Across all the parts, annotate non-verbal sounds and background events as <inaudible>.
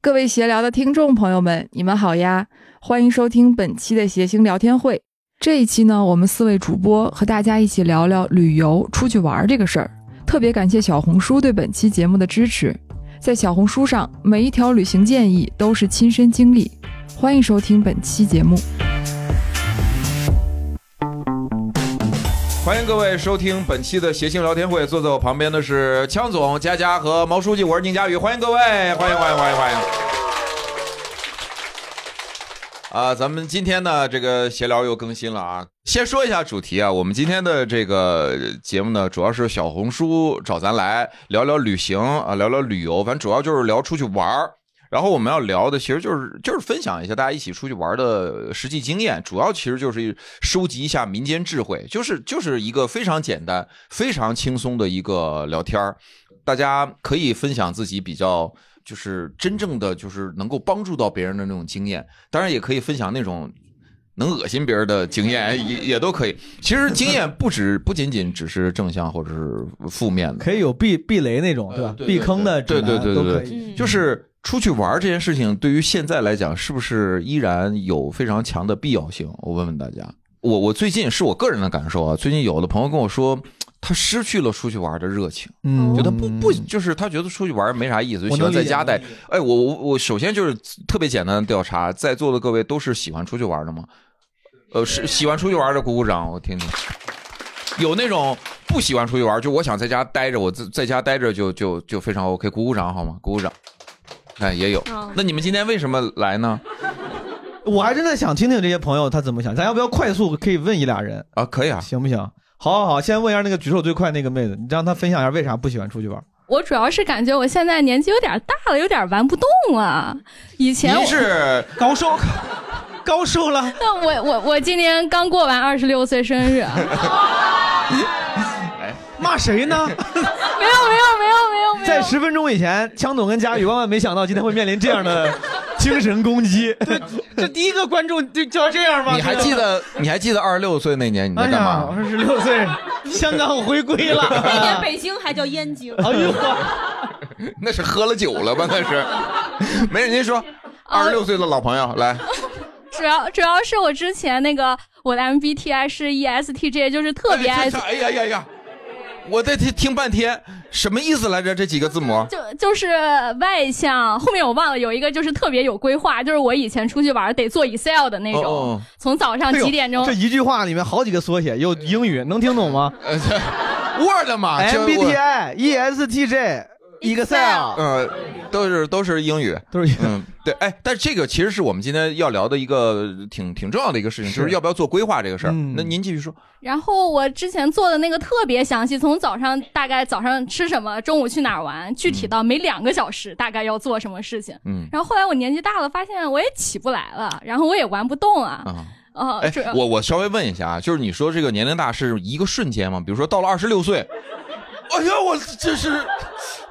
各位闲聊的听众朋友们，你们好呀！欢迎收听本期的谐星聊天会。这一期呢，我们四位主播和大家一起聊聊旅游、出去玩这个事儿。特别感谢小红书对本期节目的支持，在小红书上，每一条旅行建议都是亲身经历。欢迎收听本期节目。欢迎各位收听本期的谐星聊天会，坐在我旁边的是枪总、佳佳和毛书记，我是宁佳宇，欢迎各位，欢迎欢迎欢迎欢迎。啊，咱们今天呢，这个闲聊又更新了啊。先说一下主题啊，我们今天的这个节目呢，主要是小红书找咱来聊聊旅行啊，聊聊旅游，反正主要就是聊出去玩儿。然后我们要聊的其实就是就是分享一下大家一起出去玩的实际经验，主要其实就是收集一下民间智慧，就是就是一个非常简单、非常轻松的一个聊天儿，大家可以分享自己比较就是真正的就是能够帮助到别人的那种经验，当然也可以分享那种能恶心别人的经验也也都可以。其实经验不止不仅仅只是正向或者是负面的，可以有避避雷那呃种，对吧？避坑的指对南对对都对可对以。就是出去玩这件事情，对于现在来讲，是不是依然有非常强的必要性？我问问大家，我我最近是我个人的感受啊，最近有的朋友跟我说，他失去了出去玩的热情。嗯，觉得不不就是他觉得出去玩没啥意思，就我喜能欢理在解家能待理解。哎，我我我首先就是特别简单的调查，在座的各位都是喜欢出去玩的吗？呃，是喜欢出去玩的鼓鼓掌，我听听。有那种不喜欢出去玩，就我想在家待着，我在在家待着就就就非常 OK，鼓鼓掌好吗？鼓鼓掌。哎，也有嗯。那你们今天为什么来呢？我还真的想听听这些朋友他怎么想，咱要不要快速可以问一俩人，啊，可以啊，行不行？好好好，先问一下那个举手最快那个妹子，你让她分享一下为啥不喜欢出去玩。我主要是感觉我现在年纪有点大了，有点玩不动了。以前您我，是高寿，高 <laughs> 寿了，那我我我今年刚过完二十六岁生 <laughs> 日，没有 <laughs> 骂谁 <laughs> 呢？没有没有没有没有，在十分钟以前，枪总跟佳宇万万没想到今天会面临这样的 <laughs> 精神攻击。这第一个观众就就要这样你还记？得你还记得二十六岁那年你在哎干呀，嘛？二十六岁，香港回归了。那年北京还叫燕京，哎呦呵， <laughs> 那是喝了酒了吧？那 <laughs> 是。没事，您说。二十六岁的老朋友来。主要主要是我之前那个我的 MBTI 是 E ESTJ，就是特别爱哎这这哎呀呀呀！我在听听半天，什么意思来着？这几个字母？就就是外向，后面我忘了有一个就是特别有规划，就是我以前出去玩得做 Excel 的那种，哦哦从早上几点钟哎嗯这一句话里面好几个缩写，有英语，能听懂吗 <laughs> 呃这，Word <laughs> 嘛这我？MBTI、ESTJ、Excel，呃，都是都是英语。都是嗯，对，哎，但是这个其实是我们今天要聊的一个挺挺重要的一个事情，是就是要不要做规划这个事儿。嗯那您继续说。然后我之前做的那个特别详细，从早上大概早上吃什么，中午去哪儿玩，具体到每两个小时大概要做什么事情。嗯然后后来我年纪大了，发现我也起不来了，然后我也玩不动啊。啊，呃哎主要，我我稍微问一下啊，就是你说这个年龄大是一个瞬间吗？比如说到了二十六岁，哎呀，我这是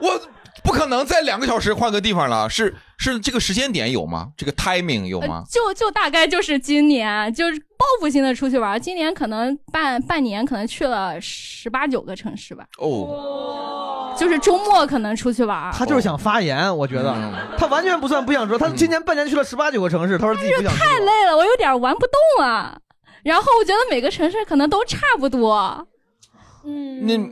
我。不可能在两个小时换个地方了，是是这个时间点有吗？这个 timing 有呃？吗就就大概就是今年，就是报复性的出去玩。今年可能半半年，可能去了十八九个城市吧，哦，就是周末可能出去玩。他就是想发言，我觉得嗯他完全不算不想说，他今年半年去了十八九个城市，他说自己不想说。太累了，我有点玩不动啊。然后我觉得每个城市可能都差不多。嗯，你，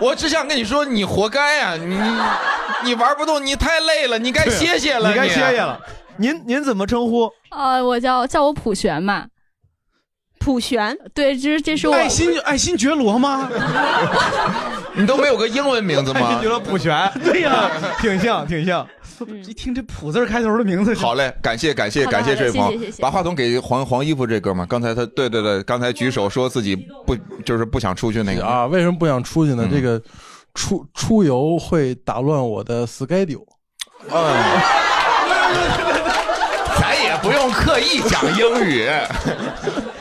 我只想跟你说，你活该呀、你你玩不动，你太累啊了，你该歇歇了，你该歇歇。了。您您怎么称呼？呃，我叫叫我普璇嘛，普璇，对，这这是我心哎爱新觉罗吗？你都没有个英文名字爱新 <laughs> 吗觉？罗普璇， <laughs> 对呀， <laughs> <laughs> 挺像啊挺像。一听这“普”字开头的名字，好嘞，感谢感谢好的感谢这位朋好的谢谢友谢，谢把话筒给黄黄衣服这哥们儿。刚才他对对对，刚才举手说自己不就是不想出去那个，啊，为什么不想出去呢？嗯这个出出游会打乱我的 schedule。嗯。 <laughs> 咱也不用刻意讲英语，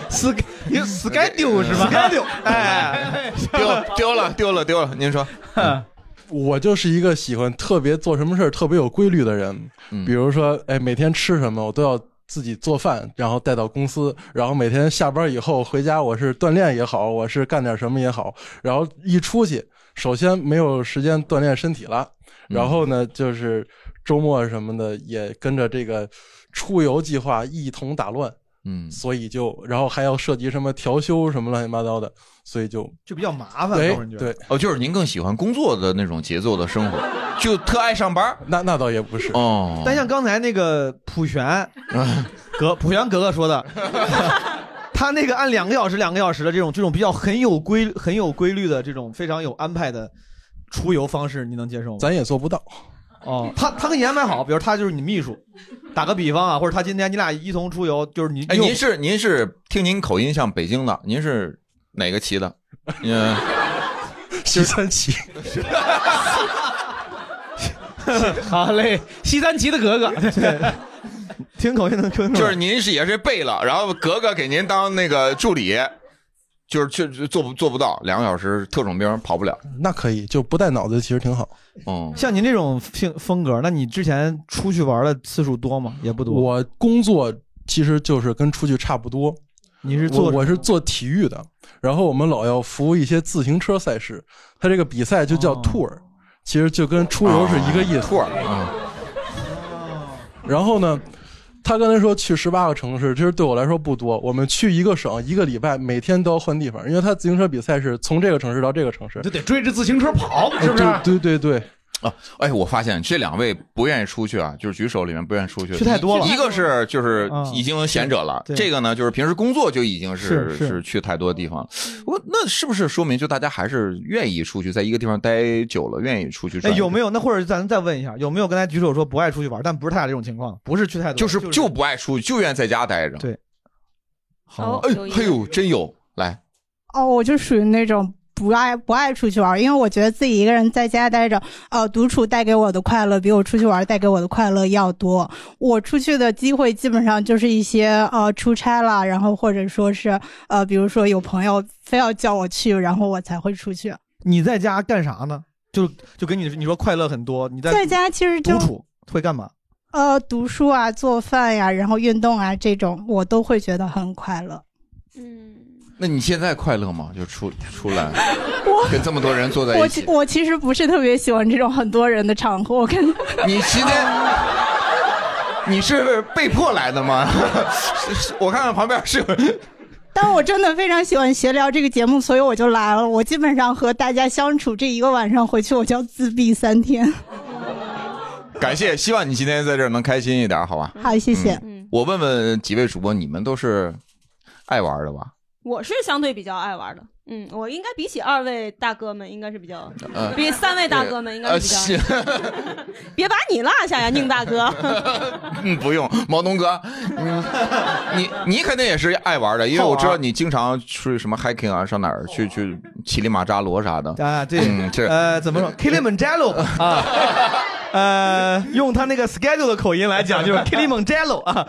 死 <laughs> 你死该丢 <laughs> 是吧？该丢，哎，丢丢了丢了丢了。<laughs> 您说，哎我就是一个喜欢特别做什么事儿特别有规律的人，嗯比如说，哎，每天吃什么我都要自己做饭，然后带到公司，然后每天下班以后回家，我是锻炼也好，我是干点什么也好，然嗯后一出去，首先没有时间锻炼身体了，然后呢，就是周末什么的也跟着这个出游计划一同打乱。嗯，所以就，然后还要涉及什么调休什么乱七八糟的，所以就就比较麻烦，哎个人觉得。对，哦，就是您更喜欢工作的那种节奏的生活，就特爱上班？那那倒也不是哦，啊但像刚才那个普璇， <laughs> 格普璇格格说 <laughs> 的，他那个按两个小时、两个小时的这种这种比较很有规很有规律的这种非常有安排的出游方式，你能接受吗？咱也做不到。哦，他他给你安排好，比如他就是你秘书，打个比方啊，或者他今天你俩一同出游，就是你。哎，你有 <laughs> 您是您是听您口音像北京的，您是哪个旗的？ <laughs> 嗯，西三旗。好嘞，西三旗的格格， <laughs> 对，听口音能听出来就是您是也是背了，然后格格给您当那个助理，就是确实做不做不到，两个小时特种兵跑不了。那可以，就不带脑子其实挺好。哦，像您这种性风格，那你之前出去玩的次数多吗？也不多。我工作其实就是跟出去差不多。你是我做我是做体育的，然后我们老要服务一些自行车赛事，它这个比赛就哦叫 tour，、其实就跟出游是一个意思。啊 tour 然后呢，他刚才说去十八个城市，其实对我来说不多。我们去一个省，一个礼拜，每天都要换地方，因为他自行车比赛是从这个城市到这个城市，就得追着自行车跑，是不是？对对对对，啊，哎，我发现这两位不愿意出去啊，就是举手里面不愿意出去，去太多了一一个是就是嗯已经贤者了，对这个呢就是平时工作就已经是是是去太多地方了。我那是不是说明就大家还是愿意出去，在一个地方待久了，愿意出去哎，转？有没有？那或者咱再问一下，有没有刚才举手说不爱出去玩，但不是他俩这种情况，不是去太多，就是就不爱出去，就愿在家待着。对，好哎有一，个嘿呦，真有来。哦，我就属于那种不爱不爱出去玩，因为我觉得自己一个人在家待着，呃，独处带给我的快乐比我出去玩带给我的快乐要多。我出去的机会基本上就是一些呃出差啦，然后或者说是呃，比如说有朋友非要叫我去，然后我才会出去。你在家干啥呢？就就跟你你说快乐很多，你在在家其实就独处会干嘛？呃读书啊、做饭呀、然后运动啊这种，我都会觉得很快乐。那你现在快乐吗？就出出 <laughs> 来，跟这么多人坐在我一其起，我其实不是特别喜欢这种很多人的场合，我跟你今天。你是被迫来的吗？ <laughs> 是是我看看旁边是有人但我真的非常喜欢闲聊这个节目，所以我就来了。我基本上和大家相处这一个晚上，回去我就要自闭三天。感谢，希望你今天在这儿能开心一点，好吧？好，谢谢。嗯我问问几位主播，你们都是爱玩的吧？我是相对比较爱玩的，嗯，我应该比起二位大哥们，应该是比较呃，比三位大哥们应该是比较，呃是 <laughs> 别把你落下呀，宁大哥。嗯，不用，毛东哥，嗯你你肯定也是爱玩的，因为我知啊道你经常去什么 hiking 啊，上哪儿去去乞力马扎罗啥的。啊，对，嗯，这呃，怎么说 k i l i m a n j a l o <laughs> 啊，呃，用他那个 schedule 的口音来讲，就是 k i l i m a n j a l o <laughs> 啊。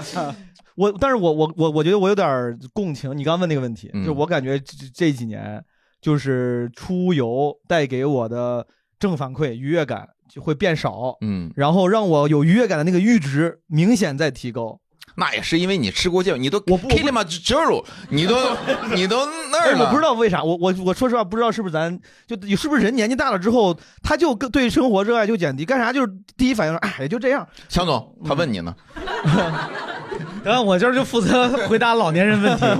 我，但是我我我我觉得我有点儿共情。你刚问那个问题，嗯就我感觉这这几年就是出游带给我的正反馈愉悦感就会变少，嗯，然后让我有愉悦感的那个阈值明显在提高。那也是因为你吃过见，你都 Kitty 嘛 j o 你都 <laughs> 你都那儿哎，了，我不知道为啥，我我我说实话不知道是不是咱就是不是人年纪大了之后，他就更对生活热爱就减低，干啥就是第一反应是哎也就这样。强总，他问你呢， <laughs> 然后我这儿就负责回答老年人问题。 <laughs>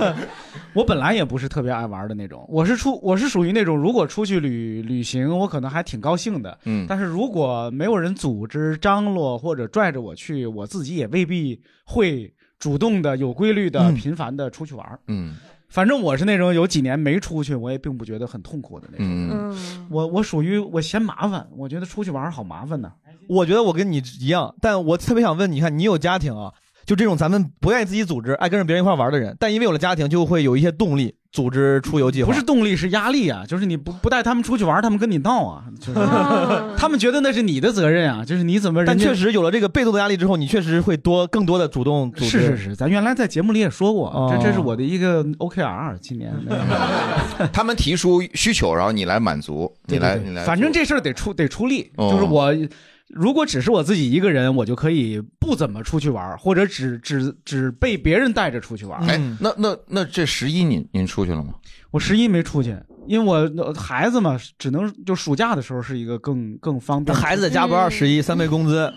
我本来也不是特别爱玩的那种，我是出我是属于那种如果出去旅旅行，我可能还挺高兴的。嗯但是如果没有人组织、张罗或者拽着我去，我自己也未必会主动的、有规律的、嗯频繁的出去玩。 <laughs> 嗯反正我是那种有几年没出去，我也并不觉得很痛苦的那种。嗯，我我属于我嫌麻烦，我觉得出去玩好麻烦呢。我觉得我跟你一样，但我特别想问，你看你有家庭啊，就这种咱们不愿意自己组织，爱跟着别人一块玩的人，但因为有了家庭，就会有一些动力组织出游计划。不是动力，是压力啊！就是你不不带他们出去玩，他们跟你闹啊，就是、 <laughs> 他们觉得那是你的责任啊，就是你怎么人但家确实有了这个被动的压力之后，你确实会多更多的主动组织。是是是，咱原来在节目里也说过，哦这这是我的一个 <laughs> OKR，今年。嗯他们提出需求，然后你来满 <laughs> 足，你来你来，反正这事儿得出得出力，哦就是我。如果只是我自己一个人，我就可以不怎么出去玩，或者只只只被别人带着出去玩。哎嗯，那那那这十一您您出去了吗？我十一没出去，因为我呃孩子嘛，只能就暑假的时候是一个更更方那便的。孩子在加班，嗯十一三倍工资，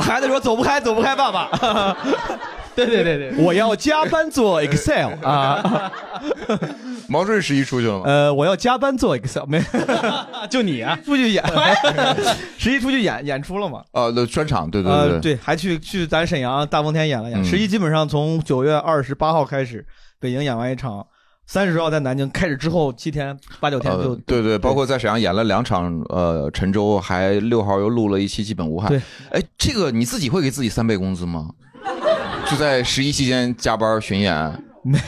孩子说走不开，走不开，爸 <laughs> 爸。 <laughs> 对对对对，我要加班做 Excel 啊。 <laughs> 毛顺十一出去了吗？呃，我要加班做 Excel，没， <laughs> 就你啊，出去演，十一出去演演出了嘛？啊，那专场，对对呃，对，对，还去去咱沈阳大风天演了演。嗯十一基本上从九月二十八号开始，北京演完一场，三十号在南京开始之后七天八九天呃就、对对，包括在沈阳演了两场，呃，陈州还六号又录了一期《基本无害》。对，哎，这个你自己会给自己三倍工资吗？就在十一期间加班巡演，没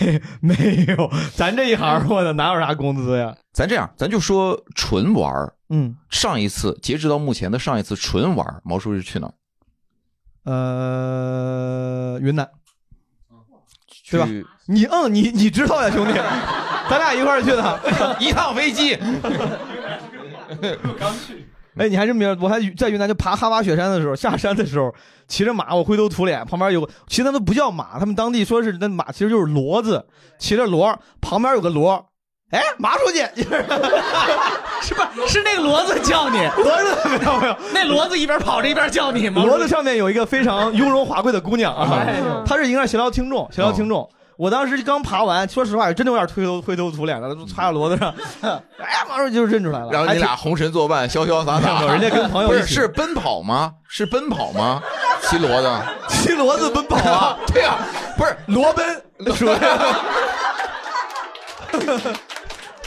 有，咱这一行我的 <laughs> 哪有啥工资呀？咱这样，咱就说纯玩儿嗯，上一次截止到目前的上一次纯玩儿，毛叔是去哪儿？呃，云南，对吧？你嗯，你你知道呀，兄弟，咱俩一块儿去 <laughs> 的， <laughs> 一趟飞机。哎，你还真别，我还在云南就爬哈巴雪山的时候，下山的时候骑着马，我灰头土脸，旁边有个，其实他们不叫马，他们当地说是那马其实就是骡子，骑着骡，旁边有个骡，哎，马书记， <laughs> <laughs> 是吧？是那个骡子叫你， <laughs> 骡子没有没有，那骡子一边跑着一边叫 <laughs> 你吗？骡子上面有一个非常雍容华贵的姑娘哎啊，她是一个闲聊听哦众，闲聊听众。我当时刚爬完，说实话，真的有点灰头灰头土脸的，都插在骡子 <laughs> 上，哎呀，马上就认出来了。然后你俩红尘作伴，潇潇洒洒。 <laughs> 没有人家跟朋友 <laughs> 不一是起是奔跑吗？是奔跑吗？骑骡 <laughs> 子？骑骡子奔跑啊， <laughs> 对呀、不是骡 <laughs> 奔，说啊 <laughs>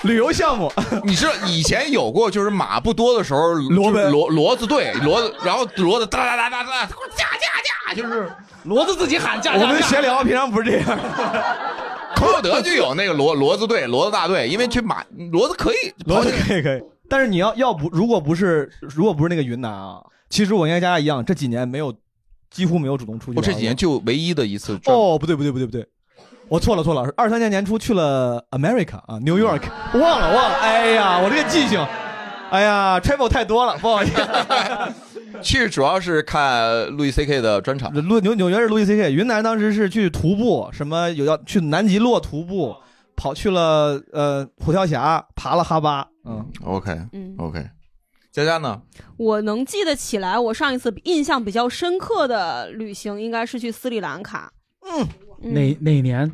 旅游项目， <laughs> 你知道以前有过，就是马不多的时候，骡就是呗骡骡子队，骡子，然后骡子哒哒哒哒哒，驾 <laughs> 驾驾，就是骡子自己喊价，我们驾闲聊平常不是这样， <laughs> 孔有德就有那个骡骡子队，骡子大队，因为去马骡子可以跑骡起子来， <laughs> 可以可以。但是你要要不如果不是如果不是那个云南啊，其实我跟大家一样，这几年没有几乎没有主动出去我玩过。哦这几年就唯一的一次专，哦，不对不对不对不对，我错了错了，二三年年初去了 America 啊，New York，忘嗯了忘了，哎呀，我这个记性，哎呀，travel 太多了，不好意思。 <laughs> 去主要是看路易 C K 的专场，路纽纽约是路易 C K，云南当时是去徒步，什么有要去南极落徒步，跑去了呃虎跳峡，爬了哈巴，嗯， OK 嗯 OK，佳佳呢？我能记得起来，我上一次印象比较深刻的旅行应该是去斯里兰卡，嗯哪哪年？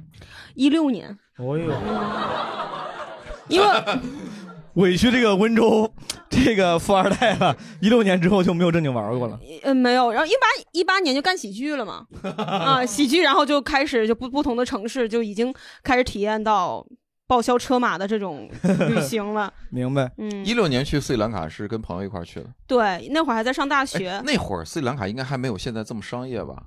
一六年，哦呦， <laughs> 因为委屈这个温州这个富二代了，一六年之后就没有正经玩过了。 <laughs> 呃没有，然后一八一八年就干喜剧了嘛，啊喜剧，然后就开始就不不同的城市就已经开始体验到报销车马的这种 <laughs> 旅行了，明白，嗯一，六年去斯里兰卡是跟朋友一块儿去的，对，那会儿还在上大学，哎那会儿斯里兰卡应该还没有现在这么商业吧？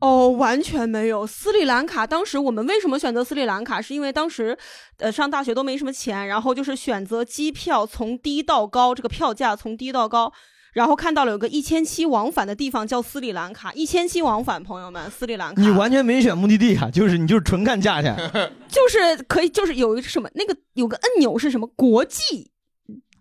哦，完全没有。斯里兰卡当时我们为什么选择斯里兰卡？是因为当时，呃，上大学都没什么钱，然后就是选择机票从低到高，这个票价从低到高，然后看到了有个一千七往返的地方叫斯里兰卡，一千七往返，朋友们，斯里兰卡你完全没选目的地啊，就是你就是纯看价钱，就是可以，就是有一个什么那个有个按钮是什么国际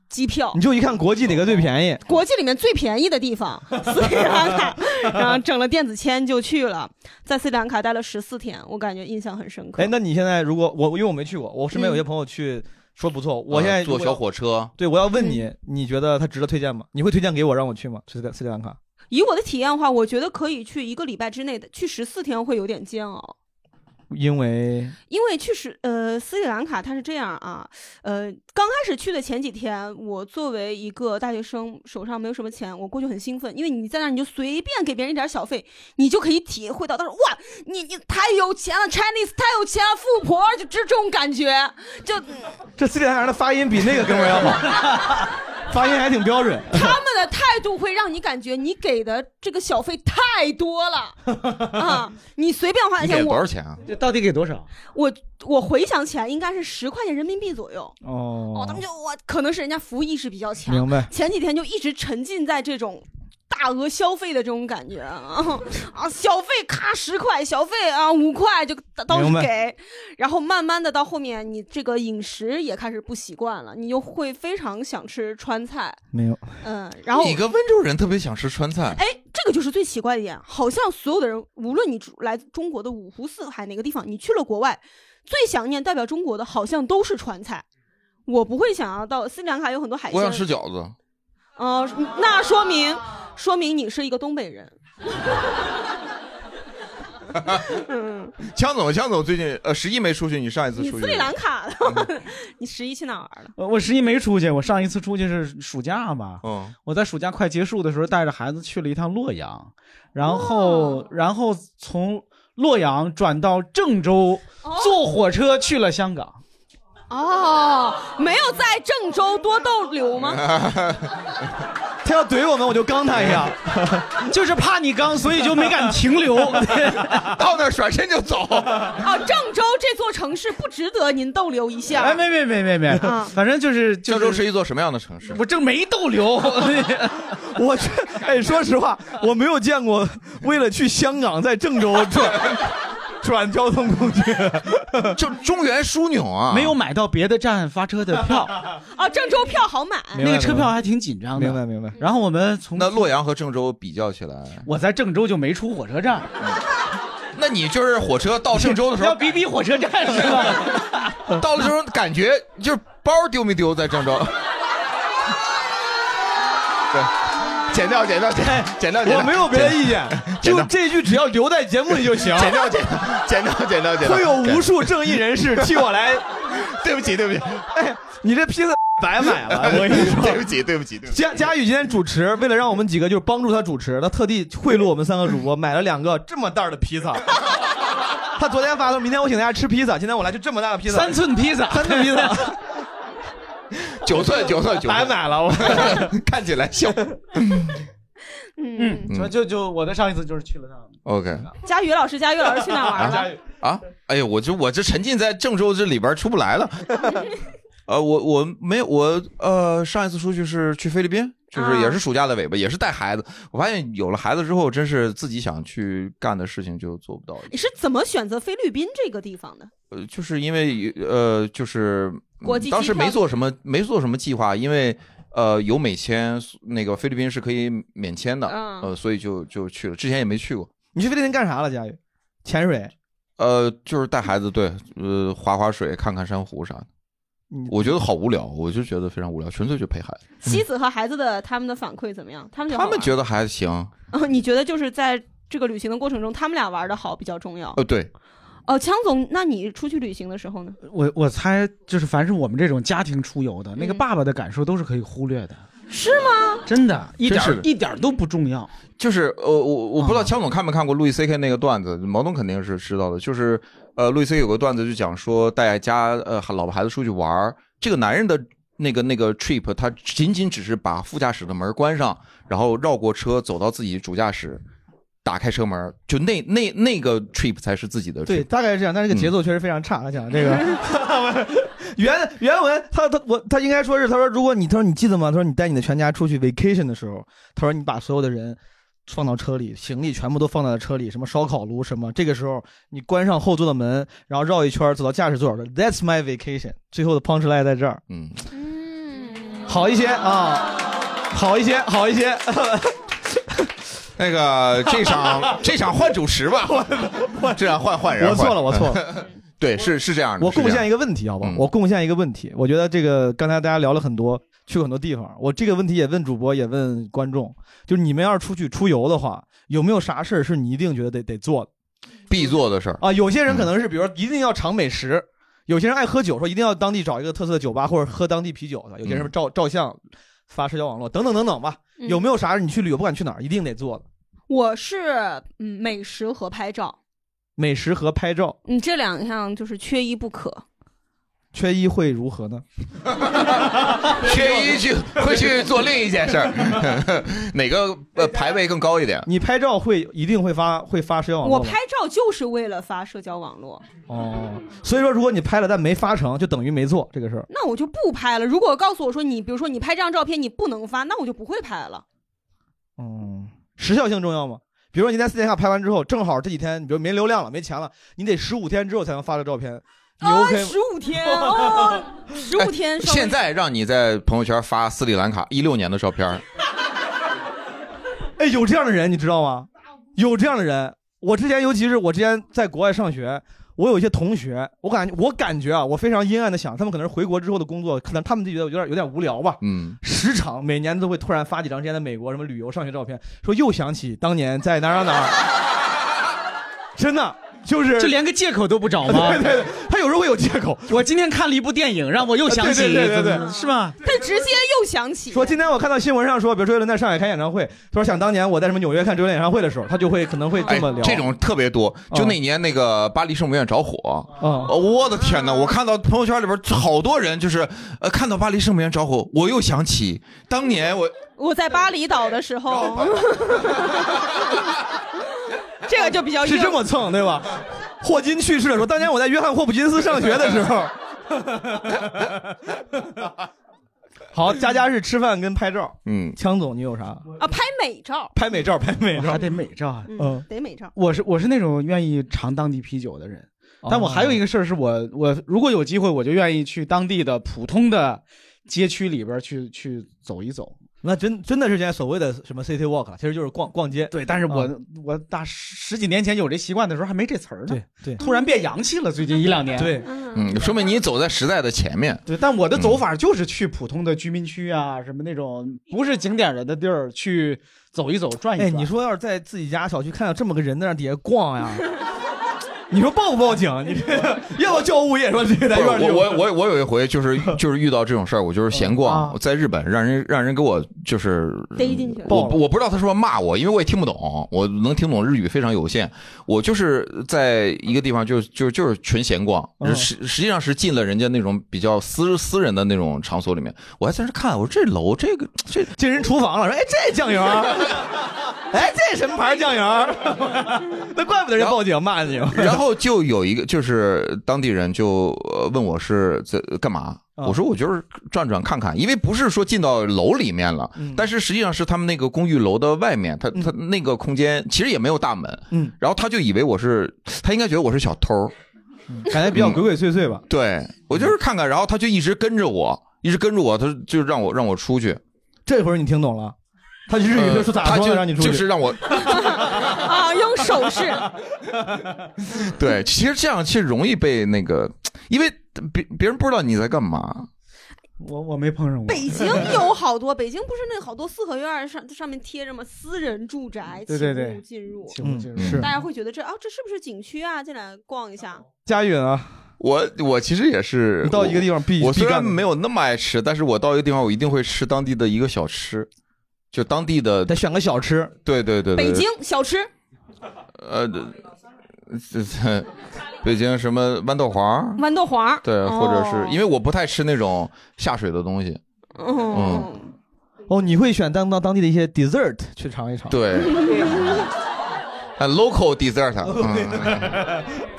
机票你。就一看国际哪个最便宜。国际里面最便宜的地方，斯里兰卡，然后整了电子签就去了，在斯里兰卡待了十四天，我感觉印象很深刻。哎，那你现在如果我因为我没去过，我身边有些嗯朋友去、说不错，我现在呃坐如果要小。火车，对，我要问你，嗯你觉得它值得推荐吗？你会推荐给我让我去吗？斯里斯里兰卡？以我的体验的话，我觉得可以去一个礼拜之内的，去十四天会有点煎熬，因为因为去十呃斯里兰卡它是这样啊，呃刚开始去的前几天，我作为一个大学生，手上没有什么钱，我过去很兴奋，因为你在那儿你就随便给别人一点小费，你就可以体会到，当时哇，你你太有钱了，Chinese 太有钱了，富婆就这这种感觉， <laughs> 就这斯里兰卡人的发音比那个哥们儿要 <laughs> 好，发音还挺标准。他们的态度会让你感觉你给的这个小费太多了啊，你随便花你点给了钱，多我少钱啊？这到底给多少？我我回想起来应该是十块钱人民币左右。哦，哦他们，就我可能是人家服务意识比较强，明白。前几天就一直沉浸在这种。大额消费的这种感觉啊啊，小费咔十块，小费啊五块就到明处白给，然后慢慢的到后面，你这个饮食也开始不习惯了，你就会非常想吃川菜，没有，嗯，然后你个温州人特别想吃川菜，哎，这个就是最奇怪的一点，好像所有的人，无论你住来中国的五湖四海哪个地方，你去了国外，最想念代表中国的好像都是川菜。我不会想要到斯里兰卡有很多海鲜，我想吃饺子。嗯、那说明说明你是一个东北人。江总，江总最近呃十一没出去，你上一次你出斯去里兰卡的， <laughs> 你十一去哪儿玩了？呃我我十一没出去，我上一次出去是暑假嘛。嗯，我在暑假快结束的时候，带着孩子去了一趟洛阳，然后然后从洛阳转到郑州，坐火车去了香 <laughs> 港。哦，没有在郑州多逗留吗？ <laughs> 他要怼我们，我就刚他一下， <laughs> 就是怕你刚，所以就没敢停留。 <laughs> 到那甩身就走。哦，郑州这座城市不值得您逗留一下。哎，没没没没没啊，反正就是郑州是一座什么样的城市？我这没逗留。 <laughs> 我去，哎，说实话，我没有见过为了去香港在郑州转 <laughs> 转交通工具，就中原枢纽啊，没有买到别的站发车的票，哦，郑州票好买。那个车票还挺紧张的。明白明白。然后我们从那洛阳和郑州比较起来，我在郑州就没出火车站，那你就是火车到郑州的时要候，比比火车站是吧？ <laughs> 到了郑州感觉就是包丢没丢在郑 <laughs> 州？对，剪掉，剪掉，剪剪掉，剪哎掉我没有别的意见，剪就刀这句只要留在节目里就行。剪掉，剪剪掉，剪掉，剪掉，会有无数正义人士替我来， <laughs> 对不起，对不起，哎，你这披萨 <laughs> 白买了，我跟你说。对不起，对不起，对不起，佳佳宇今天主持，为了让我们几个就是帮助他主持，他特地贿赂我们三个主播买了两个这么大的披萨。他昨天发说，明天我请大家吃披萨，今天我来就这么大的披萨，三寸披萨，三寸披萨，九寸，九寸，九白寸，买了。我 <laughs> 看起来像。嗯，就就就我的上一次就是去了趟 OK 佳宇老师，佳宇老师去哪儿玩了？啊，哎呦，我就我这沉浸在郑州这里边儿出不来 <laughs> 了。呃，我我没有我呃，上一次出去是去菲律宾，就是啊也是暑假的尾巴，也是带孩子。我发现有了孩子之后，真是自己想去干的事情就做不到。你是怎么选择菲律宾这个地方的？呃，就是因为呃，就是嗯国际机当时没票做什么，没做什么计划，因为呃有美签，那个菲律宾是可以免签的，嗯呃，所以就就去了，之前也没去过。你去菲律宾干啥了，佳宇？潜水。呃，就是带孩子，对，呃，划划水，看看珊瑚啥的嗯。我觉得好无聊，我就觉得非常无聊，纯粹就陪孩子。妻子和孩子的他们的反馈怎么样？他们他觉得好玩们觉得还行，哦， <laughs> 你觉得就是在这个旅行的过程中，他们俩玩的好比较重要。呃，对，哦，强总，那你出去旅行的时候呢？我我猜就是凡是我们这种家庭出游的，那个嗯爸爸的感受都是可以忽略的，是吗？真的，一点真是的一点都不重要。就是呃，我我不知道啊枪总看没看过路易 C K 那个段子，毛东肯定是知道的。就是呃，路易 C K 有个段子就讲说带家呃老婆孩子出去玩儿，这个男人的那个那个 trip，他仅仅只是把副驾驶的门关上，然后绕过车走到自己主驾驶，打开车门，就那那那个 trip 才是自己的嗯 trip。对，大概是这样，但是这个节奏确实非常差。他讲 <laughs> 这个原原文，他他我他应该说是他说，如果你他说你记得吗？他说你带你的全家出去 vacation 的时候，他说你把所有的人放到车里，行李全部都放在车里，什么烧烤炉什么，这个时候你关上后座的门，然后绕一圈走到驾驶座的，That's my vacation。最后的 punch line 在这儿，嗯，好一些啊，好一些，好一些。 <laughs> 那个这 <laughs> 场这场换主持吧，这场换换人，我错了，我错了。 <laughs> 对，是是这样的，我啊是这贡样献一个问题，好不好？嗯我贡献一个问题。我觉得这个刚才大家聊了很多，去过很多地方。我这个问题也问主播，也问观众，就是你们要是出去出游的话，有没有啥事儿是你一定觉得得得做的必做的事儿。啊？有些人可嗯能是，比如说一定要尝美食。有些人爱喝酒，说一定要当地找一个特色的酒吧，或者喝当地啤酒的。有些嗯人照照相、发社交网络等等等等吧。嗯有没有啥是你去旅游不管去哪儿一定得做的？我是嗯，美食和拍照，美食和拍照嗯，这两项就是缺一不可。缺一会如何呢？缺一去会去做另一件事 <laughs> 儿， <laughs> 哪个呃排位更高一点？你拍照会一定会发会发社交网络我吗？拍照就是为了发社交网络，哦，所以说如果你拍了但没发成就等于没做这个事儿。那我就不拍了。如果告诉我说你，比如说你拍这张照片你不能发，那我就不会拍了。嗯，时效性重要吗？比如说你在四天下拍完之后，正好这几天你比如没流量了、没钱了，你得十五天之后才能发这照片，你 OK 吗？啊十五天哦，十五天稍微。现在让你在朋友圈发斯里兰卡一六年的照片儿，哎，有这样的人你知道吗？有这样的人，我之前尤其是我之前在国外上学，我有一些同学，我感我感觉啊，我非常阴暗的想，他们可能是回国之后的工作，可能他们就觉得有点有点无聊吧。嗯，时常每年都会突然发几张之前在美国什么旅游上学照片，说又想起当年在哪儿哪儿哪儿， <laughs> 真的就是就连个借口都不 <laughs> 找吗？对对对，他有时候会有借口。我今天看了一部电影，让我又想起，对对对对对怎么是吗？他直接又想起说今天我看到新闻上说，比如周杰伦在上海开演唱会，他说想当年我在什么纽约看周杰伦演唱会的时候，他就会可能会这么聊。哎嗯这种特别多。就那年那个巴黎圣母院着火，呃我的天哪！我看到朋友圈里边好多人就是，呃，看到巴黎圣母院着火，我又想起当年我我在巴厘岛的时候， <laughs> 这个就比较硬是这么蹭对吧？霍金去世的时候，当年我在约翰霍普金斯上学的时候。好，佳佳是吃饭跟拍照。嗯，枪总你有啥？ <laughs> 啊，拍美照，拍美照，拍美照，还得美照啊。嗯，得美照。我是我是那种愿意尝当地啤酒的人，哦但我还有一个事儿是我我如果有机会，我就愿意去当地的普通的街区里边去去走一走。那真真的是现在所谓的什么 city walk，其实就是逛逛街。啊对，但是我、我大十十几年前有这习惯的时候还没这词儿呢，对对突然变洋气了，最近一两年。对，嗯，说明你走在时代的前面。对，但我的走法就是去普通的居民区啊，什么那种不是景点人的地儿去走一走、转一哎，转。你说要是在自己家小区看到这么个人在那底下逛呀，你说报不报警？你这 <laughs> 个要不叫物业说这 <laughs> 个在院里我有我我我有一回就是就是遇到这种事儿，我就是闲逛，我在日本让人让人给我就是逮进去了我我不知道他是不是骂我，因为我也听不懂，我能听懂日语非常有限。我就是在一个地方就就就是纯闲逛，实实际上是进了人家那种比较私私人的那种场所里面，我还在那看，我说这楼这个这进人厨房了，说哎这酱油，哎这什么牌酱油？ <laughs> 那怪不得人报警骂你。 <laughs> 然后就有一个就是当地人就呃问我是在呃干嘛。啊我说我就是转转看看，因为不是说进到楼里面了，嗯但是实际上是他们那个公寓楼的外面，他他那个空间其实也没有大门，嗯，然后他就以为我是，他应该觉得我是小偷，嗯感觉比较鬼鬼祟祟吧。对我就是看看，然后他就一直跟着我，一直跟着我，他就让我让我出去，这会儿你听懂了，他日语呃是咋他说就的？让你出去就是让我啊，用手势，对，其实这样其实容易被那个，因为别别人不知道你在干嘛， <laughs> 我我没碰上过。北京 <laughs> 有好多，北京不是那好多四合院儿上上面贴着吗？私人住嗯宅，对对对请勿进入，请勿进入是大家会觉得这啊，这是不是景区啊？进来逛一下， <laughs> 佳允啊，我我其实也是到一个地方必我必虽然干的没有那么爱吃，但是我到一个地方，我一定会吃当地的一个小吃，就当地的得选个小吃。对对对对，北京小吃，呃，这这北京什么豌豆黄，豌豆黄儿，对，或者是、哦因为我不太吃那种下水的东西，嗯，嗯，哦，你会 <laughs> 选当当当地的一些 dessert 去尝一尝。 <laughs> 对，嗯啊 local dessert，嗯，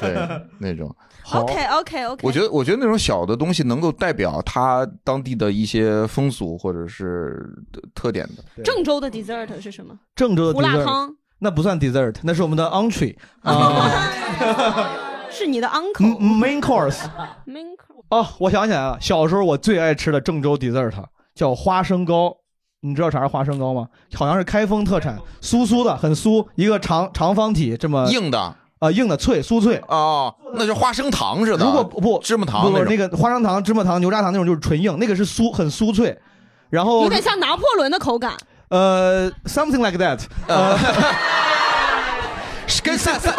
对，那种好 OK OK <laughs> OK，我觉得，我觉得那种小的东西能够代表它当地的一些风俗或者是呃特点的。郑州的 dessert 是什么？郑州的胡辣 dessert 汤那不算 dessert，那是我们的 entree 啊、是你的 uncle m m a i n course。 main course 哦，我想起来了，小时候我最爱吃的郑州 dessert 叫花生糕，你知道啥是花生糕吗？好像是开封特产，酥酥的，很酥，一个长长方体这么硬的，呃，硬的脆酥脆。哦，那就花生糖似的。如果不芝麻不糖不种那个花生糖、芝麻糖、牛轧糖那种就是纯硬，那个是酥，很酥脆。然后有点像拿破仑的口感，呃，something like that，呃，是 <laughs> 跟萨萨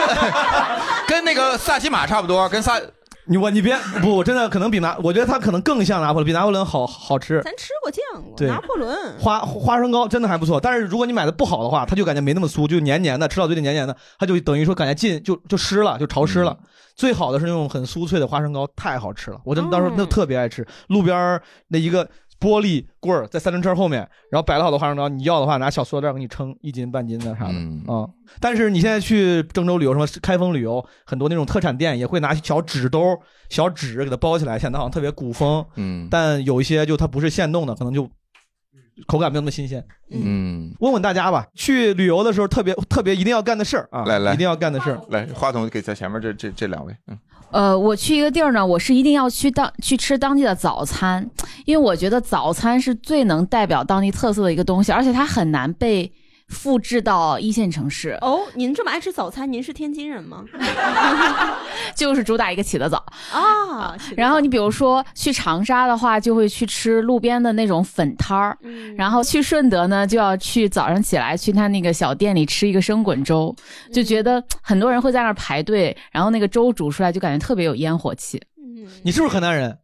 跟那个萨琪玛差不多，跟萨你我你别不，真的可能比拿，我觉得它可能更像拿破仑，比拿破仑好好吃。咱吃过见过对拿破仑，花花生糕真的还不错，但是如果你买的不好的话，它就感觉没那么酥，就黏黏的，吃到嘴里黏黏的，它就等于说感觉进就就湿了，就潮湿了。最好的是那种很酥脆的花生糕，太好吃了，我真的当时那特别爱吃。路边儿那一个玻璃棍儿在三轮车后面，然后摆了好多花生糕，你要的话拿小塑料袋给你称一斤半斤的啥的啊、但是你现在去郑州旅游，什么开封旅游，很多那种特产店也会拿小纸兜、小纸给它包起来，显得好像特别古风。嗯但有一些就它不是现弄的，可能就嗯口感没有那么新鲜。嗯，问问大家吧，去旅游的时候特别特别一定要干的事儿啊，来来一定要干的事儿。来话筒给在前面这这这两位，嗯，呃，我去一个地儿呢，我是一定要去当去吃当地的早餐，因为我觉得早餐是最能代表当地特色的一个东西，而且它很难被复制到一线城市。哦，您这么爱吃早餐，您是天津人吗？就是主打一个起得早。啊，然后你比如说去长沙的话，就会去吃路边的那种粉摊儿；然后去顺德呢，就要去早上起来去他那个小店里吃一个生滚粥，就觉得很多人会在那儿排队，然后那个粥煮出来就感觉特别有烟火气。你是不是河南人？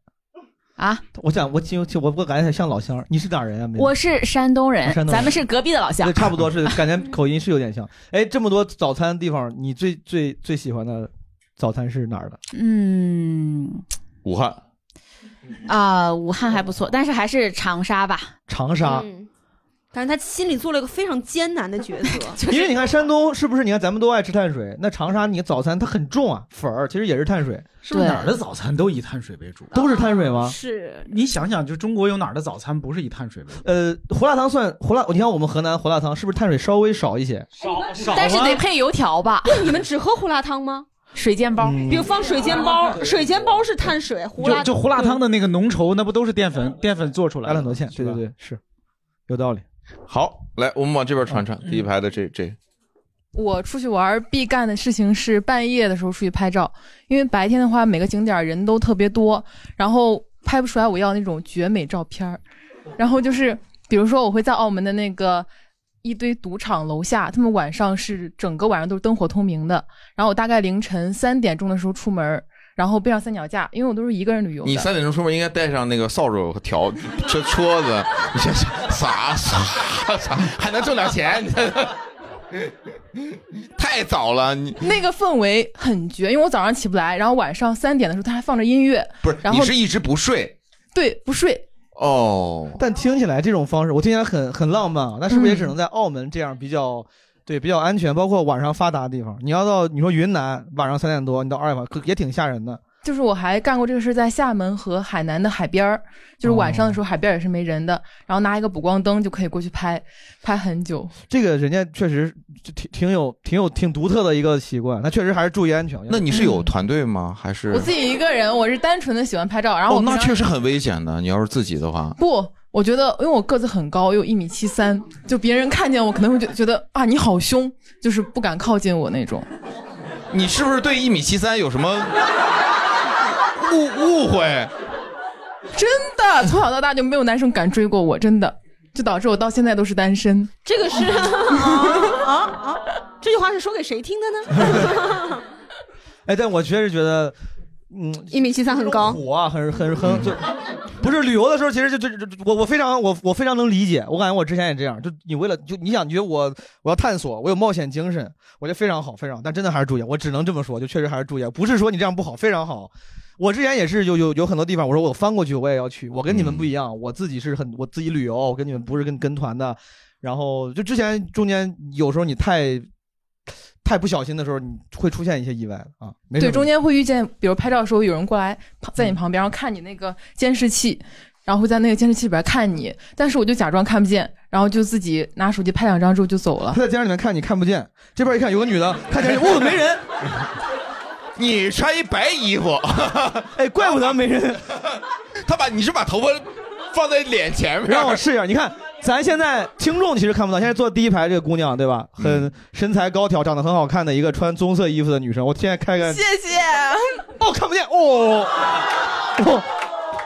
啊，我想我就我我感觉像老乡，你是哪儿人啊？没我是山东人，啊山东人咱们是隔壁的老乡对，，差不多是，感觉口音是有点像。哎，这么多早餐地方，你最最最喜欢的早餐是哪儿的？嗯武汉、啊、武汉还不错，但是还是长沙吧。长沙。嗯，但是他心里做了一个非常艰难的抉择。因为你看山东是不是？你看咱们都爱吃碳水，那长沙你早餐它很重啊，粉儿其实也是碳水，是不是哪儿的早餐都以碳水为主？都是碳水吗？啊是你想想，就中国有哪儿的早餐不是以碳水为主？呃，胡辣汤算胡辣，你看我们河南胡辣汤是不是碳水稍微少一些？少少但是得配 <laughs> 油条吧，那你们只喝胡辣汤吗？水煎包。嗯比如放水煎包，嗯水煎包是碳水，胡辣嗯就就胡辣汤的那个浓稠，那不都是淀粉淀粉做出来橄的榄？多芡，对对对，是有道理。好，来，我们往这边传传，嗯第一排的这这我出去玩儿必干的事情是半夜的时候出去拍照，因为白天的话每个景点儿人都特别多，然后拍不出来我要那种绝美照片儿。然后就是比如说我会在澳门的那个一堆赌场楼下，他们晚上是整个晚上都是灯火通明的。然后我大概凌晨三点钟的时候出门儿，然后背上三脚架，因为我都是一个人旅游的。你三点钟出门应该带上那个扫帚和笤这戳子，你这啥啥啥还能挣点钱？你这 <laughs> 太早了，你那个氛围很绝，因为我早上起不来，然后晚上三点的时候他还放着音乐，不是然你后是一直不睡对不睡，哦？但听起来这种方式，我听起来很很浪漫啊。那是不是也只能在澳门这样比较、对比较安全，包括晚上发达的地方？你要到你说云南晚上三点多，你到二月份可也挺吓人的。就是我还干过这个事，在厦门和海南的海边儿，就是晚上的时哦候海边儿也是没人的，然后拿一个补光灯就可以过去拍，拍很久。这个人家确实就挺挺有挺有挺独特的一个习惯，那确实还是注意安全。那你是有团队吗？还是我自己一个人，我是单纯的喜欢拍照，然后我哦，平那常、确实很危险的。你要是自己的话，不。我觉得，因为我个子很高，有一米七三，就别人看见我可能会觉觉得啊你好凶，就是不敢靠近我那种。你是不是对一米七三有什么误误会？真的，从小到大就没有男生敢追过我，真的，就导致我到现在都是单身。这 <laughs> 个是 <laughs> 嗯啊啊啊！这句话是说给谁听的呢？哎，但我确实觉得一米七三很高，苦啊，很很很就。不是旅游的时候，其实就就就我我非常我我非常能理解，我感觉我之前也这样，就你为了就你想觉得我我要探索，我有冒险精神，我觉得非常好非常好，但真的还是注意，我只能这么说，就确实还是注意，啊不是说你这样不好，非常好。我之前也是有有有很多地方，我说我翻过去我也要去，我跟你们不一样，我自己是很我自己旅游，我跟你们不是跟跟团的，然后就之前中间有时候你太太不小心的时候，你会出现一些意外啊，没事对，中间会遇见，比如拍照的时候有人过来旁在你旁边，然后看你那个监视器，然后会在那个监视器里边看你，但是我就假装看不见，然后就自己拿手机拍两张之后就走了他。在监视里面看你看不见，这边一看有个女 <laughs> 的，看见哦没人，你穿一白衣服， <laughs> 哎，怪不得没人， <laughs> 他把你是把头发放在脸前面， <laughs> 让我试一下。你看，咱现在听众其实看不到，现在坐第一排这个姑娘对吧？嗯很身材高挑，长得很好看的一个穿棕色衣服的女生。我现在开个，谢。哦看不见哦，哦，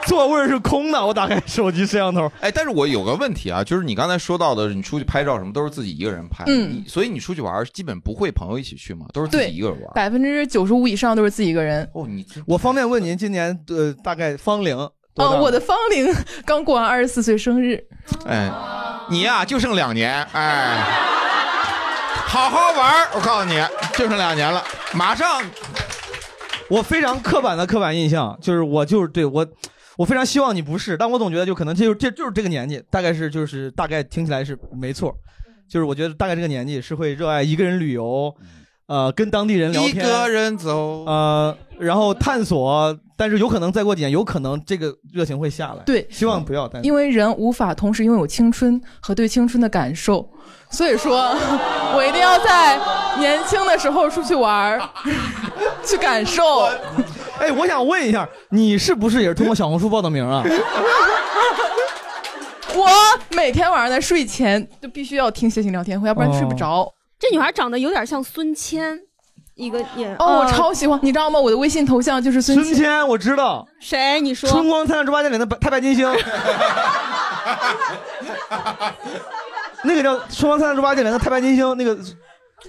座位是空的，我打开手机摄像头。哎，但是我有个问题啊，就是你刚才说到的，你出去拍照什么都是自己一个人拍，嗯你所以你出去玩儿基本不会朋友一起去嘛，都是自己一个人玩儿。百分之九十五以上都是自己一个人。哦，你这我方便问您今年呃大概芳龄多大？哦，我的芳龄刚过完二十四岁生日，哎，你呀、就剩两年，哎，好好玩儿，我告诉你，就剩两年了，马上我非常刻板的刻板印象就是我就是对我。我非常希望你不是，但我总觉得就可能这就这就是这个年纪，大概是就是大概听起来是没错，就是我觉得大概这个年纪是会热爱一个人旅游，呃，跟当地人聊嗯一天，个人走。呃，然后探索，但是有可能再过几年，有可能这个热情会下来。对希望不要担心。因为人无法同时拥有青春和对青春的感受，所以说我一定要在年轻的时候出去玩儿， <laughs> 去感受。哎，我想问一下，你是不是也是通过小红书报的名啊？我每天晚上在睡前就必须要听谢欣聊天会，要不然睡不着。哦这女孩长得有点像孙谦，嗯一个也呃哦，我超喜欢，你知道吗？我的微信头像就是孙孙谦，我知道，谁？你说春光灿烂猪八戒里的白太白金星，那个叫春光灿烂猪八戒里的太白金星，那个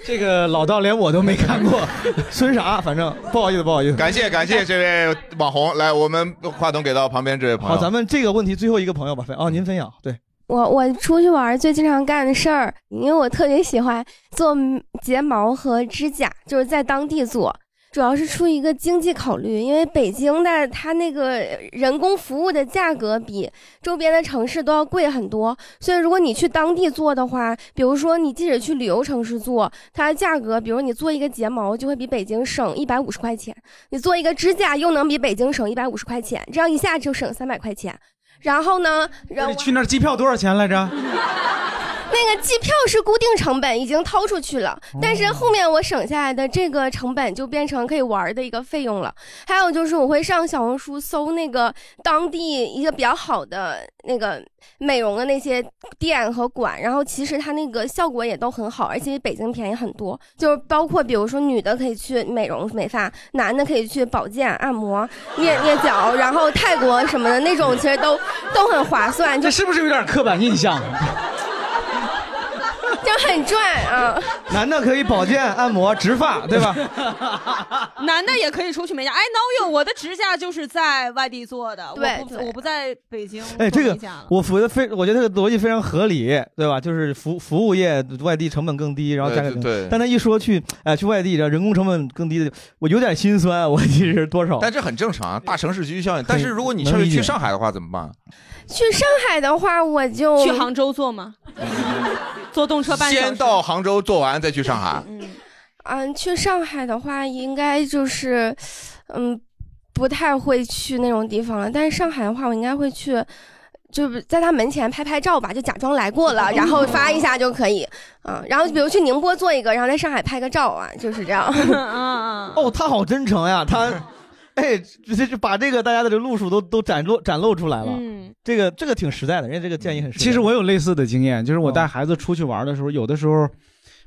这个老道连我都没看 <laughs> 过，孙啥？反正嗯不好意思，不好意思，感谢感谢这位网红，来，我们话筒给到旁边这位朋友。好，咱们这个问题最后一个朋友吧，分哦，您分享对。 <laughs> 我我出去玩儿最经常干的事儿，因为我特别喜欢做睫毛和指甲，就是在当地做，主要是出于一个经济考虑，因为北京的它那个人工服务的价格比周边的城市都要贵很多，所以如果你去当地做的话，比如说你即使去旅游城市做，它的价格，比如你做一个睫毛就会比北京省一百五十块钱，你做一个指甲又能比北京省一百五十块钱，这样一下就省三百块钱。然后呢，然后你去那儿机票多少钱来着？嗯那个机票是固定成本，已经掏出去了，但是后面我省下来的这个成本就变成可以玩的一个费用了。还有就是我会上小红书搜那个当地一个比较好的那个美容的那些店和馆，然后其实它那个效果也都很好，而且比北京便宜很多。就是包括比如说女的可以去美容美发，男的可以去保健按摩、捏捏脚，然后泰国什么的那种其实都都很划算。就这是不是有点刻板印象？就很赚啊！男的可以保健、按摩、植发，对吧？男的也可以出去美甲。哎，no you，我的指甲就是在外地做的，对我不我不在北京哎，做这美个甲了。我觉得非，我觉得这个逻辑非常合理，对吧？就是服服务业外地成本更低，然后价格对对对但他一说去，哎、去外地，然后人工成本更低的，我有点心酸。我其实多少？但这很正常，啊大城市集聚效应。但是如果你能要是理解去上海的话，怎么办？去上海的话，我就去杭州 <laughs> 做吗？坐动车半小时先到杭州做完再去上海。嗯，去上海的话，应该就是，嗯，不太会去那种地方了。但是上海的话，我应该会去，就是在他门前拍拍照吧，就假装来过 <laughs> 了，然后发一下就可以。嗯，然后比如去宁波做一个，然后在上海拍个照啊，就是这 <laughs> 样。嗯哦，他好真诚呀， <laughs> 他，哎，这这这把这个大家的这个路数都都展露展露出来了。嗯，这个这个挺实在的，人家哦这个建议很实在。其实我有类似的经验，就是我带孩子出去玩的时候，有的时候，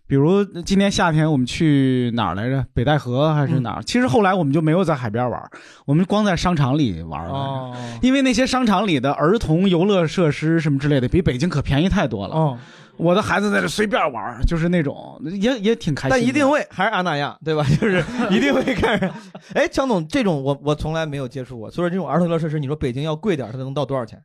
比如今年夏天我们去哪儿来着？北戴河还嗯是哪儿？其实后来我们就没有在海边玩，我们光在商场里玩了。哦因为那些商场里的儿童游乐设施什么之类的，比北京可便宜太多了。哦，我的孩子在这随便玩，就是那种也也挺开心的。但一定会还是阿那亚，对吧？ <laughs> 就是一定会看上。 <laughs> 哎，强总，这种我我从来没有接触过。所以说这种儿童游乐设施，你说北京要贵点儿，它能到多少钱？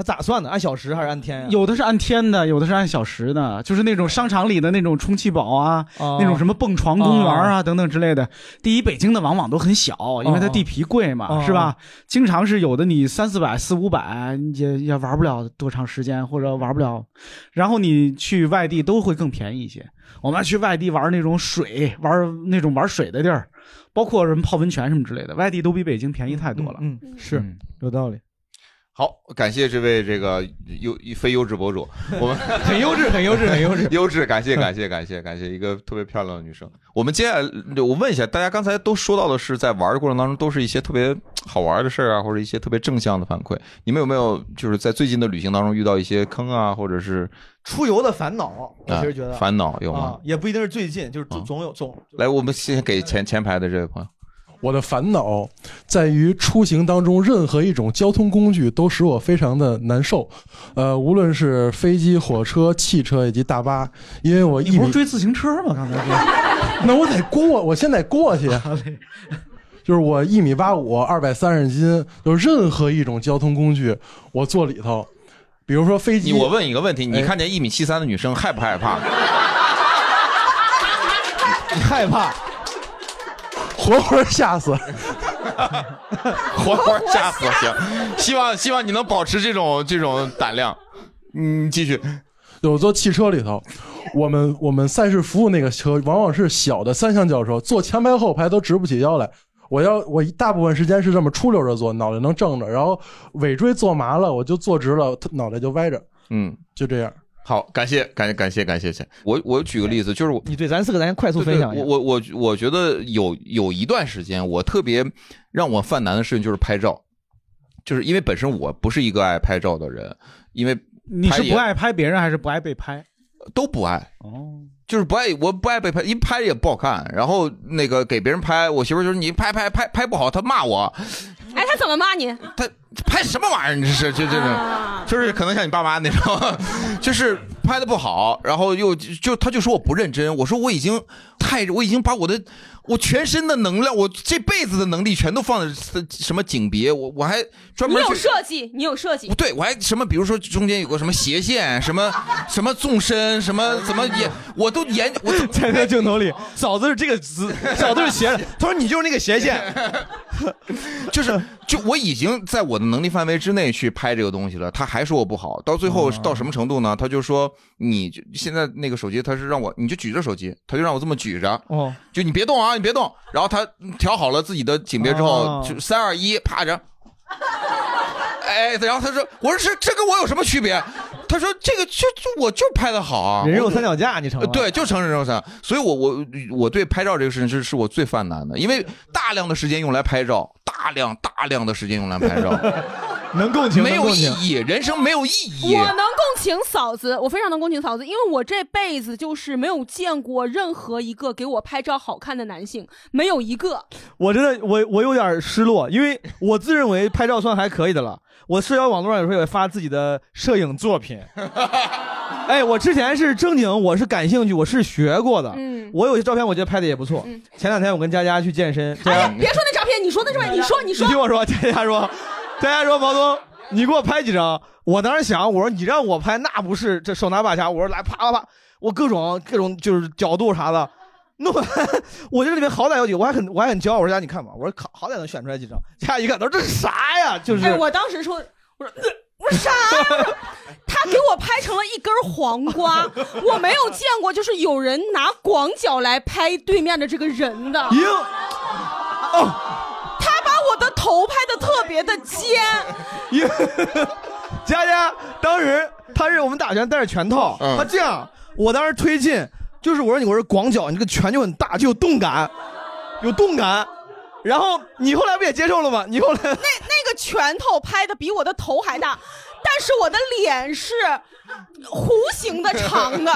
它咋算的？按小时还是按天呀、 <laughs> 有的是按天的，有的是按小时的，就是那种商场里的那种充气堡啊，哦那种什么蹦床公园啊、等等之类的。第一，北京的往往都很小，因为它地皮贵嘛，哦是吧？经常是有的你三四百、四五百也也玩不了多长时间，或者玩不了。然后你去外地都会更便宜一些。我们还去外地玩那种水，玩那种玩水的地儿，包括什么泡温泉什么之类的，外地都比北京便宜太多了。嗯，是有道理。好，感谢这位这个优非优质 <laughs> 博主，我们很优质很优质很优质 <laughs> 优质，感谢感谢 <laughs> 感谢感谢一个特别漂亮的女生。我们接下来我问一下，大家刚才都说到的是在玩的过程当中都是一些特别好玩的事儿啊，或者一些特别正向的反馈。你们有没有就是在最近的旅行当中遇到一些坑啊，或者是出游的烦恼，我啊其实觉得、烦恼有啊吗？，嗯也不一定是最近，就是总总有 <laughs> 总。来，我们先给前前排的这位朋友。我的烦恼哦在于出行当中任何一种交通工具都使我非常的难受，呃，无论是飞机、火车、汽车以及大巴，因为我一你不米是追自行车吗？刚才是 <laughs> 那我得过，我先得过去。啊 <laughs> 就是我一米八五，二百三十斤，就任何一种交通工具，我坐里头，比如说飞你机。我问一个问题，你哎看见一米七三的女生害不 <laughs> 害怕？害怕，活活吓死。 <laughs> 活活吓死，行，希望希望你能保持这种这种胆量。嗯，继续。有坐汽车里头，我们我们赛事服务那个车往往是小的三厢轿车，坐前排后排都直不起腰来。我要我一大部分时间是这么出溜着坐，脑袋能正着，然后尾椎坐麻了，我就坐直了，它脑袋就歪着，嗯，就这样。好，感谢感谢感谢感谢谢。我我举个例子，就是我你对咱四个咱快速分享一下。对我我我我觉得有有一段时间，我特别让我犯难的事情就是拍照，就是因为本身我不是一个爱拍照的人，因为你是拍也不爱拍别人还是不爱被拍？都不爱哦，就是不爱我不爱被拍，一拍也不好看。然后那个给别人拍，我媳妇儿就是你拍拍拍拍不好，她骂我，哎，他怎么骂你？他拍什么玩意儿？你这是这这啊这，就是可能像你爸妈那种， <laughs> 就是拍的不好，然后又就他就说我不认真，我说我已经太我已经把我的我全身的能量，我这辈子的能力全都放在什么景别，我我还专你门有去设计，你有设计。对，我还什么，比如说中间有个什么斜线，什么什么纵深，什么怎么也，我都研我在在镜头里，嫂子是这个姿，嫂子是斜的，他说你就是那个斜线， <laughs> 就是就我已经在我的能力范围之内去拍这个东西了，他还说我不好，到最哦后到什么程度呢？他就说你就现在那个手机，他是让我你就举着手机，他就让我这么举着，哦，就你别动啊，你别动。然后他调好了自己的景别之后哦，就三二一，趴着。哎，然后他说：“我说这这跟我有什么区别？”他说：“这个就就我就拍的好啊，人肉我三脚架，你成呃了对，就成人肉身。所以我我我对拍照这个事情是是我最犯难的，因为大量的时间用来拍照，大量大量的时间用来拍照，能共情，没有能共意情义，人生没有意义我。能共情嫂子，我非常能共情嫂子，因为我这辈子就是没有见过任何一个给我拍照好看的男性，没有一个。我真的我我有点失落，因为我自认为拍照算还可以的了。我社交网络上有时候也发自己的摄影作 <laughs> 品。哎，我之前是正经，我是感兴趣，我是学过的。嗯我有些照片我觉得拍的也不错。前两天我跟佳佳去健身，佳佳，哎别说那照片，你说那照片，你说你说，你听我说， <laughs> 佳佳说，佳佳说，毛东，你给我拍几张。我当时想，我说你让我拍，那不是这手拿把掐。我说来啪啪啪，我各种各种就是角度啥的，弄完我 <laughs> 这里面好歹有几个，我还很我还很骄傲。我说佳，你看吧，我说好好歹能选出来几张。佳佳一看，他说这是啥呀？就是、哎，我当时说，我说、呃我说啥呀？他给我拍成了一根黄瓜，我没有见过，就是有人拿广角来拍对面的这个人的。赢，哦，他把我的头拍的特别的尖，因为 <laughs> 佳佳当时她是我们打拳带着拳套，嗯她这样，我当时推进，就是我说你我说广角，你这个拳就很大，就有动感，有动感。然后你后来不也接受了吗？你后 <laughs> 来那那个拳头拍的比我的头还大，但是我的脸是弧形的长的，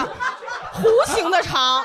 弧形的长。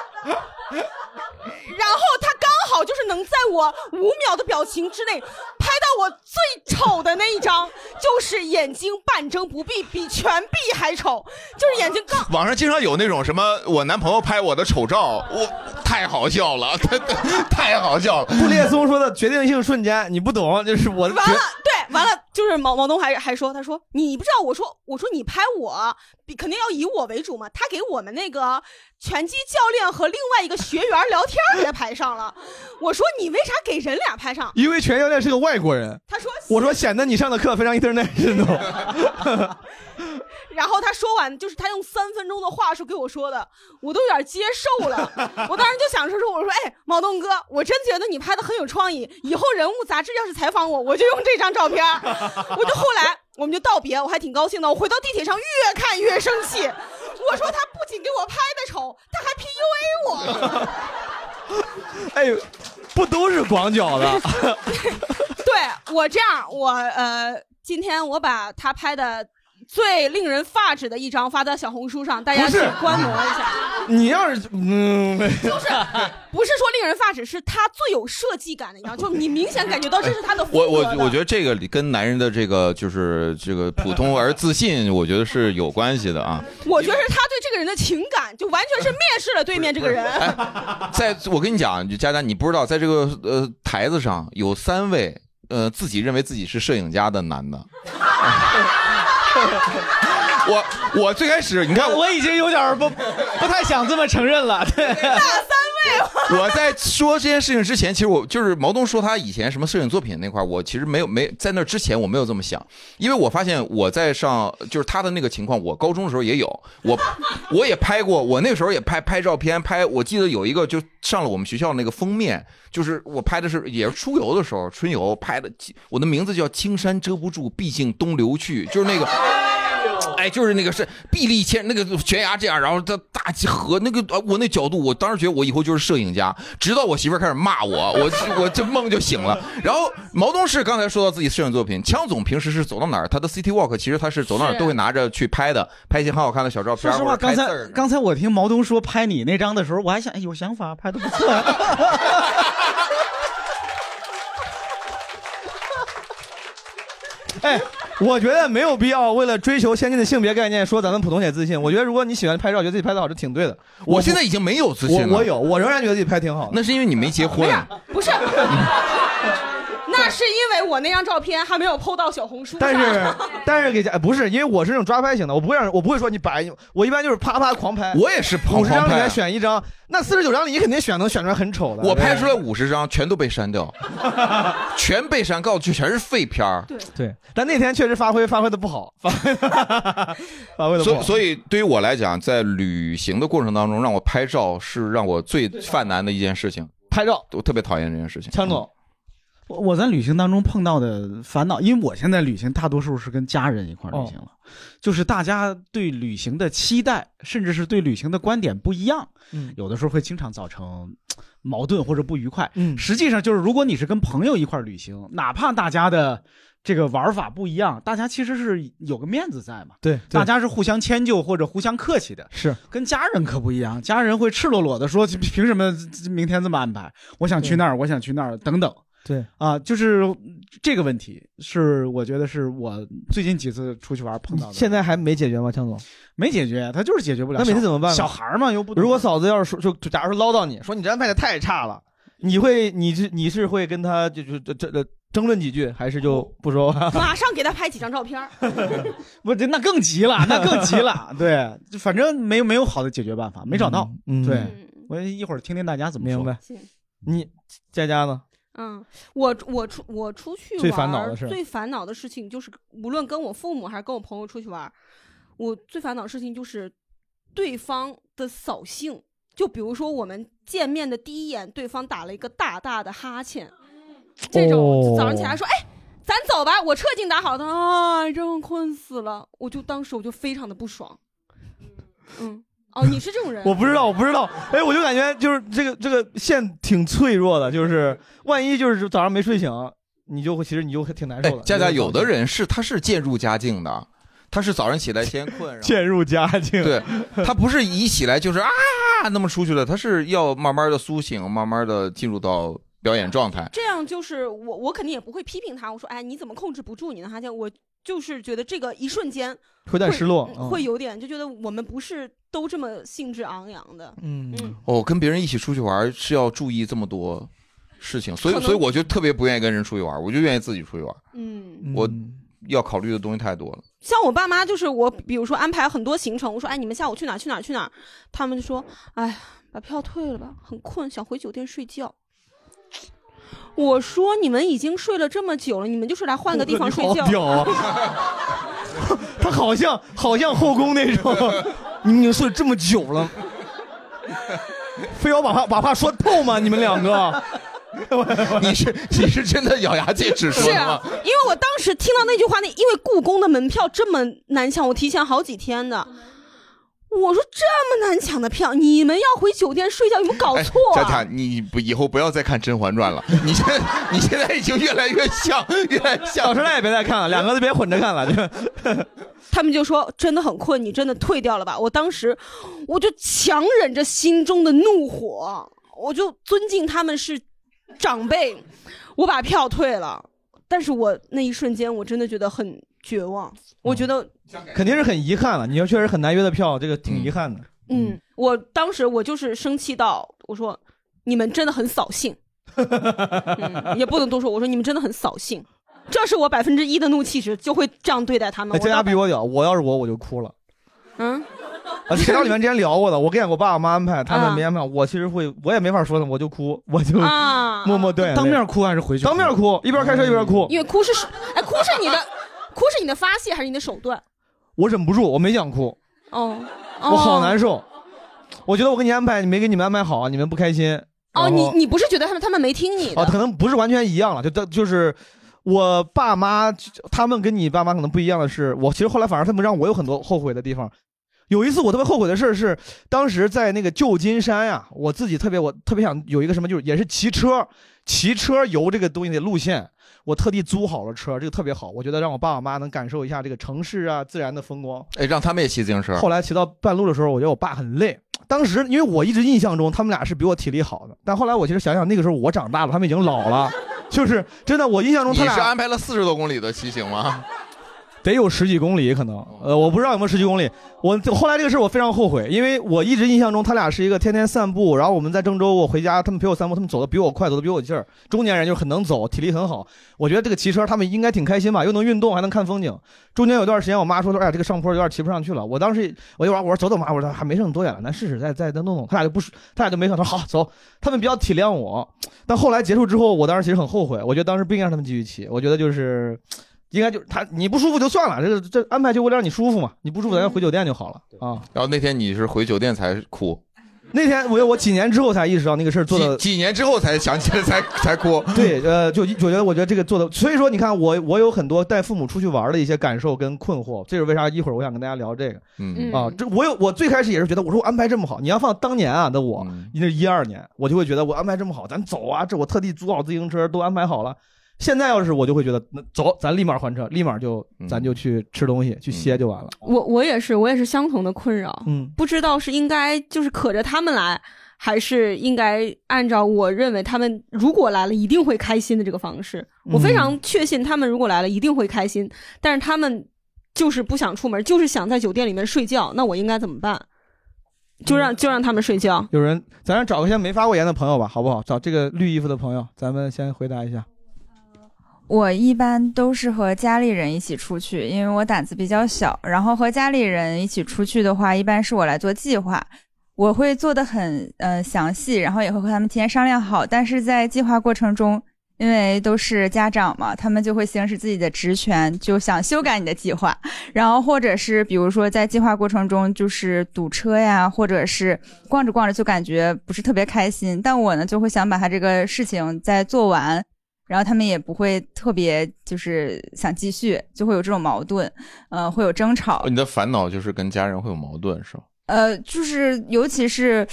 然后他刚好就是能在我五秒的表情之内拍到我最丑的那一张，就是眼睛半睁不闭，比全闭还丑，就是眼睛刚网上经常有那种什么，我男朋友拍我的丑照，我太好笑了， <laughs> 太太太好笑了。布列松说的决定性瞬间，你不懂，就是我的完决了，对，完了，就是毛毛东还还说，他说你不知道，我说我说你拍我，比肯定要以我为主嘛。他给我们那个拳击教练和另外一个学员聊天儿也拍上了。我说你为啥给人俩拍上？因为全教练是个外国人。他说我说显得你上的课非常 international。 <laughs> <laughs> 然后他说完，就是他用三分钟的话术给我说的，我都有点接 <laughs> 受了。我当时就想说说，我说哎，毛东哥，我真觉得你拍的很有创意，以后人物杂志要是采访我，我就用这张照片 <laughs> 儿。我就后来我们就道别，我还挺高兴的。我回到地铁上越看越生气，我说他不仅给我拍的丑，他还 PUA 我。哎，不都是广角的？对我这样，我呃，今天我把他拍的最令人发指的一张发到小红书上，大家不去是观摩一下。你要是嗯，就是不是说令人发指，是他最有设计感 <laughs> 的一张，就你明显感觉到这是他的风格我的我我觉得这个跟男人的这个就是这个普通而自信，我觉得是有关系的啊。我觉得是他对这个人的情感，就完全是蔑视了对面这个人。在我跟你讲，佳佳，你不知道，在这个呃台子上有三位呃自己认为自己是摄影家的男的。我我最开始，你看我已经有点不不太想这么承认了。对， <laughs> 我在说这件事情之前，其实我就是毛东说他以前什么摄影作品那块儿，我其实没有没在那之前我没有这么想，因为我发现我在上就是他的那个情况，我高中的时候也有，我 <laughs> 我也拍过，我那时候也拍拍照片，拍我记得有一个就上了我们学校那个封面，就是我拍的是也是出游的时候春游拍的，我的名字叫青山遮不住，毕竟东流去，就是那个。哎，就是那个是臂力千那个悬崖这样，然后他大河那个啊我那角度，我当时觉得我以后就是摄影家，直到我媳妇儿开始骂我，我这我这梦就醒了。然后毛东是刚才说到自己摄影作品，枪总平时是走到哪儿，他的 City Walk 其实他是走到哪儿是都会拿着去拍的，拍一些很好看的小照片说 <laughs> 儿实或话，者刚拍字才儿。刚才我听毛东说拍你那张的时候，我还想，哎，有想法，拍的不错啊呀、哎，我觉得没有必要为了追求先进的性别概念说咱们普通写自信。我觉得如果你喜欢拍照，觉得自己拍的好，是挺对的。我现在已经没有自信了我我有，我仍然觉得自己拍挺好的。哎那是因为你没结婚。不是，哎那是 <laughs> 因为我那张照片还没有 PO 到小红书上。但是但是给家哎不是，因为我是那种抓拍型的，我不会让我不会说你摆，我一般就是啪啪狂拍。我也是狂五十张里狂拍面选一张，那四十九张里你肯定选能选出来很丑的。我拍出来来五十张，全都被删 <laughs> 掉，全被删，告诉去全是废片儿。对，但那天确实发挥发挥的不好，发挥发挥的不所好。以，所以对于我来讲，在旅行的过程当中，让我拍照是让我最犯难的一件事情。拍照，我特别讨厌这件事情。嗯强总，我嗯我在旅行当中碰到的烦恼，因为我现在旅行大多数是跟家人一块儿哦旅行了，就是大家对旅行的期待，甚至是对旅行的观点不一样，嗯有的时候会经常造成嘖矛盾或者不愉快。嗯实际上就是如果你是跟朋友一块儿旅行，哪怕大家的这个玩法不一样，大家其实是有个面子在嘛。对，大家是互相迁就或者互相客气的，是跟家人可不一样，家人会赤裸裸的说，凭什么明天这么安排？我想去那儿，我想去那儿，等等。对啊，就是这个问题是我觉得是我最近几次出去玩碰到的，现在还没解决吗，强总？没解决，他就是解决不了。那每次怎么办呢？小孩儿嘛，又不懂如果嫂子要是说，就就假如说唠叨你说你这安排的太差了，你会你是你是会跟他就就这这争论几句，还是就哦不说 <laughs> 话？ <laughs> 马上给他拍几张照片儿。不，这那更急了，那更急 <laughs> 了。对，就反正没有没有好的解决办法，没找到。嗯嗯对，我一会儿听听大家怎么说。明白行你佳佳呢？嗯，我我出我出去玩儿，最烦恼的事，最烦恼的事情就是，无论跟我父母还是跟我朋友出去玩儿，我最烦恼的事情就是对方的扫兴。就比如说我们见面的第一眼，对方打了一个大大的哈欠，这种就早上起来说，哎。咱走吧，我车已经打好了。啊，真困死了，我就当时我就非常的不爽。嗯，哦，你是这种人我不知道，我不知道。哎，我就感觉就是这个这个线挺脆弱的，就是万一就是早上没睡醒，你就会其实你就会挺难受的。佳佳，哎有的人是他是渐入佳境的，他是早上起来先 <laughs> 困，然后渐入佳境，对他不是一起来就是啊那么出去了，他是要慢慢的苏醒，慢慢的进入到表演状态。这样就是我，我肯定也不会批评他。我说，哎，你怎么控制不住你呢？哈欠，我就是觉得这个一瞬间会有点失落会,、嗯会有点就觉得我们不是都这么兴致昂扬的。嗯哦，跟别人一起出去玩是要注意这么多事情，所以可能所以我就特别不愿意跟人出去玩，我就愿意自己出去玩。嗯，我要考虑的东西太多了。像我爸妈就是我，比如说安排很多行程，我说，哎，你们下午去哪儿去哪儿去哪儿，他们就说，哎，把票退了吧，很困，想回酒店睡觉。我说你们已经睡了这么久了，你们就是来换个地方睡觉。你好屌 <laughs> 啊！ <laughs> 他好像好像后宫那种，你们已经睡这么久了，非要把话把话说透吗？你们两个， <laughs> 你是你是真的咬牙切齿说是的啊吗？，因为我当时听到那句话，那因为故宫的门票这么难抢，我提前好几天的。我说这么难抢的票，你们要回酒店睡觉，有没有搞哎错佳佳，啊？你不以后不要再看《甄嬛传》了，你现在你现在已经越来越像，越来越像。小时代也别再看了，两个都别混着看了。就他们就说真的很困，你真的退掉了吧？我当时我就强忍着心中的怒火，我就尊敬他们是长辈，我把票退了。但是我那一瞬间，我真的觉得很绝望，我觉得肯定是很遗憾了。你要确实很难约的票，这个挺遗憾的。嗯，我当时我就是生气到我说你们真的很扫兴，嗯、也不能多说，我说你们真的很扫兴，这是我百分之一的怒气值就会这样对待他们。哎，佳我佳到比我屌，我要是我我就哭了。嗯， <laughs> 啊，这聊里面之前聊过的，我跟我爸我妈安排，他们啊没安排，我其实会，我也没法说呢，我就哭，我就啊 <laughs> 默默掉眼泪。当面哭还是回去？当面哭，一边开车一边哭，因为哭是哎哭是你的哭是你的发泄还是你的手段？我忍不住，我没想哭，哦，哦我好难。受。我觉得我给你安排，没给你们安排好，你们不开心。然哦，后你你不是觉得他们他们没听你的？哦，可能不是完全一样了，就就就是我爸妈他们跟你爸妈可能不一样的是，我其实后来反而他们让我有很多后悔的地方。有一次我特别后悔的事儿是，当时在那个旧金山呀、我自己特别我特别想有一个什么，就是也是骑车，骑车游这个东西的路线，我特地租好了车，这个特别好，我觉得让我爸我妈能感受一下这个城市啊自然的风光。哎，让他们也骑自行车。后来骑到半路的时候，我觉得我爸很累。当时因为我一直印象中他们俩是比我体力好的，但后来我其实想想，那个时候我长大了，他们已经老了，就是真的，我印象中你他是俩安排了四十多公里的骑行吗？ <laughs> 得有十几公里可能，呃，我不知道有没有十几公里。我这后来这个事儿我非常后悔，因为我一直印象中他俩是一个天天散步，然后我们在郑州，我回家他们陪我散步，他们走的比我快，走的比我有劲儿。中年人就是很能走，体力很好。我觉得这个骑车他们应该挺开心吧，又能运动还能看风景。中间有段时间我妈说说，哎呀，这个上坡有点骑不上去了。我当时我一玩我说走走妈，我说还没剩多远了，咱试试再再再弄弄。他俩就不 <laughs> 是，他俩就没上，他说好走。他们比较体谅我，但后来结束之后，我当时其实很后悔，我觉得当时不应该让他们继续骑，我觉得就是。应该就是他，你不舒服就算了，这个这安排就为了让你舒服嘛，你不舒服咱就回酒店就好了啊。然后那天你是回酒店才哭，那天我我几年之后才意识到那个事儿做的几年之后才想起 <laughs> 来才才哭。对，呃，就我觉得我觉得这个做的，所以说你看我我有很多带父母出去玩的一些感受跟困惑，这是为啥一会儿我想跟大家聊这个。嗯啊，这我有我最开始也是觉得，我说我安排这么好，你要放当年啊的我，嗯那一二年，我就会觉得我安排这么好，咱走啊，这我特地租好自行车都安排好了。现在要是我就会觉得，那走，咱立马还车，立马就嗯咱就去吃东嗯西，去歇就完了。我我也是，我也是相同的困扰，嗯不知道是应该就是可着他们来，还是应该按照我认为他们如果来了一定会开心的这个方式。我非常确信他们如果来了一定会开心，但是他们就是不想出门，就是想在酒店里面睡觉，那我应该怎么办？就让就让他们睡觉。有人，咱俩找个先没发过言的朋友吧，好不好？找这个绿衣服的朋友，咱们先回答一下。我一般都是和家里人一起出去，因为我胆子比较小。然后和家里人一起出去的话，一般是我来做计划，我会做的很呃详细，然后也会和他们提前商量好。但是在计划过程中，因为都是家长嘛，他们就会行使自己的职权，就想修改你的计划，然后或者是比如说在计划过程中就是堵车呀，或者是逛着逛着就感觉不是特别开心。但我呢就会想把他这个事情再做完，然后他们也不会特别就是想继续，就会有这种矛盾，呃，会有争吵哦，。你的烦恼就是跟家人会有矛盾是吧？呃，就是尤其是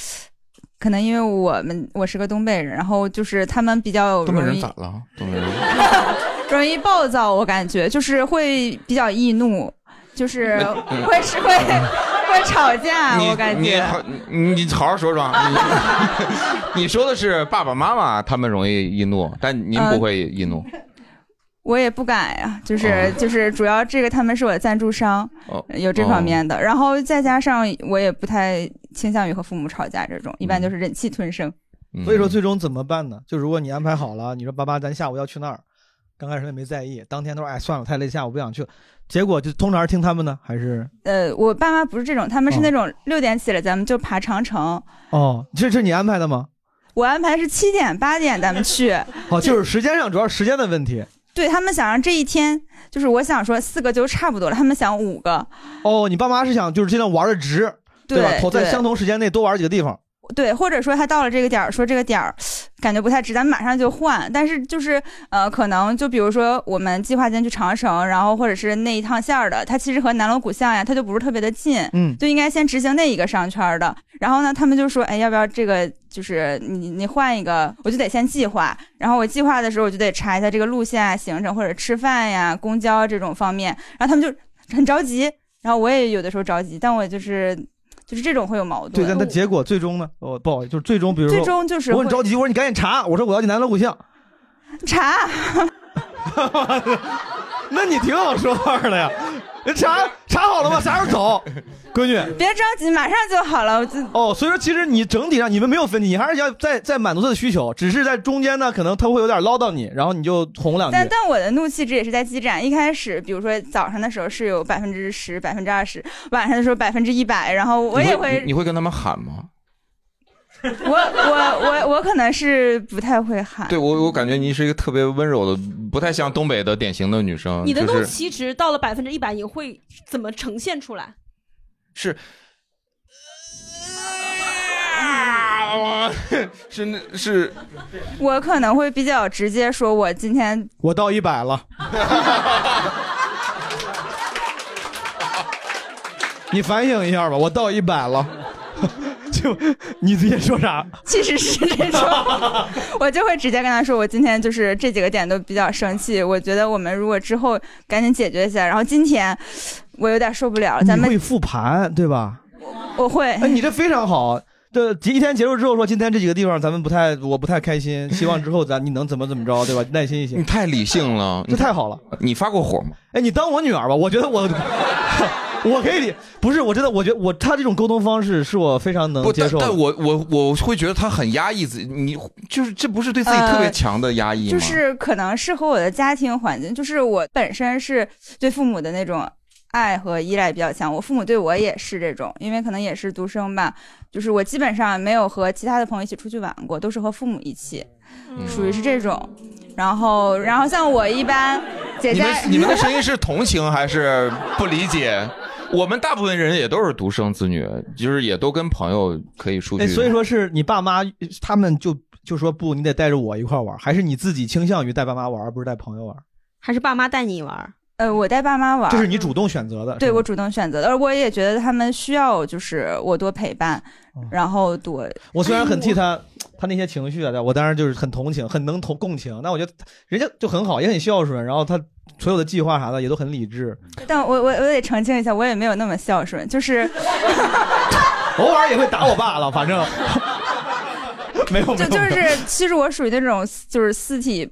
可能因为我们我是个东北人，然后就是他们比较东北容人易咋了？东 <laughs> 北人容易暴躁，我感觉就是会比较易怒，就是嗯会是会会吵架，你我感你觉。好你你好好说说， <laughs> 你你说的是爸爸妈妈他们容易易怒，但您呃不会易怒。我也不敢呀，就是、就是主要这个他们是我的赞助商，哦有这方面的，然后再加上我也不太倾向于和父母吵架这种，一嗯般就是忍气吞声。所以说最终怎么办呢？就如果你安排好了，你说爸妈咱下午要去那儿，刚开始也没在意，当天都说哎算了太累，下午不想去了，结果就通常是听他们呢，还是呃，我爸妈不是这种，他哦们是那种六点起来咱们就爬长城，哦，这是你安排的吗？我安排是七点八点咱们去，哦，就是时间上主要是时间的问题。对他们想让这一天，就是我想说四个就差不多了，他们想五个，哦，你爸妈是想就是尽量玩的值，对吧？对投在对相同时间内多玩几个地方。对，或者说他到了这个点儿，说这个点儿感觉不太值，咱们马上就换。但是就是呃，可能就比如说我们计划间去长城，然后或者是那一趟线儿的，它其实和南锣鼓巷呀，它就不是特别的近，嗯就应该先执行那一个商圈儿的。然后呢，他们就说，哎，要不要这个就是你你换一个，我就得先计划。然后我计划的时候，我就得查一下这个路线啊、行程或者吃饭呀、公交这种方面。然后他们就很着急，然后我也有的时候着急，但我就是就是这种会有矛对，盾。但它结果最终呢？哦，不好意思，就是最终，比如说，最终就是我很会着急，我说你赶紧查，我说我要去南锣鼓巷， <laughs> <laughs> 查。那你挺好说话的呀，查查好了吗？啥时候走，闺女？别着急，马上就好了。我就哦，所以说其实你整体上你们没有分歧，你还是要在在满足他的需求，只是在中间呢，可能他会有点唠叨你，然后你就哄两句。但但我的怒气值也是在积攒。一开始，比如说早上的时候是有百分之十、百分之二十，晚上的时候百分之一百，然后我你也会你你会跟他们喊吗？我我我我可能是不太会喊。对我我感觉你是一个特别温柔的，不太像东北的典型的女生。你的嗯就怒是气值到了百分之一百，你会怎么呈现出来？是啊 <laughs> 是那是我可能会比较直接说，我今天我到一 <laughs> 百了。你反省一下吧，我到一百了， <laughs> 就你直接说啥？其实是这种，我就会直接跟他说，我今天就是这几个点都比较生气，我觉得我们如果之后赶紧解决一下，然后今天我有点受不了了，咱你会们复盘对吧？我会哎，你这非常好。这一天结束之后说，今天这几个地方咱们不太，我不太开心，希望之后咱你能怎么怎么着，对吧？耐心一些你。太理性了，这太好了。你发过火吗？哎，你当我女儿吧，我觉得我， <laughs> 我可以理，不是，我真的，我觉得我他这种沟通方式是我非常能不，接但受的。但我我我会觉得他很压抑自己，你就是这不是对自己特别强的压抑吗？就是可能是和我的家庭环境，就是我本身是对父母的那种爱和依赖比较强，我父母对我也是这种，因为可能也是独生吧，就是我基本上没有和其他的朋友一起出去玩过，都是和父母一起，属于是这种。然后，然后像我一般，姐你姐们你们的声音是同情还是不理解？我们大部分人也都是独生子女，就是也都跟朋友可以出去。哎，所以说是你爸妈他们就就说不，你得带着我一块玩，还是你自己倾向于带爸妈玩，而不是带朋友玩？还是爸妈带你玩儿？呃，我带爸妈玩，这是你主动选择的。对是吧我主动选择的，而我也觉得他们需要就是我多陪伴，然后多。哦我虽然很替他，他那些情绪啊，但我当然就是很同情，很能同共情。那我觉得他人家就很好，也很孝顺，然后他所有的计划啥的也都很理智，但我我我得澄清一下，我也没有那么孝顺， <laughs> 就是偶尔也会打我爸了，反正没有，没就有就是，其实我属于那种就是四体，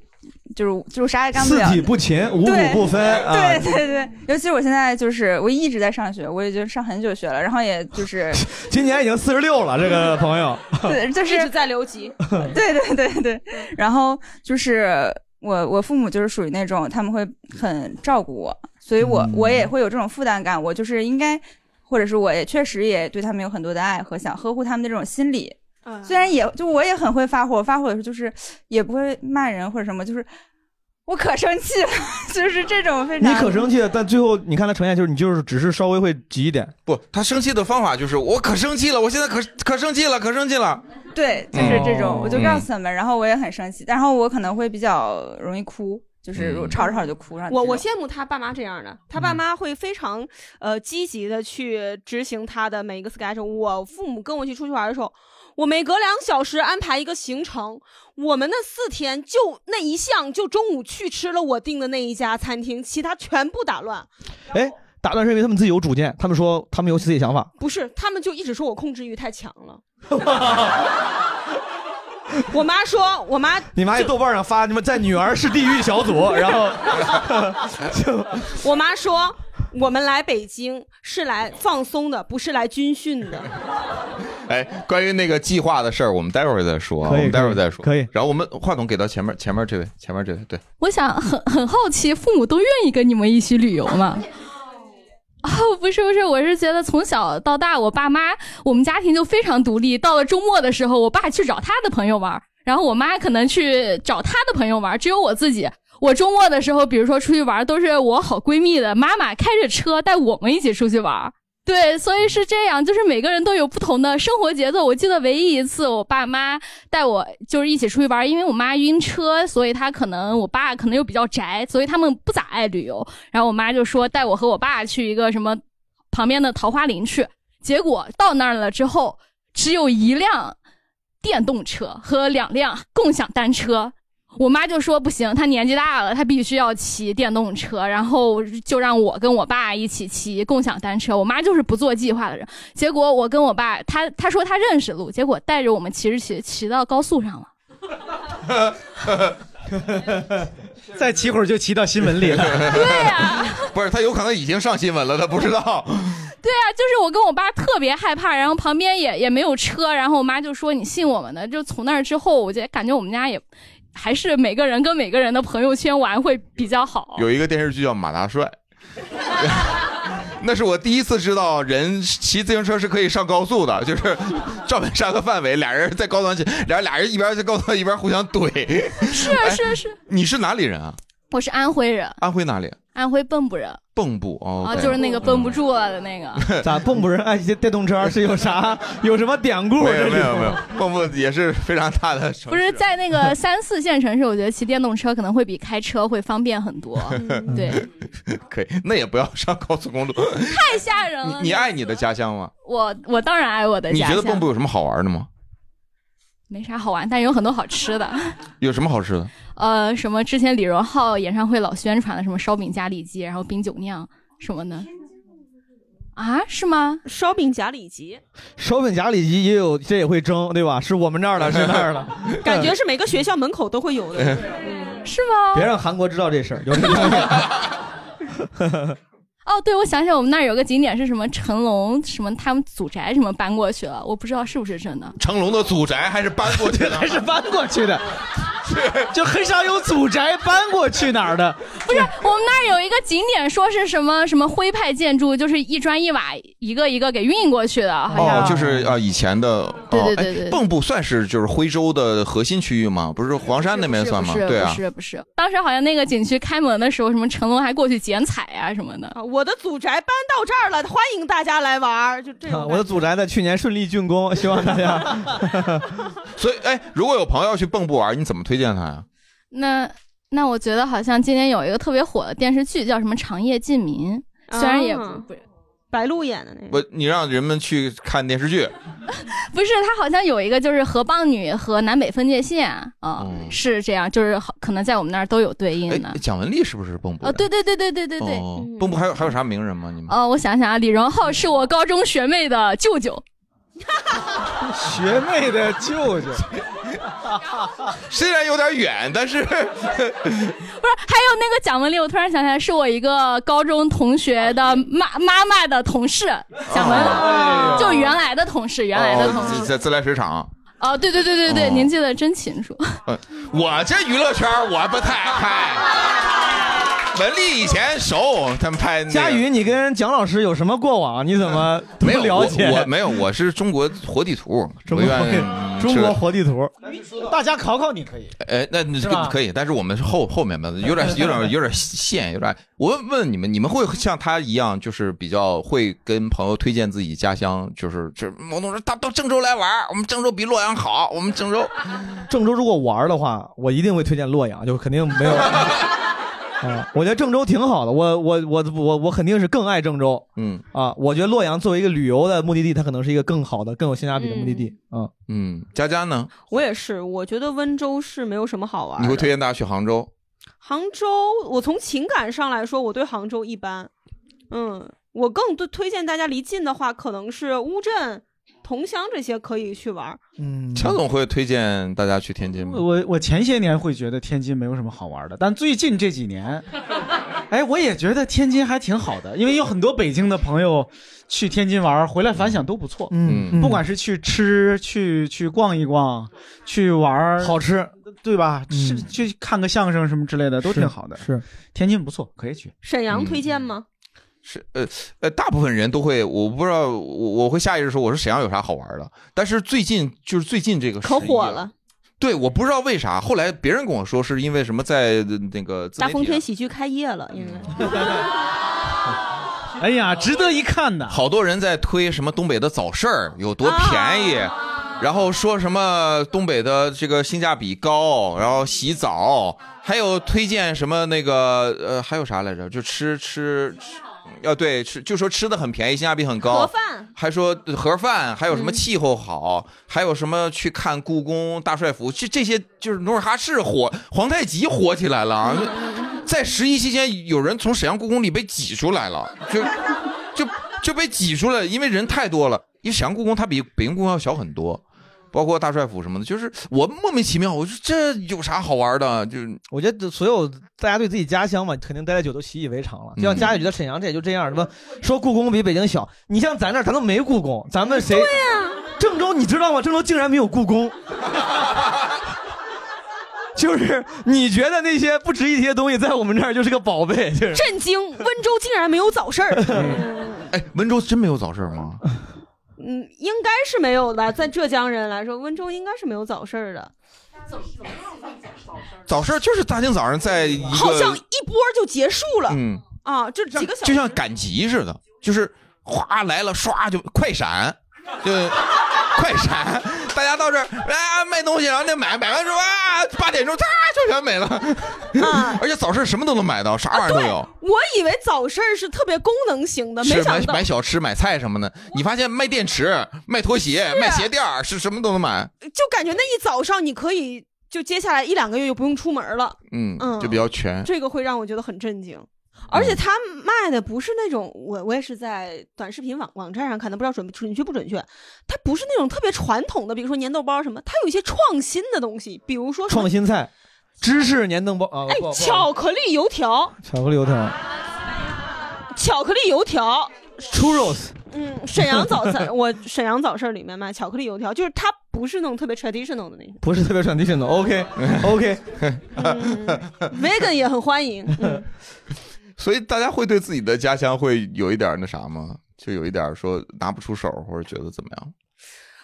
就是就是啥也干不四啊了。体不勤，五谷对 <laughs> 不分啊。对对对，尤其是我现在就是我一直在上学，我已经上很久学了，然后也就是 <laughs> 今年已经四十六了，这个朋友。对，就是在留级。 <laughs> 对对对对，嗯然后就是我我父母就是属于那种他们会很照顾我，所以嗯我我也会有这种负担感，我就是应该，或者是我也确实也对他们有很多的爱和想呵护他们的这种心理。嗯虽然也就我也很会发火，我发火的时候就是也不会骂人或者什么，就是 <laughs> 我可生气了， <laughs> 就是这种非常你可生气了，但最后你看他呈现就是你就是只是稍微会急一点，不，他生气的方法就是我可生气了，我现在可可生气了，可生气了。对，就是这种，嗯哦我就告诉他们，然后我也很生气，然后我可能会比较容易哭，就是嗯如果吵着吵着就哭，然后我这种我羡慕他爸妈这样的，他爸妈会非常呃积极的去执行他的每一个 schedule。我父母跟我去出去玩的时候，我每隔两小时安排一个行程，我们那四天就那一项就中午去吃了我订的那一家餐厅，其他全部打乱。哎，打断是因为他们自己有主见，他们说他们有自己的想法，不是，他们就一直说我控制欲太强了。 <laughs> 我妈说，我妈你妈在豆瓣上发你们在女儿是地狱小组，然后 <laughs> 就我妈说，我们来北京是来放松的，不是来军训的。哎，关于那个计划的事儿，我们待会儿再说啊，我以们待会儿再说。可以。然后我们话筒给到前面，前面这位，前面这位，对，我想很很好奇，父母都愿意跟你们一起旅游吗？哦，不是不是，我是觉得从小到大，我爸妈我们家庭就非常独立。到了周末的时候，我爸去找他的朋友玩儿，然后我妈可能去找她的朋友玩儿，只有我自己。我周末的时候，比如说出去玩儿，都是我好闺蜜的妈妈开着车带我们一起出去玩儿。对，所以是这样，就是每个人都有不同的生活节奏。我记得唯一一次，我爸妈带我就是一起出去玩，因为我妈晕车，所以她可能我爸可能又比较宅，所以他们不咋爱旅游。然后我妈就说带我和我爸去一个什么旁边的桃花林去，结果到那儿了之后，只有一辆电动车和两辆共享单车。我妈就说不行，她年纪大了，她必须要骑电动车，然后就让我跟我爸一起骑共享单车。我妈就是不做计划的人，结果我跟我爸，她她说她认识路，结果带着我们骑着骑着骑到高速上了。 <laughs> 再骑会儿就骑到新闻里了。对呀、不是他有可能已经上新闻了，他不知道。对啊，就是我跟我爸特别害怕，然后旁边也也没有车，然后我妈就说你信我们的。就从那儿之后，我觉得感觉我们家也还是每个人跟每个人的朋友圈玩会比较好。有一个电视剧叫《马大帅》， <laughs> 那是我第一次知道人骑自行车是可以上高速的，就是赵本山和范伟俩人在高速上骑，俩俩人一边在高速上一边互相怼。哎是是是，你是哪里人啊？我是安徽人，安徽哪里？安徽蚌埠人蚌埠哦啊， ，OK 就是那个绷不住了的那个。 <laughs> 咋蚌埠人爱骑电动车是有啥有什么典故？没有没有没有，蚌埠也是非常大的城不是在那 <laughs> 个三四线城市，我觉得骑电动车可能会比开车会方便很 <laughs> 多。嗯对，可以，那也不要上高速公路。太吓人了。你爱你的家乡吗？我我当然爱我的你家觉乡。得蚌埠有什么好玩的吗？没啥好玩，但有很多好吃 <laughs> 的。有什么好吃的？呃，什么之前李荣浩演唱会老宣传的什么烧饼夹里脊，然后冰酒酿什么的。啊，是吗？烧饼夹里脊，烧饼夹里脊也有，这也会蒸对吧？是我们这儿的， <laughs> 是那儿的，感 <laughs> 觉是每个学校门口都会有的，是吗？别让韩国知道这事儿。有这个哦，对，我想起来，我们那儿有个景点是什么成龙什么他们祖宅什么搬过去了，我不知道是不是真的。成龙的祖宅还是搬过去 <laughs> 的，还是搬过去的，就很少有祖宅搬过去哪儿的。不是，我们那儿有一个景点，说是什么什么徽派建筑，就是一砖一瓦一个一个给运过去的，好像。嗯哦，就是呃以前的哦，对对哎对对对蚌埠算是就是徽州的核心区域吗？不是黄山那边算吗？不是对啊不，是不是，当时好像那个景区开门的时候，什么成龙还过去剪彩啊什么的。我的祖宅搬到这儿了，欢迎大家来玩儿，就这种啊我的祖宅在去年顺利竣工， <laughs> 希望大家。 <laughs> 所以哎，如果有朋友要去蚌埠玩，你怎么推荐他呀？ <laughs> 那那我觉得好像今年有一个特别火的电视剧，叫什么《长夜烬民》， <laughs> 虽然也不、啊不是白鹿演嗯的那个，不，你让人们去看电视剧，不是，它好像有一个就是河蚌女和南北分界线啊、是这样，就是好可能在我们那儿都有对应的嗯哎。，蒋雯丽是不是蚌啊，埠人？对对对对对对对。哦，蚌埠还有还有啥名人吗？你们哦，我想想啊，李荣浩是我高中学妹的舅舅， <laughs> 学妹的舅舅， <laughs> 虽然有点远，但是不是，还有那个蒋雯丽，我突然想起来，是我一个高中同学啊的妈妈妈的同事，蒋雯哦丽，就原来的同事，原来的同哦事。在自来水厂。哦，对对对对对，您记得真清楚。呃，我这娱乐圈我不太看。文丽以前熟，他们拍那个佳宇，你跟蒋老师有什么过往？你怎么不啊没有了解？我我没有，我是中国活地图，中国活地嗯中是国的活地图，大家考考你可以。哎，那你是吧可以，但是我们是后后面吧，有点有点有点线，有点。我问你们，你们会像他一样，就是比较会跟朋友推荐自己家乡，就是这某种人，他到郑州来玩儿，我们郑州比洛阳好，我们郑州。郑州如果玩的话，我一定会推荐洛阳，就肯定 <laughs> 没有。啊，我觉得郑州挺好的，我我我我我肯定是更爱郑州。嗯啊，我觉得洛阳作为一个旅游的目的地，它可能是一个更好的、更有性价比的目的地啊。嗯，佳佳呢？我也是，我觉得温州市没有什么好玩你的。会推荐大家去杭州？杭州，我从情感上来说，我对杭州一般。嗯，我更多推荐大家离近的话，可能是乌镇、桐乡这些可以去玩儿。嗯，乔总会推荐大家去天津吗？我我前些年会觉得天津没有什么好玩的，但最近这几年，哎，我也觉得天津还挺好的，因为有很多北京的朋友去天津玩，回来反响都不错。嗯不管是去吃、去去逛一逛、去玩，好吃，嗯对吧？是去看个相声什么之类的，都挺好的。是天津不错，可以去。沈嗯阳推荐吗？是呃呃，大部分人都会，我不知道，我我会下意识说，我说沈阳有啥好玩的？但是最近就是最近这个可十一火啊了，对，我不知道为啥，后来别人跟我说是因为什么在呃那个自大媒风体天喜剧开业了，因为哎呀，值得一看的。好多人在推什么东北的早市儿有多啊便宜，然后说什么东北的这个性价比高，然后洗澡，还有推荐什么那个呃还有啥来着？就吃吃吃，啊对，吃就说吃的很便宜，性价比很高。盒饭还说呃盒饭，还有什么气候好，还有什么去看故宫、大帅府，这这些就是努尔哈赤火，皇太极火起来了啊！嗯在十一期间，有人从沈阳故宫里被挤出来了，就就就被挤出来，因为人太多了。因为沈阳故宫它比北京故宫要小很多，包括大帅府什么的，就是我莫名其妙，我说这有啥好玩的？就我觉得所有大家对自己家乡嘛，肯定待得久都习以为常了。就像佳宇觉得沈阳这也就这样，什么说故宫比北京小，你像咱这儿咱都没故宫，咱们谁？对呀、郑州你知道吗？郑州竟然没有故宫。 <laughs> 就是你觉得那些不值一提的东西，在我们这儿就是个宝贝，就是嗯震惊，温州竟然没有早市儿。哎，温州真没有早市吗？嗯，应该是没有的。在浙江人来说，温州应该是没有早市儿的。早市就是大清早上在一个，好像一波就结束了。嗯啊，就几个小就像赶集似的，就是哗来了，唰就快闪，就快闪，大家到这儿啊卖东西，然后那买买完之后啊八点钟啪就全没了，嗯 <laughs> 而且早市什么都能买到，啥玩意儿都有。啊我以为早市儿是特别功能型的，没是买想到买小吃、买菜什么的，你发现卖电池、卖拖鞋、是卖鞋垫儿是什么都能买，就感觉那一早上你可以就接下来一两个月就不用出门了。嗯嗯，就比较全。嗯这个会让我觉得很震惊。而且他卖的不是那种，我我也是在短视频网网站上看的，不知道准准确不准确。它不是那种特别传统的，比如说粘豆包什么，它有一些创新的东西，比如说什么创新菜，芝士粘豆包啊，哎不好，巧克力油条，巧克力油条，巧克力油条， churros，嗯，沈阳早餐，我沈阳早市儿里面卖巧克力油条，就是它不是那种特别 traditional 的那种不是特别 traditional。OK OK， ，vegan 也很欢迎。嗯，所以大家会对自己的家乡会有一点那啥吗？就有一点说拿不出手，或者觉得怎么样？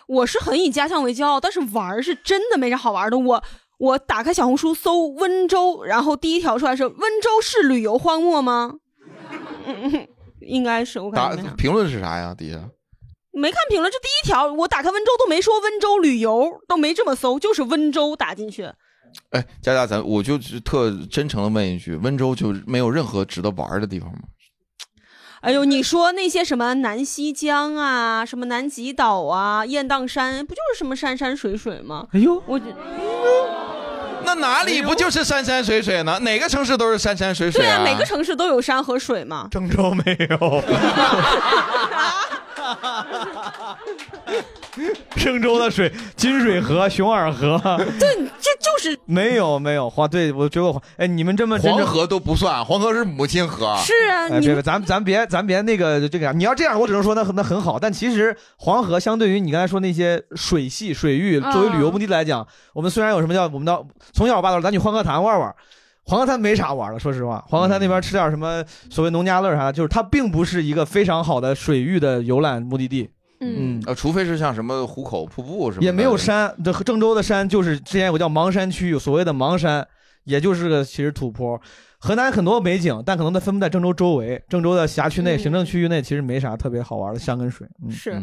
我是很以家乡为骄傲，但是玩儿是真的没啥好玩儿的。我我打开小红书搜温州，然后第一条出来是温州是旅游荒漠吗？ <laughs> 嗯嗯，应该是我答感觉没啥评论是啥呀？底下没看评论，这第一条我打开温州都没说温州旅游，都没这么搜，就是温州打进去。哎，佳佳，咱我就是特真诚的问一句，温州就没有任何值得玩的地方吗？哎呦，你说那些什么南溪江啊，什么南极岛啊，雁荡山，不就是什么山山水水吗？哎呦，我觉那哪里不就是山山水水呢？哪个城市都是山山水水对啊？啊，每个城市都有山和水嘛。郑州没有， <laughs> 郑州的水，金水河、熊耳河，对，这就是没有没有花，对我觉得我花，哎，你们这么真黄正河都不算，黄河是母亲河。是啊哎，你别别，们咱咱别咱别那个这个样，你要这样，我只能说那很那很好。但其实黄河相对于你刚才说那些水系水域，啊作为旅游目的地来讲，我们虽然有什么叫我们到从小我爸都说咱去黄河滩玩玩，黄河滩没啥玩的，说实话，黄河滩那嗯边吃点什么所谓农家乐啥的，就是它并不是一个非常好的水域的游览目的地。嗯呃，除非是像什么湖口瀑布什么的，也没有山，这郑州的山就是之前有个叫芒山区，有所谓的芒山，也就是个其实土坡。河南很多美景，但可能它分布在郑州周围，郑州的辖区内、行政区域内其实没啥特别好玩的山跟水。嗯、嗯是啊，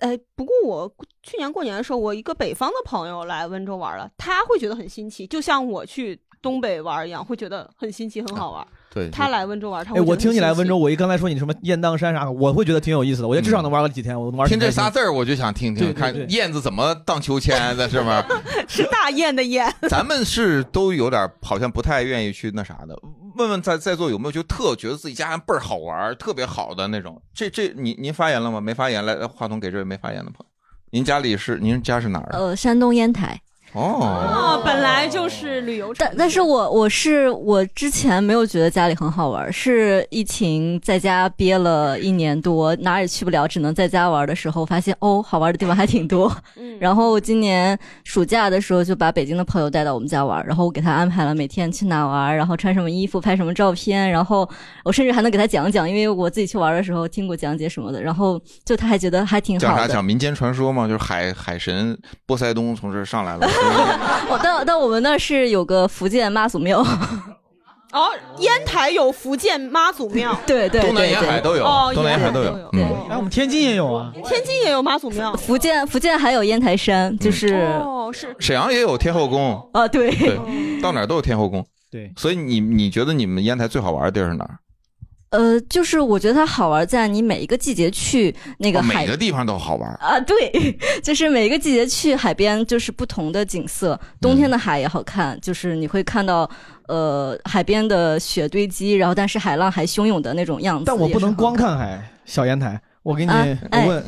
哎，不过我去年过年的时候，我一个北方的朋友来温州玩了，他会觉得很新奇，就像我去东北玩一样，会觉得很新奇、很好玩。对他来温州玩，他会哎，觉得我很听起来新奇温州，我一刚才说你什么雁荡山啥，我会觉得挺有意思的。我觉得至少能玩个几天，我能玩听这仨啥字儿，我就想听听对对看对燕子怎么荡秋千的，是吗？是大雁的雁。 <laughs> 咱们是都有点儿好像不太愿意去那啥的。问问在在座有没有就特觉得自己家乡倍儿好玩儿、特别好的那种？这这您您发言了吗？没发言，来来话筒给这位没发言的朋友。您家里是您家是哪儿 <laughs> 的？呃，山东烟台。哦， <laughs> 啊，本来就是旅游城市，但但是我我是我之前没有觉得家里很好玩，是疫情在家憋了一年多，哪也去不了，只能在家玩的时候，发现哦，好玩的地方还挺多。嗯，然后今年暑假的时候就把北京的朋友带到我们家玩，然后我给他安排了每天去哪玩，然后穿什么衣服，拍什么照片，然后我甚至还能给他讲讲，因为我自己去玩的时候听过讲解什么的，然后就他还觉得还挺讲好啥的。讲民间传说嘛，就是海海神波塞冬从这儿上来了。哦，但但我们那儿是有个福建妈祖庙。 <laughs> 哦，烟台有福建妈祖庙， <laughs> 对对东南沿海都有哦，，东南沿海都有。嗯，哎，我们天津也有啊。天津也有妈祖庙，福建福建还有烟台山， <laughs> 就是、哦是哦沈阳也有天后宫。啊对对，到哪儿都有天后宫。对，所以你你觉得你们烟台最好玩的地儿是哪儿？呃，就是我觉得它好玩在你每一个季节去那个哦海、每个地方都好 <laughs> 玩儿。啊，对， <laughs> 就是每一个季节去海边，就是不同的景色。冬天的海也好看，就是你会看到呃海边的雪堆积，然后但是海浪还汹涌的那种样子。但我不也是能光看海，小烟台，我给你，啊哎我问，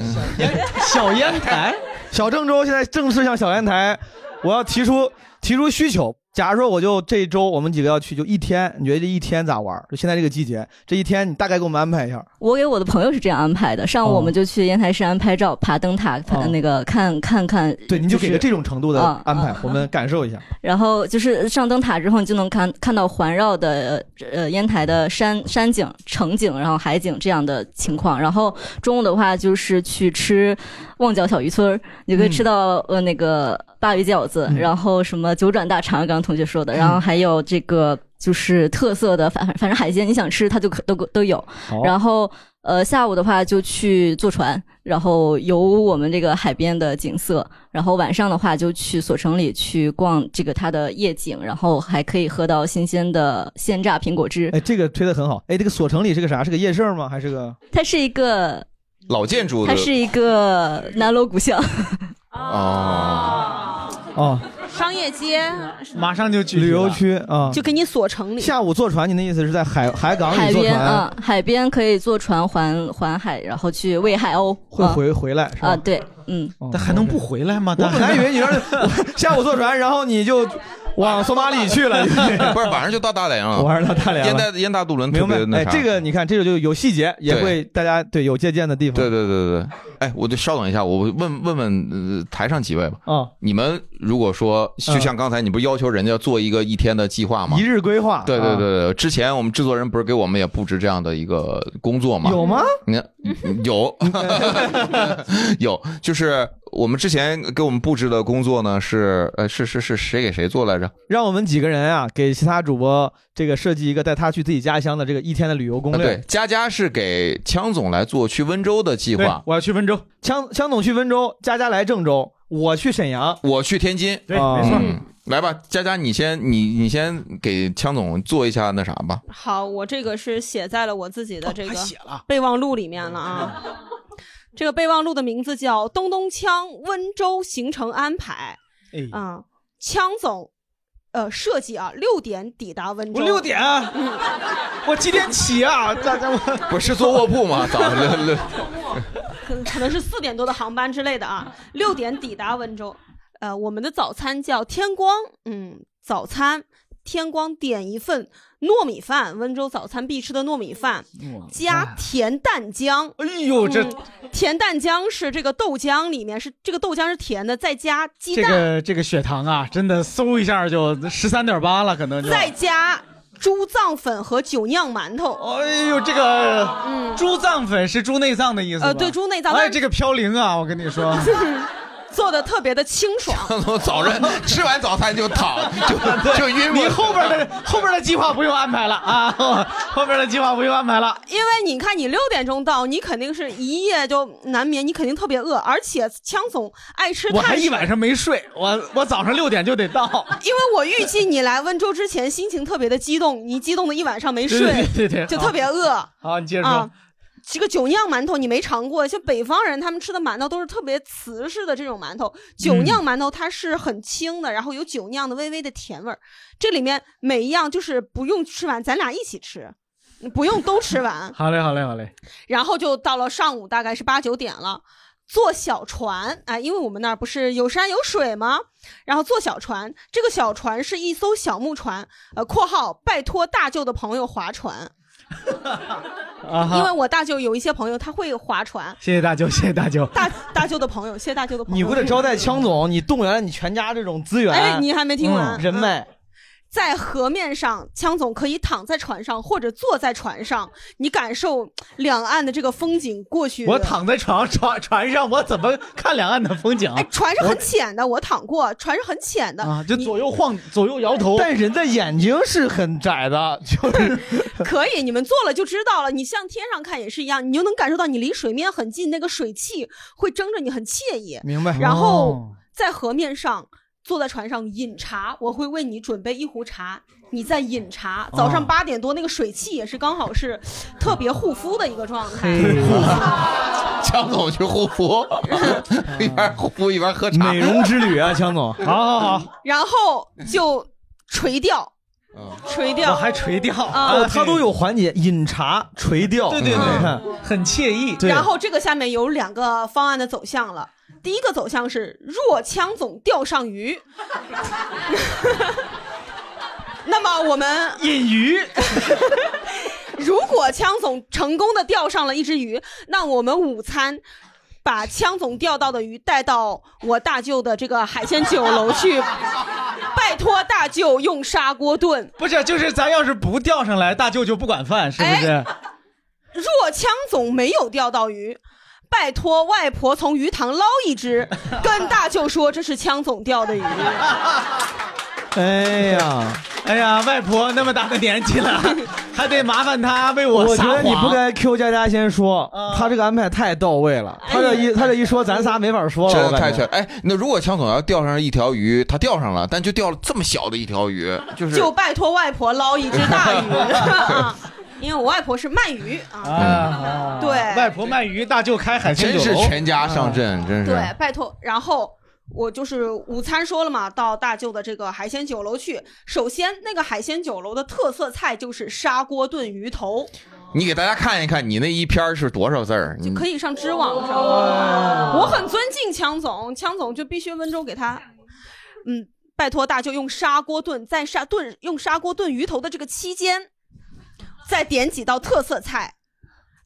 小烟台，小郑州现在正式向小烟台，我要提出提出需求。假如说我就这一周我们几个要去，就一天，你觉得这一天咋玩？就现在这个季节，这一天你大概给我们安排一呃下。我给我的朋友是这样安排的，上午我哦们就去烟台山拍照、爬灯塔、爬那个看看看。对，你就给是个这种程度的啊安排，我们感受一下。然后就是上灯塔之后，你就能看看到环绕的呃呃烟台的山山景、城景，然后海景这样的情况。然后中午的话，就是去吃旺角小渔村儿，你可以吃到、呃那个鲅鱼饺子，嗯然后什么九转大肠，刚刚同学说的，然后还有这个就是特色的，反反正海鲜你想吃它就可都都有好。然后呃下午的话就去坐船，然后游我们这个海边的景色，然后晚上的话就去索城里去逛这个它的夜景，然后还可以喝到新鲜的鲜榨苹果汁。哎，这个推的很好。哎，这个索城里是个啥？是个夜市吗？还是个？它是一个，老建筑的它是一个南锣鼓巷。哦哦，商业街马上就旅游区啊，就给你锁城里。下午坐船，你的意思是在海海港海里坐边船，啊、嗯海边可以坐船环环海，然后去喂海鸥。会啊回回来是吧？啊，对，嗯，但还能不回来吗？我本来以为你说下午坐船，然后你就往索马里 <laughs> 去了，不是晚上就到大连了，晚上到大连了烟大烟大渡轮特明白别那哎，啥。这个你看，这个就有细节，也对会大家对有借鉴的地方。对对对对对，哎，我就稍等一下，我问问问、呃台上几位吧。啊，你们如果说，就嗯像刚才你不是要求人家做一个一天的计划吗？一日规划，对对啊，对对，之前我们制作人不是给我们也布置这样的一个工作吗？有吗？你看，有， <laughs> 有，就是我们之前给我们布置的工作呢，是呃是是是谁给谁做来着？让我们几个人啊，给其他主播这个设计一个带他去自己家乡的这个一天的旅游攻啊略。对，佳佳是给枪总来做去温州的计对划，我要去温州，江江总去温州，佳佳来郑州，我去沈阳。我去天津。对没错嗯来吧，佳佳，你先你你先给枪总做一下那啥吧。好，我这个是写在了我自哦己的这个备忘录里面嗯了啊。这个备忘录的名字叫《东东锵温州行程安排》哎啊，锵总，呃，设计啊，六点抵达温州。我六点啊嗯，我几点起啊？大家我不是坐卧 <laughs> 铺吗？早上六 <laughs> 可可能是四点多的航班之类的啊，六点抵达温州。呃，我们的早餐叫天光，嗯，早餐天光点一份糯米饭，温州早餐必吃的糯米饭， <laughs> 加甜蛋浆。嗯哎呦，这甜蛋浆是这个豆浆里面是这个豆浆是甜的，再加鸡这蛋，个这个血糖啊，真的嗖一下就十三点八了，可能就。再加猪脏粉和酒酿馒头。哎呦，这个嗯猪脏粉是猪内脏的意思吧呃对猪内脏但哎，是这个嘌呤啊，我跟你说， <laughs> 做的特别的清爽。我早上吃完早餐就躺就就晕过去你后边的后边的计划不用安排了啊，后边的计划不用安排了。因为你看，你六点钟到，你肯定是一夜就难眠，你肯定特别饿，而且枪总爱吃我还碳一水。晚上没睡，我我早上六点就得到。因为我预计你来温州之前心情特别的激动，你激动的一晚上没睡，对对对对就特别饿。好，你接着说。啊这个酒酿馒头你没尝过，像北方人他们吃的馒头都是特别瓷实的这种馒头，酒嗯酿馒头它是很轻的，然后有酒酿的微微的甜味儿。这里面每一样就是不用吃完，咱俩一起吃，不用都吃完。好嘞，好嘞，好嘞。然后就到了上午，大概是八九点了，坐小船，哎，因为我们那儿不是有山有水吗？然后坐小船，这个小船是一艘小木船，呃，括号拜托大舅的朋友划船，啊哈因为我大舅有一些朋友他会划船，谢谢大 <laughs> 舅，谢谢大舅。大大舅的朋友，谢谢大舅的朋友。你为了招待枪 <laughs> 总，你动员了你全家这种资源。哎你还没听完嗯人脉。在河面上，枪总可以躺在船上或者坐在船上，你感受两岸的这个风景过去。我躺在床船船上，我怎么看两岸的风景？船是很浅的，我躺过，船是很浅的 <laughs> 啊，就左右晃，左右摇头。但人的眼睛是很窄的，就是可以，你们做了就知道了。你向天上看也是一样，你就能感受到你离水面很近，那个水汽会蒸着你，很惬意。明白然后哦在河面上坐在船上饮茶，我会为你准备一壶茶，你在饮茶。早上哦八点多，那个水汽也是刚好是特别护肤的一个状态。 <laughs> 枪总去护肤， <laughs> 一边护肤一边喝茶，美容之旅啊，枪 <laughs> 总。好好好，然后就垂钓，垂钓，我嗯还垂钓啊哦，他都有环节，饮茶、垂钓，嗯对对对你看很惬意然后这个下面有两个方案的走向了。第一个走向是若枪总钓上鱼， <laughs> 那么我们引鱼。 <laughs> 如果枪总成功的钓上了一只鱼，那我们午餐把枪总钓到的鱼带到我大舅的这个海鲜酒楼去，拜托大舅用砂锅炖。不是，就是咱要是不钓上来，大舅就不管饭，是不是？若枪总没有钓到鱼，拜托外婆从鱼塘捞 <laughs> 一只，跟大舅说这是枪总钓的鱼。哎呀，哎呀，外婆那么大个年纪了， <laughs> 还得麻烦她为 <laughs> 我我撒觉谎。嗯得你不该 Q 佳佳先说，他这个安排太到位了。哎他这一他这一说，咱仨没法说了。真我的感觉太全。哎，那如果枪总要钓上一条鱼，他钓上了，但就钓了这么小的一条鱼，就是就拜托外婆捞一只大鱼啊， <laughs> <laughs> 因为我外婆是卖鱼嗯啊。啊，对外婆卖鱼，大舅开海鲜真酒是楼嗯全家上阵，真是。对，拜托。然后我就是午餐说了嘛，到大舅的这个海鲜酒楼去。首先，那个海鲜酒楼的特色菜就是砂锅炖鱼头，你给大家看一看，你那一篇儿是多少字儿？嗯你可以上知网上。我很尊敬枪总，枪总就必须温州给他，嗯，拜托大舅用砂锅炖，在砂炖用砂锅炖鱼头的这个期间，再点几道特色菜。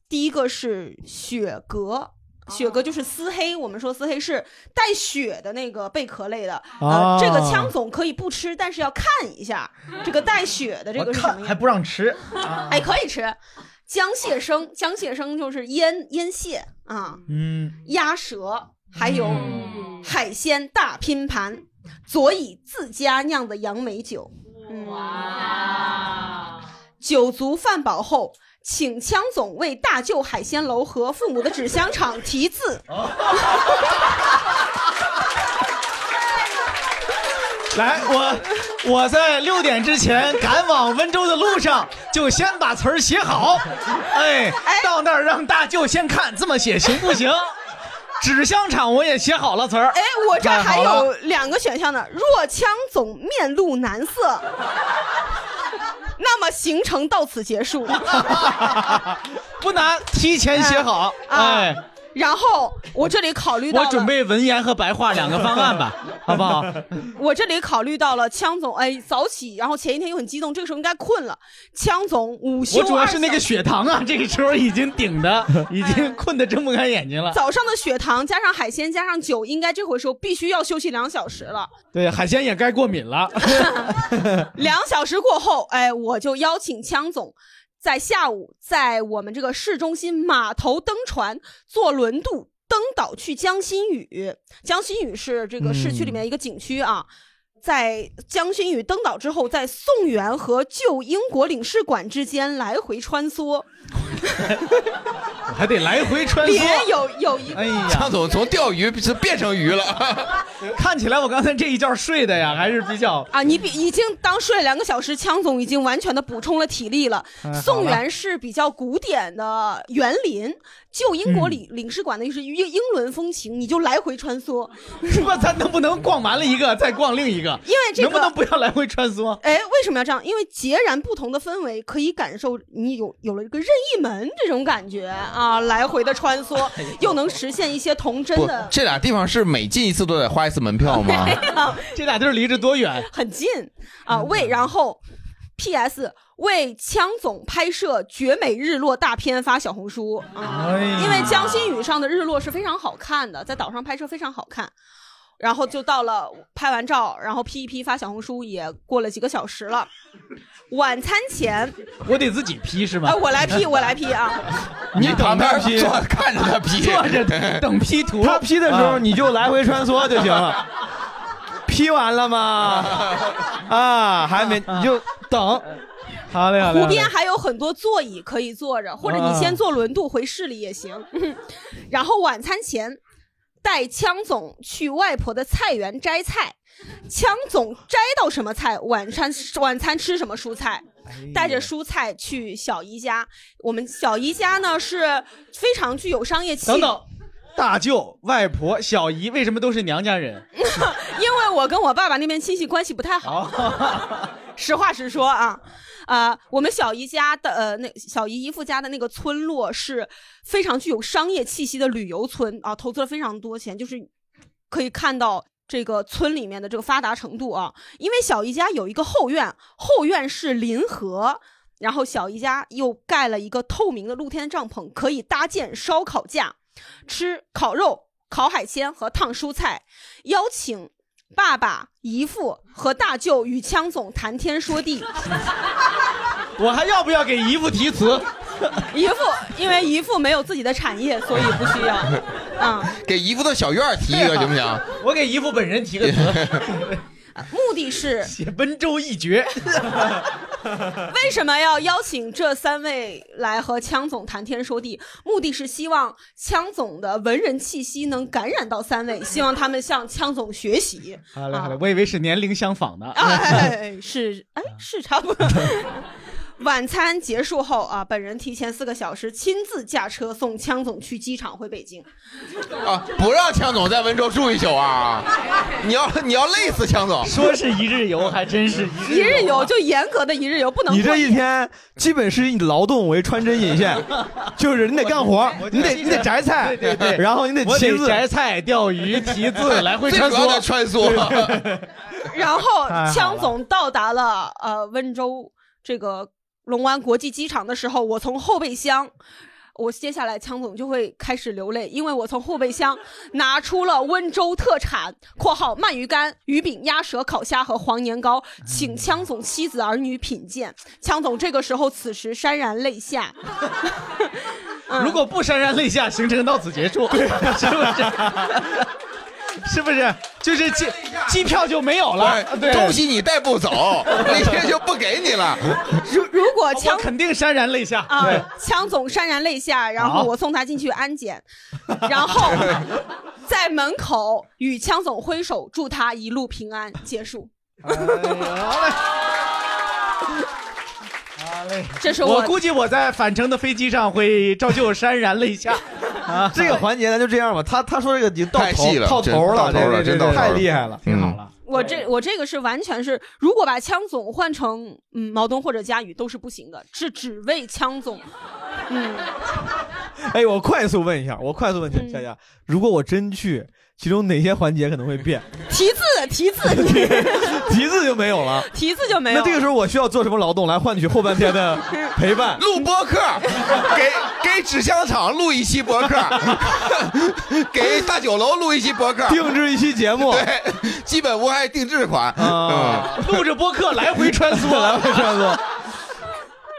第一个是雪蛤。雪蛤就是丝黑，我们说丝黑是带血的那个贝壳类的。哦呃，这个枪总可以不吃，但是要看一下这个带血的这个是什么看样。还不让吃，哎，可以吃。江蟹生，江蟹生就是腌腌蟹啊，嗯，鸭舌，还有海鲜大拼盘，佐以自家酿的杨梅酒。哇！酒足饭饱后，请枪总为大舅海鲜楼和父母的纸箱厂题字。来，我我在六点之前赶往温州的路上，就先把词儿写 <laughs> 好，哎，到那儿让大舅先看这么写行不 <laughs> 行？纸箱厂我也写好了词儿，哎，我这看好还有了两个选项呢。若枪总面露难色，那么行程到此结束。 <laughs> 不难，提前写好，哎，然后我这里考啊虑到我了，准备文言和白话两个方案吧，好不 <laughs> 好？我这里考虑到了枪总，哎，早起，然后前一天又很激动，这个时候应该困了。枪总午休我二小时，主要是那个血糖啊，这个时候已经顶 <laughs> 的，已经困得睁不开眼睛了。早上的血糖加上海鲜加上酒，应该这会儿时候必须要休息两小时了。对，海鲜也该过敏了。两小时过后，哎，我就邀请枪总在下午在我们这个市中心码头登船，坐轮渡登岛去江心屿。江心屿是这个市区里面一个景区啊。在江心屿登岛之后，在宋元和旧英国领事馆之间来回穿梭，还得来回穿梭。连有有一哎呀，枪总从钓鱼是变成鱼了， <laughs> 看起来我刚才这一觉睡的呀，还是比较啊，你比已经当睡了两个小时，枪总已经完全的补充了体力了。嗯哎宋好了元是比较古典的园林，旧英嗯国领、领事馆的是英英伦风情，你就来回穿梭。说咱能不能逛完了一个再逛另一个？因为这个能不能不要来回穿梭？哎，为什么要这样？因为截然不同的氛围，可以感受你有有了一个任意门这种感觉啊，来回的穿 <laughs> 梭，又能实现一些童真哎不的，。哎这俩地方是每进一次都得花一次门票 <laughs> 吗？这俩地儿离着多远？很近嗯啊。为然后，P.S. 为枪总拍摄绝美日落大片发小红书啊，哎呀因为江心屿上的日落是非常好看的，在岛上拍摄非常好看。然后就到了拍完照，然后 P 一 P 发小红书，也过了几个小时了。晚餐前，我得自己批是吗？哎，我来 P，我来 P <laughs> 啊。你等旁边他批坐看着他 <laughs> P，坐 <laughs> 着等 <laughs> P 图。他批的时候啊你就来回穿梭就行 <laughs> 了。批完了吗？啊，还没，你就等。好嘞，好嘞。湖好嘞边还有很多座椅可以坐着，或者啊你先坐轮渡回市里也行。 <laughs> 然后晚餐前带枪总去外婆的菜园摘菜，枪总摘到什么菜，晚餐晚餐吃什么蔬菜。哎带着蔬菜去小姨家，我们小姨家呢是非常具有商业气。等等，大舅、外婆、小姨为什么都是娘家人？因为我跟我爸爸那边亲戚关系不太好，实话实说啊，啊、我们小姨家的呃，那小姨姨父家的那个村落是非常具有商业气息的旅游村啊，投资了非常多钱，就是可以看到这个村里面的这个发达程度啊。因为小姨家有一个后院，后院是临河。然后小姨家又盖了一个透明的露天帐篷，可以搭建烧烤架，吃烤肉、烤海鲜和烫蔬菜。邀请爸爸、姨父和大舅与枪总谈天说地。 <laughs> 我还要不要给姨父提词？姨父，因为姨父没有自己的产业，所以不需要。啊、 <laughs> 给姨夫的小院儿提啊一个行不行？我给姨父本人提个 <laughs> 词，目的是写温州一绝。为什么要邀请这三位来和枪总谈天说地？目的是希望枪总的文人气息能感染到三位，希望他们向枪总学习。好嘞好嘞，我以为是年龄相仿的。 <laughs> 哎，是哎是差 <laughs> 不多。晚餐结束后啊，本人提前四个小时亲自驾车送枪总去机场回北京。啊，不让枪总在温州住一宿啊！你要你要累死枪总。说是一日游，还真是一 <laughs> 一日游就严格的一日游，不能你这过一夜天基本是以劳动为穿针引线，就是你得干活，你得你得摘菜，对对对，然后你我骑自摘菜、钓鱼、提字，来回穿最主要梭的穿梭对对对然后太好了枪总到达了呃温州这个龙湾国际机场的时候，我从后备箱，我接下来枪总就会开始流泪，因为我从后备箱拿出了温州特产（括号鳗鱼干、鱼饼、鸭舌、烤虾和黄年糕），请枪总妻子儿女品鉴。枪总这个时候此时潸然泪下。 <laughs> 如果不潸然泪下，行程到此结束， <laughs> 是不是？是不是？就是机机票就没有了。对，恭喜你带不 <laughs> 走，那天就不给你了。如如果我肯定潸然泪下。对啊，枪总潸然泪下，然后好我送他进去安检，然后在门口与枪总挥手，祝他一路平安。结束。哎这是我我估计我在返程的飞机上会照旧潸然泪 <laughs> 下。啊，这个环节咱就这样吧。他他说这个已经到太头细了到真头到头这嗯了这真到这头太了厉害了，挺好了。我这我这个是完全是，如果把枪总换成嗯毛东或者佳宇都是不行的，是只为枪总。嗯， <laughs> 哎，我快速问一下，我快速问一下佳佳，如果我真去，其中哪些环节可能会 <laughs> 变？题字 <laughs> 题字题字就没有了。题字就没有那了。这个时候我需要做什么劳动来换取后半天 <laughs> 的陪伴？录播客，给给纸箱厂录一期播客， <laughs> 给大酒楼录一期播客，定制一期节目。对，基本无害定制款。嗯啊，录着播客来回穿梭， <laughs> 来回穿梭。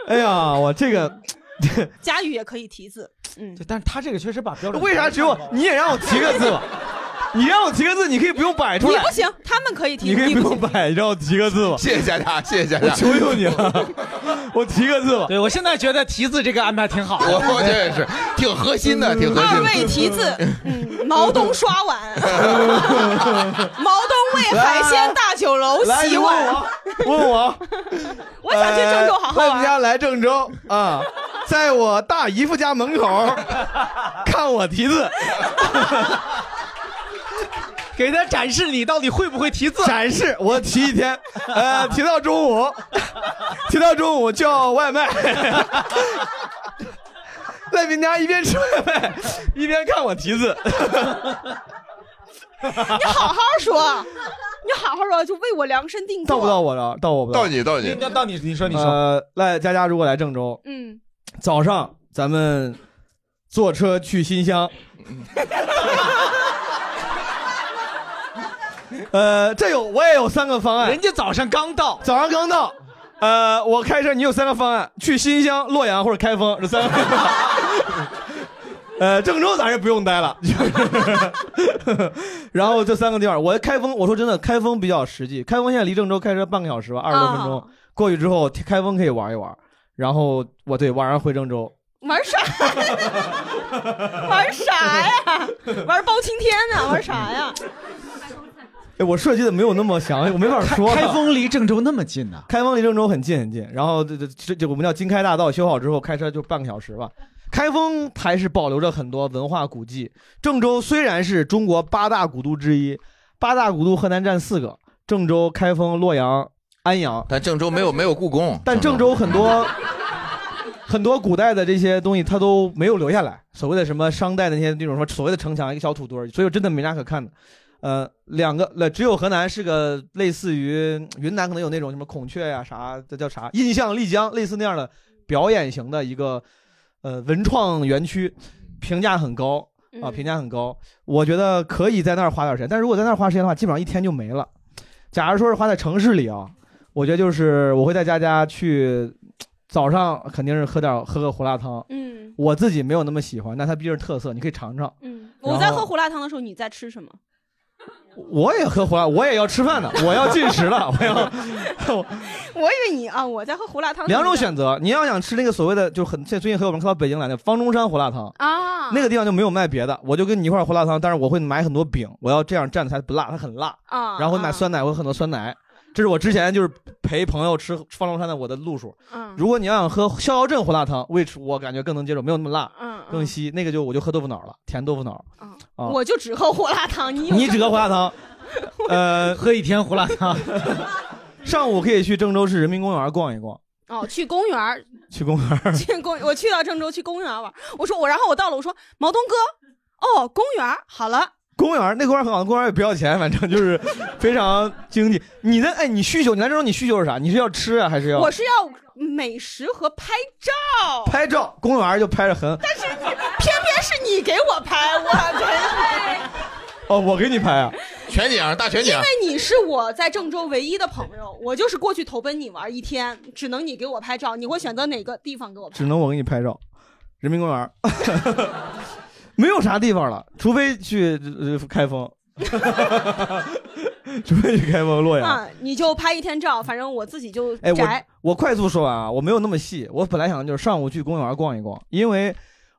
哎呀，我这 <laughs> 个，佳宇也可以题字，嗯，但是他这个确实把标准为啥只有你也让我提个字吧？你让我提个字，你可以不用摆出你来不，行，他们可以题，你可以你不不用行。摆，你让我提个字吧。谢谢大家，谢谢大我家。求求你 <laughs> 了，我提个字吧。对我现在觉得题字这个安排挺好。我我这也是挺核心的，挺核嗯二心的。位题 <laughs> <laughs> 字， <laughs> 嗯，毛东刷碗，嗯毛东为海鲜大酒楼来，洗你问我碗。， <laughs> 问我， <laughs> 我想去郑州好好呃玩。万家来郑州啊，在我大姨夫家门口看我题字，给他展示你到底会不会提字。展示我提一天，呃，提到中午，提到中午叫外 <laughs> 卖，在别人家一边吃外卖一边看我题字，你好好说，你好好说，就为我量身定做。 <laughs> 到不到？我了？到我不到你，到你应。该到你，你说你说，呃，来佳佳，如果来郑州，嗯，早上咱们坐车去新乡。 <laughs> 呃，这有我也有三个方案人。家早上刚到，早上刚到，呃，我开车，你有三个方案：去新乡、洛阳或者开封，<laughs> 这三个方案。呃，郑州咱是不用待了， <laughs> 然后这三个地方，我开封，我说真的，开封比较实际。开封现在离郑州开车半个小时吧，二十多分钟。哦过去之后，开封可以玩一玩。然后我对晚上回郑州，玩啥？ <laughs> 玩啥呀？玩包青天 <laughs> 呢？玩啥呀？哎，我设计的没有那么详细，我没法说呢。开封离郑州那么近呢、开封离郑州很近很近，然后这这这这我们叫金开大道修好之后，开车就半个小时吧。开封还是保留着很多文化古迹。郑州虽然是中国八大古都之一，八大古都河南占四个，郑州、开封、洛阳、安阳，但郑州没有没有故宫，但郑州很多很多古代的这些东西它都没有留下来，所谓的什么商代的那些那种什么所谓的城墙，一个小土堆儿，所以真的没啥可看的。呃，两个，那只有河南是个类似于云南可能呃有那种什么孔雀呀、啥，这叫啥？印象丽江类似那样的表演型的一个呃文创园区，评价很高啊，评价很高。我觉得可以在那儿花点时间，但如果在那儿花时间的话，基本上一天就没了。假如说是花在城市里啊，我觉得就是我会带大家去，早上肯定是喝点喝个胡辣汤。嗯我自己没有那么喜欢，但它毕竟是特色，你可以尝尝。嗯，然后我在喝胡辣汤的时候，你在吃什么？我也喝胡辣，我也要吃 <laughs> 饭的，我要进食了，我要我以为你啊，我在喝胡辣汤。两种选择。你要想吃那个所谓的，就很现在最近很有人看到北京来的方中山胡辣汤，啊，那个地方就没有卖别的，我就跟你一块儿胡辣汤，但是我会买很多饼，我要这样蘸着才不辣，它很辣。啊然后会买酸奶，我有很多酸奶。这是我之前就是陪朋友吃方中山的我的路数。嗯如果你要想喝逍遥镇胡辣汤，which 我感觉更能接受，没有那么辣，嗯更稀。那个就我就喝豆腐脑了，甜豆腐脑。啊，我就只喝胡辣汤，你有你只喝胡辣汤， <laughs> 呃，喝一天胡辣汤。上午可以去郑州市人民公园逛一逛，哦，去公 <laughs> 园儿，去公园。去公，我去到郑州去公园玩儿。我说我，然后我到了，我说毛东哥，哦，公园儿好了，公园那公园很好，公园也不要钱，反正就是非常经济。你的哎，你需求，你来郑州你需求是啥？你是要吃啊，还是要？我是要美食和拍照，拍照，公园就拍着很。但是你偏偏是你给我拍，我真是。哦，我给你拍啊，全景大全景因为你是我在郑州唯一的朋友，我就是过去投奔你玩一天，只能你给我拍照。你会选择哪个地方给我拍？只能我给你拍照。人民公园 <laughs> 没有啥地方了，除非去、呃、开封， <laughs> 除非去开封洛阳。啊，你就拍一天照，反正我自己就哎，宅。我我快速说完啊，我没有那么细。我本来想的就是上午去公园逛一逛，因为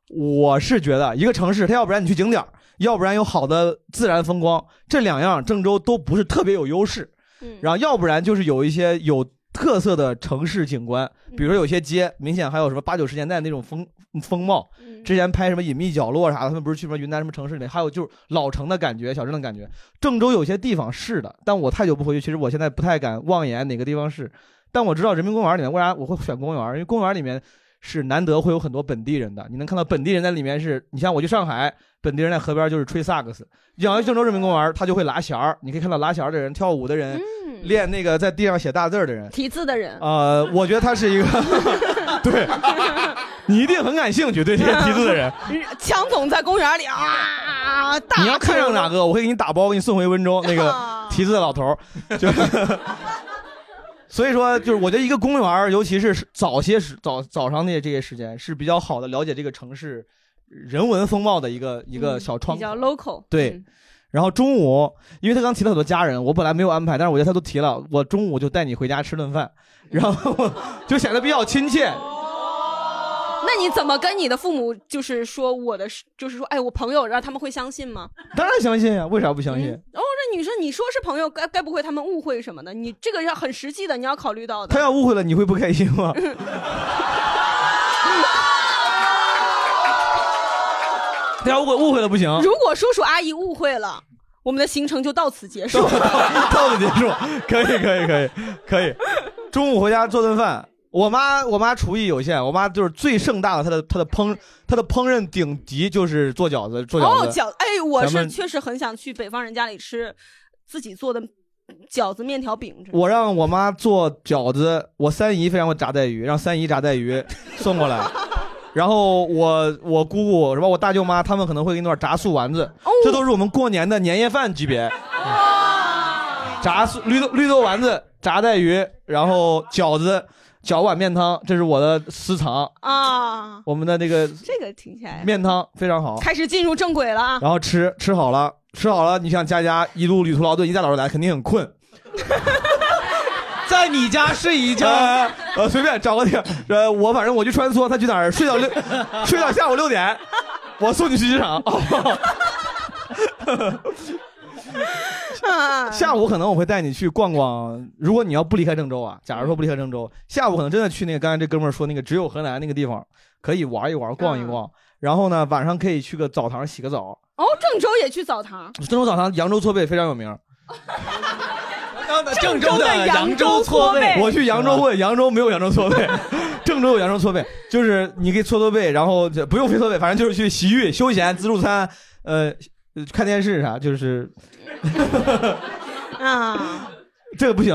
我是觉得一个城市，它要不然你去景点儿，要不然有好的自然风光，这两样郑州都不是特别有优势。嗯，然后要不然就是有一些有特色的城市景观，嗯比如说有些街明显还有什么八九十年代那种风风貌。嗯之前拍什么隐秘角落啥的，他们不是去什么云南什么城市里，还有就是老城的感觉、小镇的感觉。郑州有些地方是的，但我太久不回去，其实我现在不太敢妄言哪个地方是。但我知道人民公园里面为啥我会选公园，因为公园里面是难得会有很多本地人的，你能看到本地人在里面是，你像我去上海，本地人在河边就是吹萨克斯，你想去郑州人民公园，他就会拉弦儿，你可以看到拉弦儿的人、跳舞的人、练那个在地上写大字儿的人。题字 <laughs> 的人，呃，我觉得他是一个， <laughs> 对， <laughs> 你一定很感兴趣对这些题字的 <laughs> 人。强总在公园里啊，大你要看上哪个，我会给你打包，给你送回温州。那个 <laughs> 提字的老头儿，就 <laughs> 所以说，就是我觉得一个公园儿，尤其是早些时早早上那这些时间，是比较好的了解这个城市人文风貌的一个一个小窗比口。较嗯 local。对，然后中午，因为他刚提了很多家人，我本来没有安排，但是我觉得他都提了，我中午就带你回家吃顿 <laughs> 饭，然后就显得比较亲切。那你怎么跟你的父母就是说我的是，就是说，哎，我朋友，然后他们会相信吗？当然相信呀、啊为啥不相信？哦，这女生你说是朋友，该该不会他们误会什么的？你这个要很实际的，你要考虑到的。他 <laughs> 要误会了，你会不开心 <laughs> 吗？他要误会误会了不行，如果叔叔阿姨误会了，我们的行程就到此结束。 <laughs> 到此结束，可以可以可以可以。中午回家做顿饭，我妈我妈厨艺有限，我妈就是最盛大的，她的她的烹她的烹饪顶级就是做饺子做饺哦，子。饺哎，我咱是们确实很想去北方人家里吃自己做的饺子、面条、饼。我让我妈做饺子，我三姨非让我炸带鱼，让三姨炸带鱼 <laughs> 送过来。然后我我姑姑是吧，我大舅妈他们可能会给你点炸素丸子，这都是我们过年的年夜饭级别。炸素绿豆绿豆丸子、炸带鱼，然后饺子、饺碗面汤，这是我的私藏。啊，我们的那个这个听起来面汤非常好。开始进入正轨了 <laughs> 啊！然后吃吃好了，吃好了，你像佳佳一路旅途劳顿，一大早上来肯定很困，在你家睡一觉，呃，随便找个地儿，呃，我反正我去穿梭，他去哪儿睡到六，睡到下午六点，我送你去机场。哦下午可能我会带你去逛逛，如果你要不离开郑州啊，假如说不离开郑州，下午可能真的去那个刚才这哥们儿说那个只有河南那个地方，可以玩一玩、逛一逛，然后呢晚上可以去个澡堂洗个澡，哦，郑州也去澡堂，郑州澡堂扬州搓背非常有名。郑州的扬州搓背我去扬州问，扬州没有扬州搓 <laughs> 背，郑州有扬州搓背，就是你可以搓搓背，然后就不用非搓背，反正就是去洗浴、休闲、自助餐，呃，呃看电视啥，就是啊，这个不行。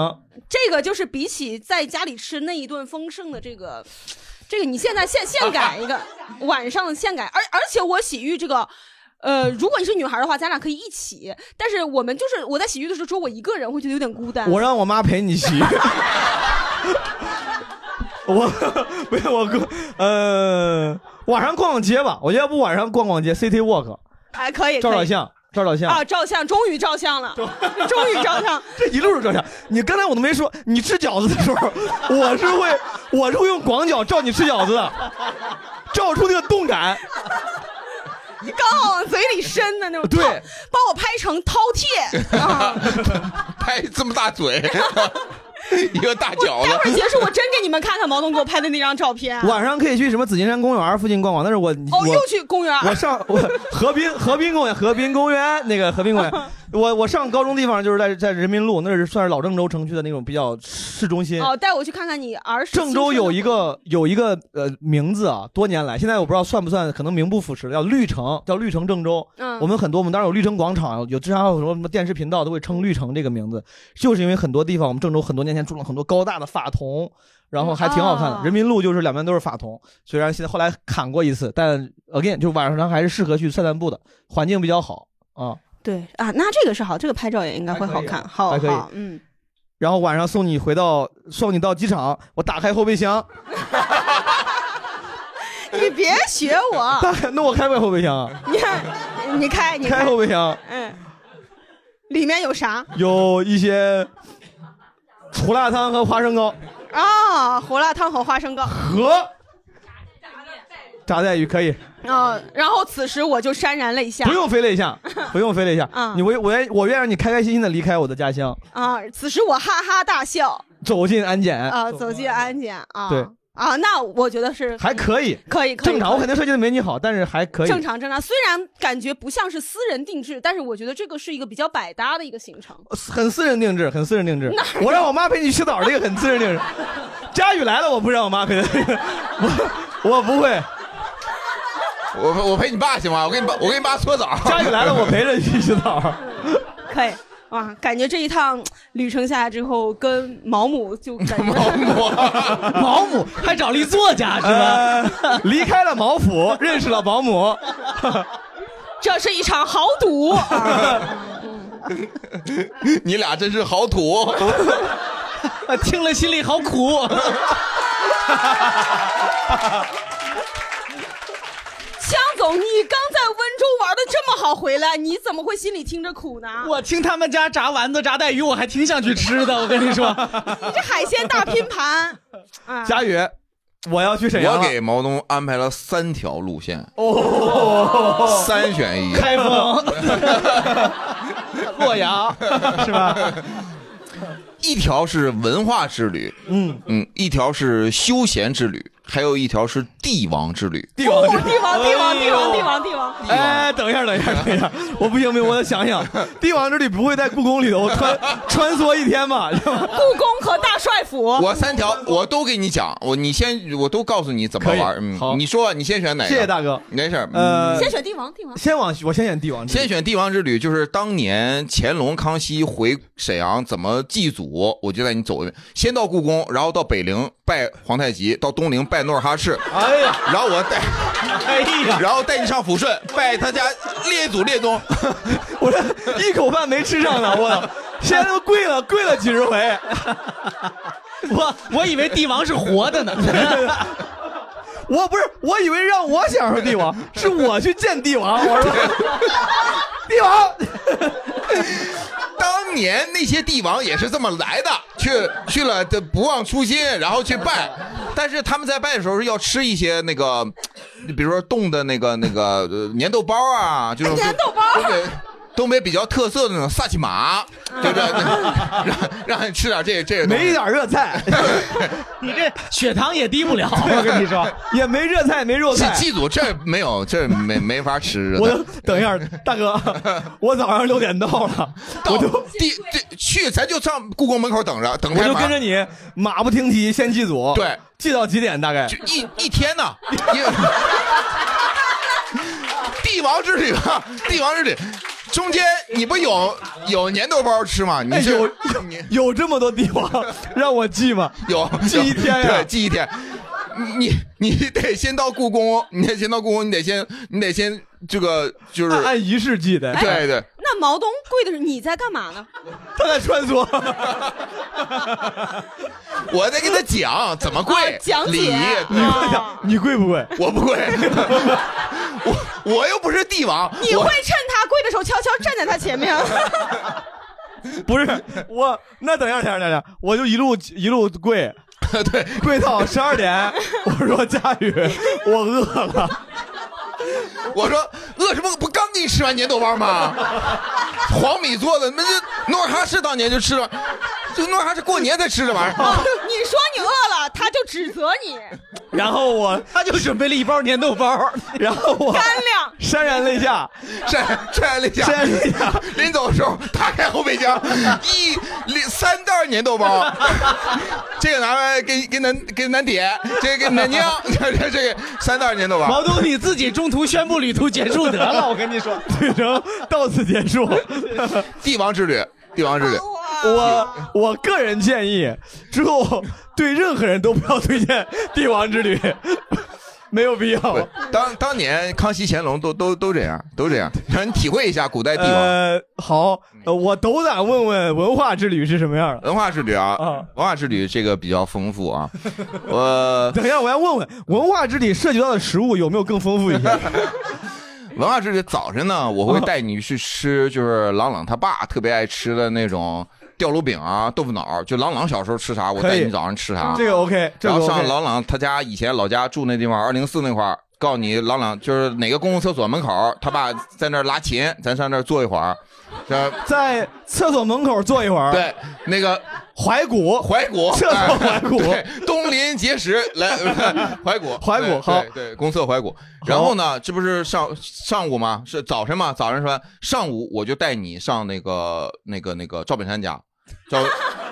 这个就是比起在家里吃那一顿丰盛的这个， <sniffs> 这个你现在现现改一个 <laughs> 晚上现改，而而且我洗浴这个。呃，如果你是女孩的话，咱俩可以一起。但是我们就是我在洗浴的时候，只有我一个人会觉得有点孤单。我让我妈陪你 <laughs> 洗。我不是我逛，呃，晚上逛逛街吧。我要不晚上逛逛街，City Walk，哎，可以照可照以相，照照相啊，照相，终于照相了， <laughs> 终于照相。 <laughs> 这一路是照相。你刚才我都没说，你吃饺子的时候， <laughs> 我是会我是会用广角照你吃饺子的， <laughs> 照出那个动 <laughs> 感。刚好往啊嘴里伸的那种，对掏，把我拍成饕 <laughs> 餮啊！ <laughs> 拍哎这么大嘴，一个大饺待会儿子。结束，我真给你们看看毛东给我拍的那张照片。晚上可以去什么紫金山公园附近逛逛，但是我哦，我又去公园。我上我河滨 <laughs> 河滨公园河滨公园那个河滨公 <laughs> 园，我我上高中地方就是在在人民路，那是算是老郑州城区的那种比较市中心。哦，带我去看看你儿时。郑州有一个有一个呃名字啊，多年来现在我不知道算不算，可能名不副实了，叫绿城，叫绿城郑州。嗯我们很多我们当然有绿城广场，有之前还有什么什么电视频道都会称绿城这个名字，就是因为很多地方我们郑州很多年前种了很多高大的法桐，然后还挺好看的。哦人民路就是两边都是法桐，虽然现在后来砍过一次，但 again 就晚上还是适合去散散步的，环境比较好啊。对啊，那这个是好，这个拍照也应该会好看，好还可以好，嗯，然后晚上送你回到送你到机场，我打开后备箱，你别学我，打开那我开不开后备箱啊？你看，你开，你开后备箱，嗯，里面有啥有一些胡辣汤和花生糕啊？胡辣汤和花生糕和炸带鱼可以，啊，然后此时我就潸然泪下，不用非了一 <laughs> 下，不用非了一下。嗯你我我愿我愿让你开开心心的离开我的家乡，啊，此时我哈哈大笑走进安检啊，走进安检啊，哎对啊，那我觉得是还可以，可以可以正常。可以我肯定设计的没你好，但是还可以。正常正常，虽然感觉不像是私人定制，但是我觉得这个是一个比较百搭的一个行程。很私人定制，很私人定制哪。儿我让我妈陪你洗澡，这个很私人定制。 <laughs> 佳宇来了，我不让我妈陪她， <laughs> 我我不会。我我陪你爸行吗？我给你爸，我给你爸搓澡。佳宇来了，我陪着你洗澡。可以哇，感觉这一趟旅程下来之后，跟毛姆就感 <laughs> 觉嗯 <laughs> 毛姆还找了一作家是吧、呃离开了毛府，认识了保姆。这是一场豪赌。你俩真是好土，听了心里好苦。枪总，你刚在温州玩的这么好，回来你怎么会心里听着苦呢？我听他们家炸丸子、炸带鱼，我还挺想去吃的。我跟你说，你这海鲜大拼盘，啊，佳宇，我要去沈阳我了给毛东安排了三条路线，哦 <laughs> 三选一，<laughs> 开封、洛阳是吧？一条是文化之旅，嗯嗯，一条是休闲之旅，还有一条是帝王之旅。帝王之帝王，帝王，帝王，帝王，帝王。 <laughs> 哎，等一下，等一下，等一下，我不行，不行，我得想想。帝王之旅不会在故宫里头穿穿梭一天吧？是吧故宫和大帅府，我三条我都给你讲，我你先我都告诉你怎么玩。嗯，你说吧，你先选哪个？谢谢大哥，没事儿。呃嗯先选帝王，帝王。先往我先选帝王之旅，先选帝王之旅，就是当年乾隆、康熙回沈阳怎么祭祖，我就带你走一遍。先到故宫，然后到北陵拜皇太极，到东陵拜努尔哈赤。哎呀，然后我带，哎呀，然后带你上抚顺拜他家列祖列宗。我这一口饭没吃上呢，我现在都跪了跪了几十回。我 <laughs> 我以为帝王是活的呢。 <laughs> 我不是，我以为让我享受 <laughs> 帝王，是我去见帝王。我说，帝王， <laughs> 当年那些帝王也是这么来的，去去了这不忘初心，然后去拜。但是他们在拜的时候是要吃一些那个，比如说冻的那个那个呃粘豆包啊，就是粘豆包东北东北比较特色的那种萨其马，就这让让你吃点这这个东西没一点热菜，你这血糖也低不 <laughs> 了，我跟你说。也没热菜，没肉祭菜。祭祖这没有这没没法吃我的就。等一下，大哥，我早上六点到了，到地这去咱就上故宫门口等着，等我开就门跟着你马不停蹄先祭祖，对，祭到几点大概？就一一天呢，因为 <laughs> 帝帝王之旅吧，帝王之旅。中间你不有有粘豆包吃吗？你哎这有有有这么多帝王让我记吗？有记一天呀对，记一天。你你得先到故宫，你得先到故宫，你得先你得先这个就是按仪式记的对对，哎那毛东跪的是你在干嘛呢？他在穿梭。 <laughs> 我在跟他讲怎么跪，啊讲解哦礼仪。对你跪不跪？我不跪，我我又不是帝王，你我会趁他跪的时候悄悄站在他前面。不是我，那等一下，等一下，等一下，我就一路一路跪， <laughs> 对，跪到十二点。我说佳宇，我饿了。 <laughs> 我说饿什么？不刚给你吃完粘豆包吗？黄米做的，那就努尔哈赤当年就吃了，就努尔哈赤过年才吃这玩意哦 <laughs> 儿。哦你说你饿了，他就指责你。然后我他就准备了一包粘豆包， <laughs> 然后我干粮潸然泪下，潸潸然泪下，潸然泪下。 <laughs> 临走的时候打开后备 <laughs> 箱，一两三袋粘豆包， <laughs> 这个拿来给给南给南铁，这个给南疆，这这 <laughs> 这个三袋粘豆包。毛东你自己中途宣布旅途结束得 <laughs> 了，我跟你说，旅程到此结束。 <laughs> 帝王之旅，帝王之旅。我我个人建议，之后对任何人都不要推荐《帝王之旅》，没有必要。当当年康熙、乾隆都都都这样，都这样，让你体会一下古代帝王。呃，好，呃我斗胆问问文化之旅是什么样的？文化之旅啊，文化之旅这个比较丰富 <laughs> 啊。我等一下，我要问问文化之旅涉及到的食物有没有更丰富一些？ <laughs> 文化之旅早晨呢，我会带你去吃，就是朗朗他爸特别爱吃的那种吊炉饼啊、豆腐脑儿。就朗朗小时候吃啥，我可带以你早上吃啥。这个 OK，这个然后上 OK 朗朗他家以前老家住那地方，二零四那块儿，告诉你朗朗就是哪个公共厕所门口儿，他爸在那儿拉琴，咱上那儿坐一会儿。这在厕所门口坐一会儿。对，那个怀古，怀古，厕所怀古哎对东临碣石，来怀 <laughs> 古，怀古对好对对，公厕怀古。然后呢，这不是上上午吗？是早晨嘛？早晨说上午我就带你上那个那个那个赵本山家，赵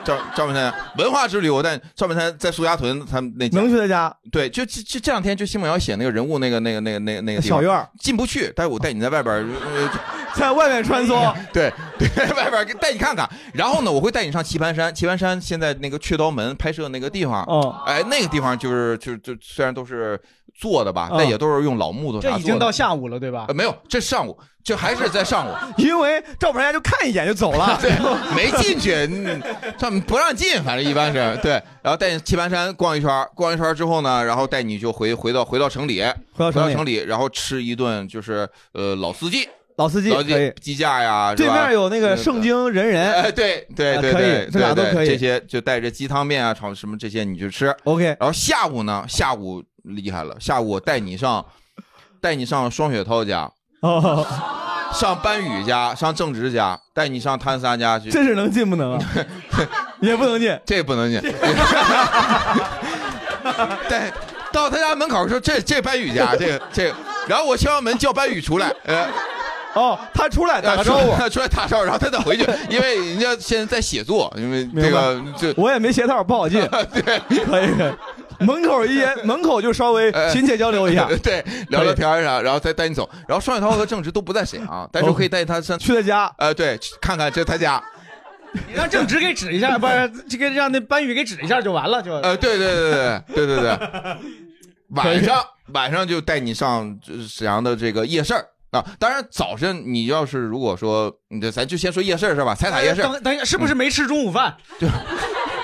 赵赵本山文化之旅，我带赵本山在苏家屯他们那能去他家，对，就就就这两天就新闻要写那个人物那个那个那个那个那个地方小院儿进不去，但是我带你在外边儿。呃在外面穿梭， <laughs> 对对，外边儿带你看看。然后呢，我会带你上棋盘山，棋盘山现在那个雀刀门拍摄那个地方，哦，哎，那个地方就是就是就虽然都是做的吧，嗯但也都是用老木头这啥做的。已经到下午了，对吧呃？没有，这上午这还是 <laughs> 在上午，，<laughs> 因为赵本山就看一眼就走了对，没进去，嗯他们不让进，反正一般是对。然后带你棋盘山逛一圈儿，逛一圈儿之后呢，然后带你就回回到回到城里，回到城里然后吃一顿就是呃老司机，老司机老可以鸡架呀，是对吧面有那个嗯圣经人人，哎，对对啊对可以对，这俩都对对可以这些就带着鸡汤面啊、炒什么这些你去吃。 OK，然后下午呢，下午厉害了，下午我带你上，带你上双雪涛家，哦，上班宇家，上正直家，带你上潘三家去。这是能进不能啊？ <laughs> 也不能进，这不 <laughs> 能进。对，到他家门口说这这班宇家，这个这个，然后我敲敲门叫班宇出来，呃。哦，他出来打个招呼他出来 <laughs> 打招呼，然后他再 <laughs> 回去，因为人家现在在写作，因为 <laughs> 这个 <laughs> 明白这我也没鞋套，不好进。 <laughs> 对，，可以。门口一言，门口就稍微亲切交流一下哎 <laughs> 呃对，聊聊天儿啥，然后再带你走。然后双雪涛和郑直都不在沈阳，但是我可以带他上去他家，呃，对，去看看这他家， <laughs> 你让正直给指一下，不然这个让那班宇给指一下就完了，就。呃，对对对对对对对对， <laughs> 晚上晚上就带你上呃沈阳的这个夜市儿啊。当然早晨你要是如果说，你这咱就先说夜市儿是吧？彩塔夜市儿，哎等等一下，是不是没吃中午 <laughs> 饭？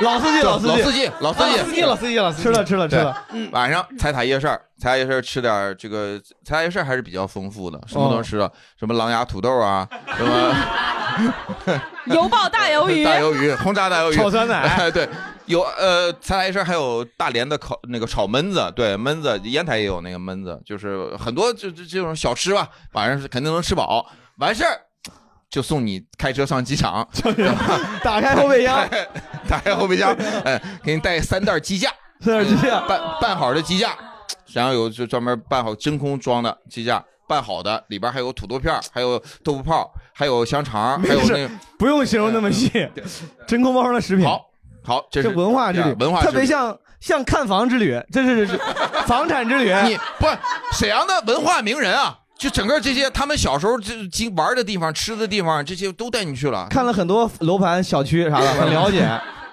老司机，对老司机，老司机老司机老司机，老司机，老司机，吃了吃了吃了，对，晚上彩塔夜市儿，彩塔夜市儿吃点儿这个彩塔夜市儿还是比较丰富的，什么都能吃的，什么狼牙土豆啊，什么。油爆大鱿鱼，大鱿 <laughs> 鱼，轰炸大鱿鱼，炒酸奶哎对，有呃，才来一声，还有大连的烤那个炒焖子，对，焖子，烟台也有那个焖子，就是很多就就这种小吃吧，晚上是肯定能吃饱，完事儿就送你开车上机场， <laughs> 打开后备箱，打开后备 <laughs> 箱，哎，给你带三袋鸡架，三袋鸡架拌拌好的鸡架，然后有就专门拌好真空装的鸡架。拌好的，里边还有土豆片儿，还有豆腐泡儿，还有香肠儿，还有没事那个不用形容那么细，真空包装的食品。好，好，嗯这这是文化之旅，文化之特旅别像像看房之旅，这是这是房产之旅。你不沈阳的文化名人啊，就整个这些他们小时候这经玩的地方、吃的地方，这些都带你去了。，看了很多楼盘、小区啥的，很了解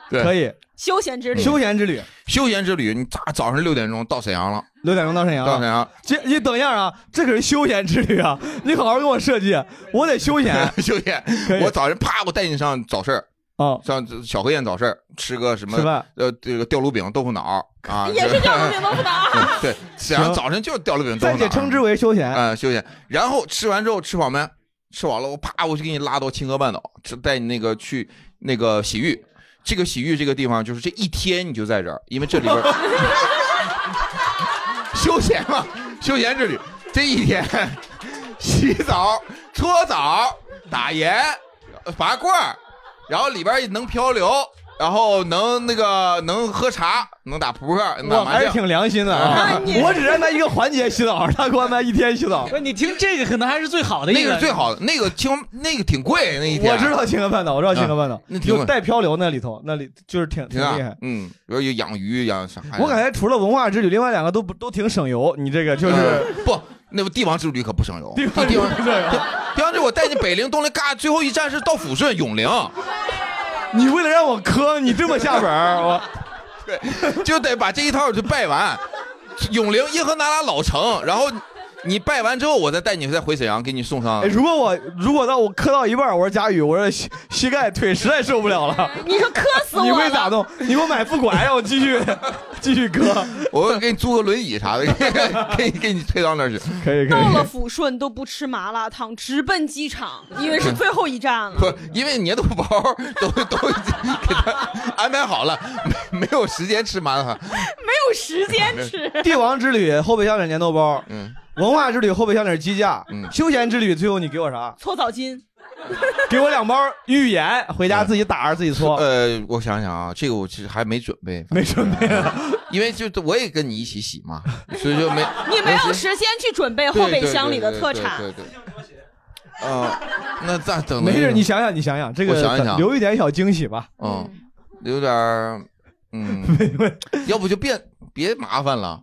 对可以。休闲之旅，休闲之旅，休闲之旅，你早早上六点钟到沈阳了，六点钟到沈阳，到沈阳，这你等一下啊，这可是休闲之旅啊！ <laughs> 你好好给我设计，我得休闲 <laughs> 休闲。我早晨啪，我带你上早市哦，上小河沿早市吃个什么？吃饭呃，这个吊炉饼、豆腐脑啊，也是吊 <laughs> 炉饼豆腐脑。对，沈阳早晨就是吊炉饼豆暂腐脑。且称之为休闲。啊、休闲。然后吃完之后吃饱没？吃饱了，我啪，我就给你拉到清河半岛，这带你那个去那个洗浴。这个洗浴这个地方，就是这一天你就在这儿，因为这里边儿 <laughs> 休闲嘛，休闲之旅。这一天洗澡、搓澡、打盐、拔罐儿，然后里边儿能漂流，然后能那个能喝茶，能打扑克，能打我麻将，还是挺良心的啊！我只安排一个环节洗澡， <laughs> 他给我安排一天洗澡。你听这个可能还是最好的一那个是最好的，那个清那个挺贵那一天。我知道清河半岛，我知道清河半岛啊，那挺有贵带漂流那里头，那里就是挺挺挺厉害。嗯，有有养鱼养啥哎呀？我感觉除了文化之旅，另外两个都不都挺省油。你这个就是嗯不，那不帝王之旅可不省油。帝王之旅，帝王之旅，我带你北陵、东陵，嘎，最后一站是到抚顺、永陵。你为了让我磕，你这么下本儿，我 <laughs> 对，就得把这一套就拜完。永陵、耶和那拉老城，然后你拜完之后，我再带你再回沈阳，给你送上哎。如果我如果到我磕到一半，我说佳宇，我说膝膝盖腿实在受不了了，哎你说磕死 <laughs> 我了你会咋弄？你给 <laughs> <laughs> 我买副拐，让我继 <laughs> 续继续磕。我给你租个轮椅啥的，给给给你推到那儿去。可以到了抚顺都不吃麻辣烫， <laughs> 直奔机场，因为是最后 <laughs> 一站了。不，因为你的肚包都都已经给他安排好了，没没有时间吃麻辣烫。没有时间吃。帝王之旅后备箱里粘豆包，嗯，文化之旅后备箱里是鸡架，嗯，休闲之旅最后你给我啥？搓澡巾，给我两包芋盐，回家自己打着自己搓。嗯呃，我想想啊，这个我其实还没准备，没准备啊，因为就我也跟你一起洗嘛，所以就没 <laughs> 你没有时间去准备后备箱里的特对产。对对对对 <laughs> 啊、那咱等没事，你想想，你想想，这个我想一想留一点小惊喜吧。嗯，有点儿嗯， <laughs> 要不就别别麻烦了，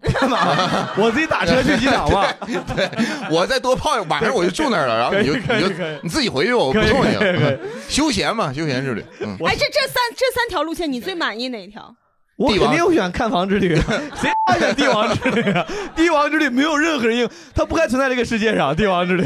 我自己打车去机场吧。对， <laughs> 我再多泡，晚上我就住那儿了，然后你就可以你可以可以就你自己回去吧，我不送你可以可以了。嗯休闲嘛，休闲之旅，嗯，哎，这这三这三条路线，你最满意哪一条？我帝肯王定选看房 <laughs> 之旅，谁他妈选帝王之旅啊？帝王之旅没有任何人应，它不该存在这个世界上。帝王之 <laughs> 旅，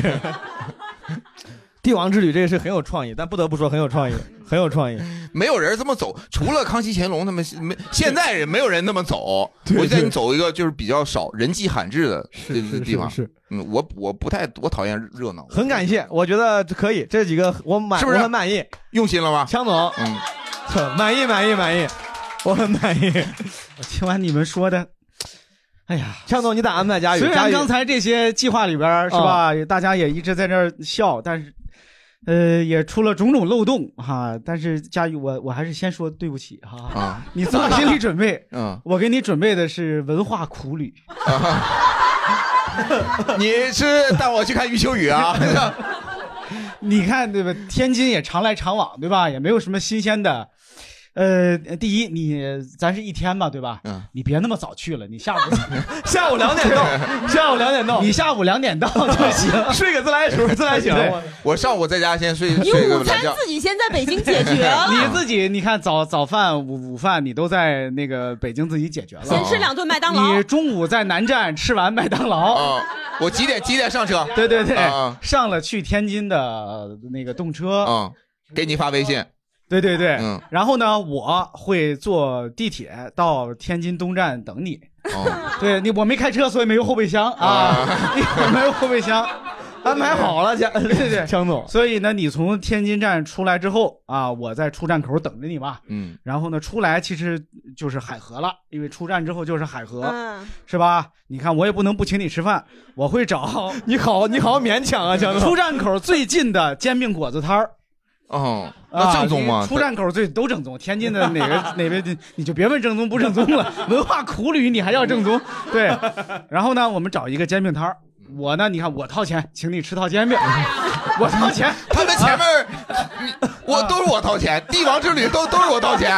帝王之旅这个是很有创意，但不得不说很有创意，很有创意。没有人这么走，除了康熙、乾隆他们，没现在人没有人那么走。我带你走一个就是比较少人迹罕至的这这地方。是是嗯，我我不太我讨厌热闹，很感谢，我觉得可以，这几个我满，是不是我很满意？用心了吗？强总，嗯，满意，满意，满意，我很满意。 <laughs> 我听完你们说的，哎呀，强总，你咋安排佳宇？虽佳然宇刚才这些计划里边啊儿是吧，大家也一直在这儿笑，但是。呃，也出了种种漏洞哈，但是佳宇，我我还是先说对不起哈， <laughs> 啊你做好心理准备， <laughs> 嗯，我给你准备的是文化苦旅， <laughs> 你是带我去看余秋雨啊？ <laughs> 你看对吧？天津也常来常往，对吧？也没有什么新鲜的。呃，第一，你咱是一天嘛，对吧？嗯，你别那么早去了，你下午 <laughs> 下午两点到，下午两点到，你下午两点到就行。睡个自来熟，自来醒。对我我上午在家先睡你睡个午懒餐觉。自己先在北京解决了， <laughs> 你自己，你看早早饭、午午饭，你都在那个北京自己解决了。啊先吃两顿麦当劳你。中午在南站吃完麦当劳，啊，我几点几点上车？对对对啊，上了去天津的呃那个动车，啊，给你发微信。对对对，嗯然后呢，我会坐地铁到天津东站等你。哦，对你，我没开车，所以没有后备箱啊， <laughs> 没有后备箱，安排好了，强，对对对强总， <laughs> 所以呢，你从天津站出来之后啊，我在出站口等着你嘛。嗯，然后呢，出来其实就是海河了，因为出站之后就是海河，嗯，是吧？你看我也不能不请你吃饭，我会找 <laughs> 你好，你好勉 <laughs> 强啊，强出总。站口最近的煎饼果子摊儿。哦，那啊，正宗吗？出站口最都正宗，天津的哪个 <laughs> 哪边的你就别问正宗不正宗了， <laughs> 文化苦旅你还要正宗？对，然后呢，我们找一个煎饼摊儿。 <laughs> 我呢？你看我掏钱请你吃套煎饼，我掏钱。他们前面我都是我掏钱，帝王之旅都都是我掏钱，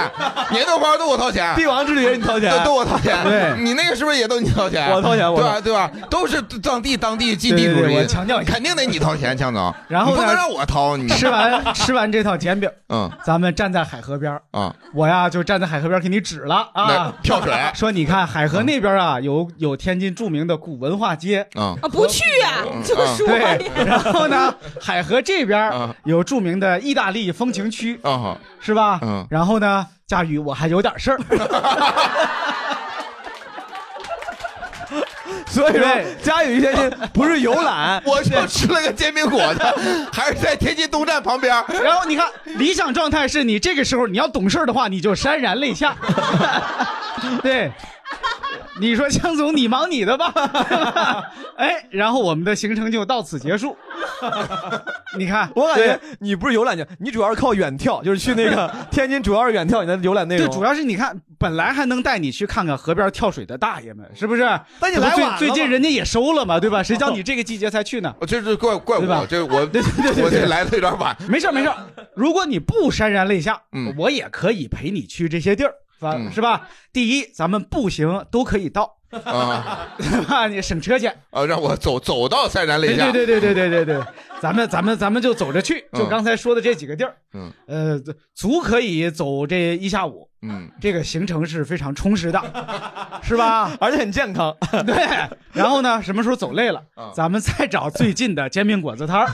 年豆包都我掏钱，帝王之旅也是你掏钱对都我掏钱。对你那个是不是也都你掏钱？我掏钱我对吧？对吧？都是当地当地尽地对对主对义。我强调一下，肯定得你掏钱，强总。 <laughs> 然后你不能呢让 <laughs> 我掏，你吃完吃完这套简表， <laughs> 嗯，咱们站在海河边儿啊，我呀就站在海河边儿给你指了啊来，跳水 <laughs> 说你看海河那边啊有有天津著名的古文化街，嗯啊，不去啊，嗯就说呀对，然后呢，海河这边嗯儿有著名的意大利风情区，啊，是吧？嗯，，然后呢，佳宇，我还有点事儿， <laughs> 所以说对，佳宇天津不是游览我就吃了个煎饼果 <laughs> 子，还是在天津东站旁边。然后你看，理想状态是你这个时候你要懂事儿的话，你就潸然泪 <laughs> 下。对，你说江总，你忙你的 <laughs> 吧。哎，然后我们的行程就到此结束。你看，我感对觉你不是游览去，你主要是靠远眺，就是去那个天津，主要是远眺你的浏览内容。对，主要是你看，本来还能带你去看看河边跳水的大爷们，是不是？但你这不来晚了最最近嘛人家也收了嘛，对吧？谁叫你这个季节才去呢？哦这是怪怪对吧我，？这我 <laughs> 对我这来的有点晚。没事儿没事 <laughs> 儿，如果你不潸然泪下，嗯我也可以陪你去这些地儿，是吧？嗯是吧？第一，咱们步行都可以到， <laughs> 啊对吧？你省车钱。啊，让我走走到潸然泪对下。对对对对对对对，咱们咱们咱们就走着去，就嗯刚才说的这几个地儿，嗯呃，足可以走这一下午，嗯，这个行程是非常充 <laughs> 实的，是吧？而且很健康。 <laughs> 对，然后呢，什么时候走累了嗯，咱们再找最近的煎饼果子摊 <laughs> 儿，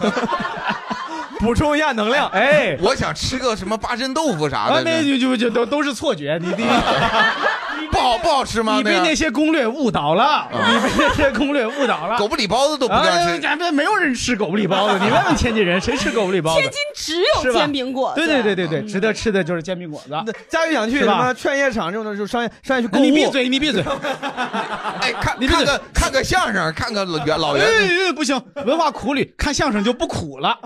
补充一下能量。 <laughs> 哎，我想吃个什么八珍豆腐啥啊，的，那这就就就都都是错觉，你你 <laughs> 不好不好吃吗？你被样那些攻略误导了，你被那些攻略误导了。狗不理包子都不啊，让吃。咱们没有人吃狗不理包子，你问问天津人，谁吃狗不理包子？天津只是有吧煎饼果子，对对对对对，值得吃的就是煎饼果子。佳宇想去是什吧么劝业场这 <laughs> 种的，就是商业商业去购物。你闭！嘴，你 <laughs> 闭嘴！哎，看你闭看嘴个看个相声，看个老袁老哎袁。哎，不行，文化苦旅，看相声就不苦 <laughs> 了，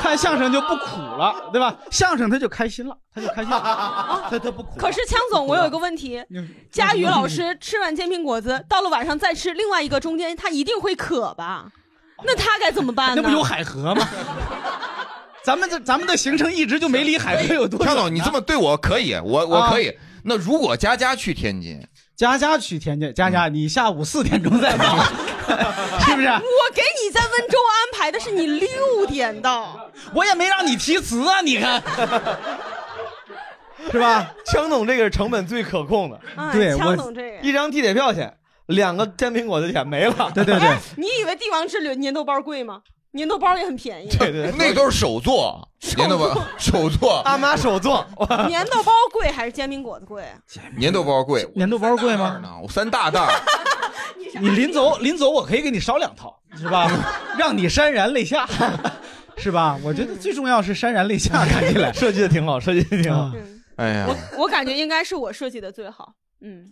看相声就不苦了，对吧？相声他就开心了，他就开 <laughs> 心了，他他不苦了。可是枪总，我有一个问题，佳宇老师吃完煎饼果子，到了晚上再吃另外一个，中间他一定会渴吧？那他该怎么办那呢？不有海河吗？ <laughs> 咱们这咱们的行程一直就没离海河有多张远。啊总，你这么对我可以，我我可以。那如果佳佳去天津，嗯佳佳去天津，佳佳，你下午四点钟再 <laughs> 到，是不是？哎我给你在温州安排的是你六点到，我也没让你提词啊，你看，是吧？强总这个是成本最可控的，哎对，枪我，总这个，一张地铁票钱，两个煎饼果子钱没了。对对对，你以为帝王之旅年头包贵吗？年头包也很便宜， <laughs> 啊 <laughs> 对对，那都是手作，您豆包手作，大妈手 <laughs> 作，年头包贵还是煎饼果子 <laughs> 贵？啊您豆包贵粘豆包贵吗？呢，我三大袋儿。你临走临走，我可以给你少两套，是吧？ <laughs> 让你潸然泪下， <laughs> 是吧？我觉得最重要是潸然泪下，看起来。设计的挺好，设计的挺好啊。嗯，哎呀，我我感觉应该是我设计的最好，嗯，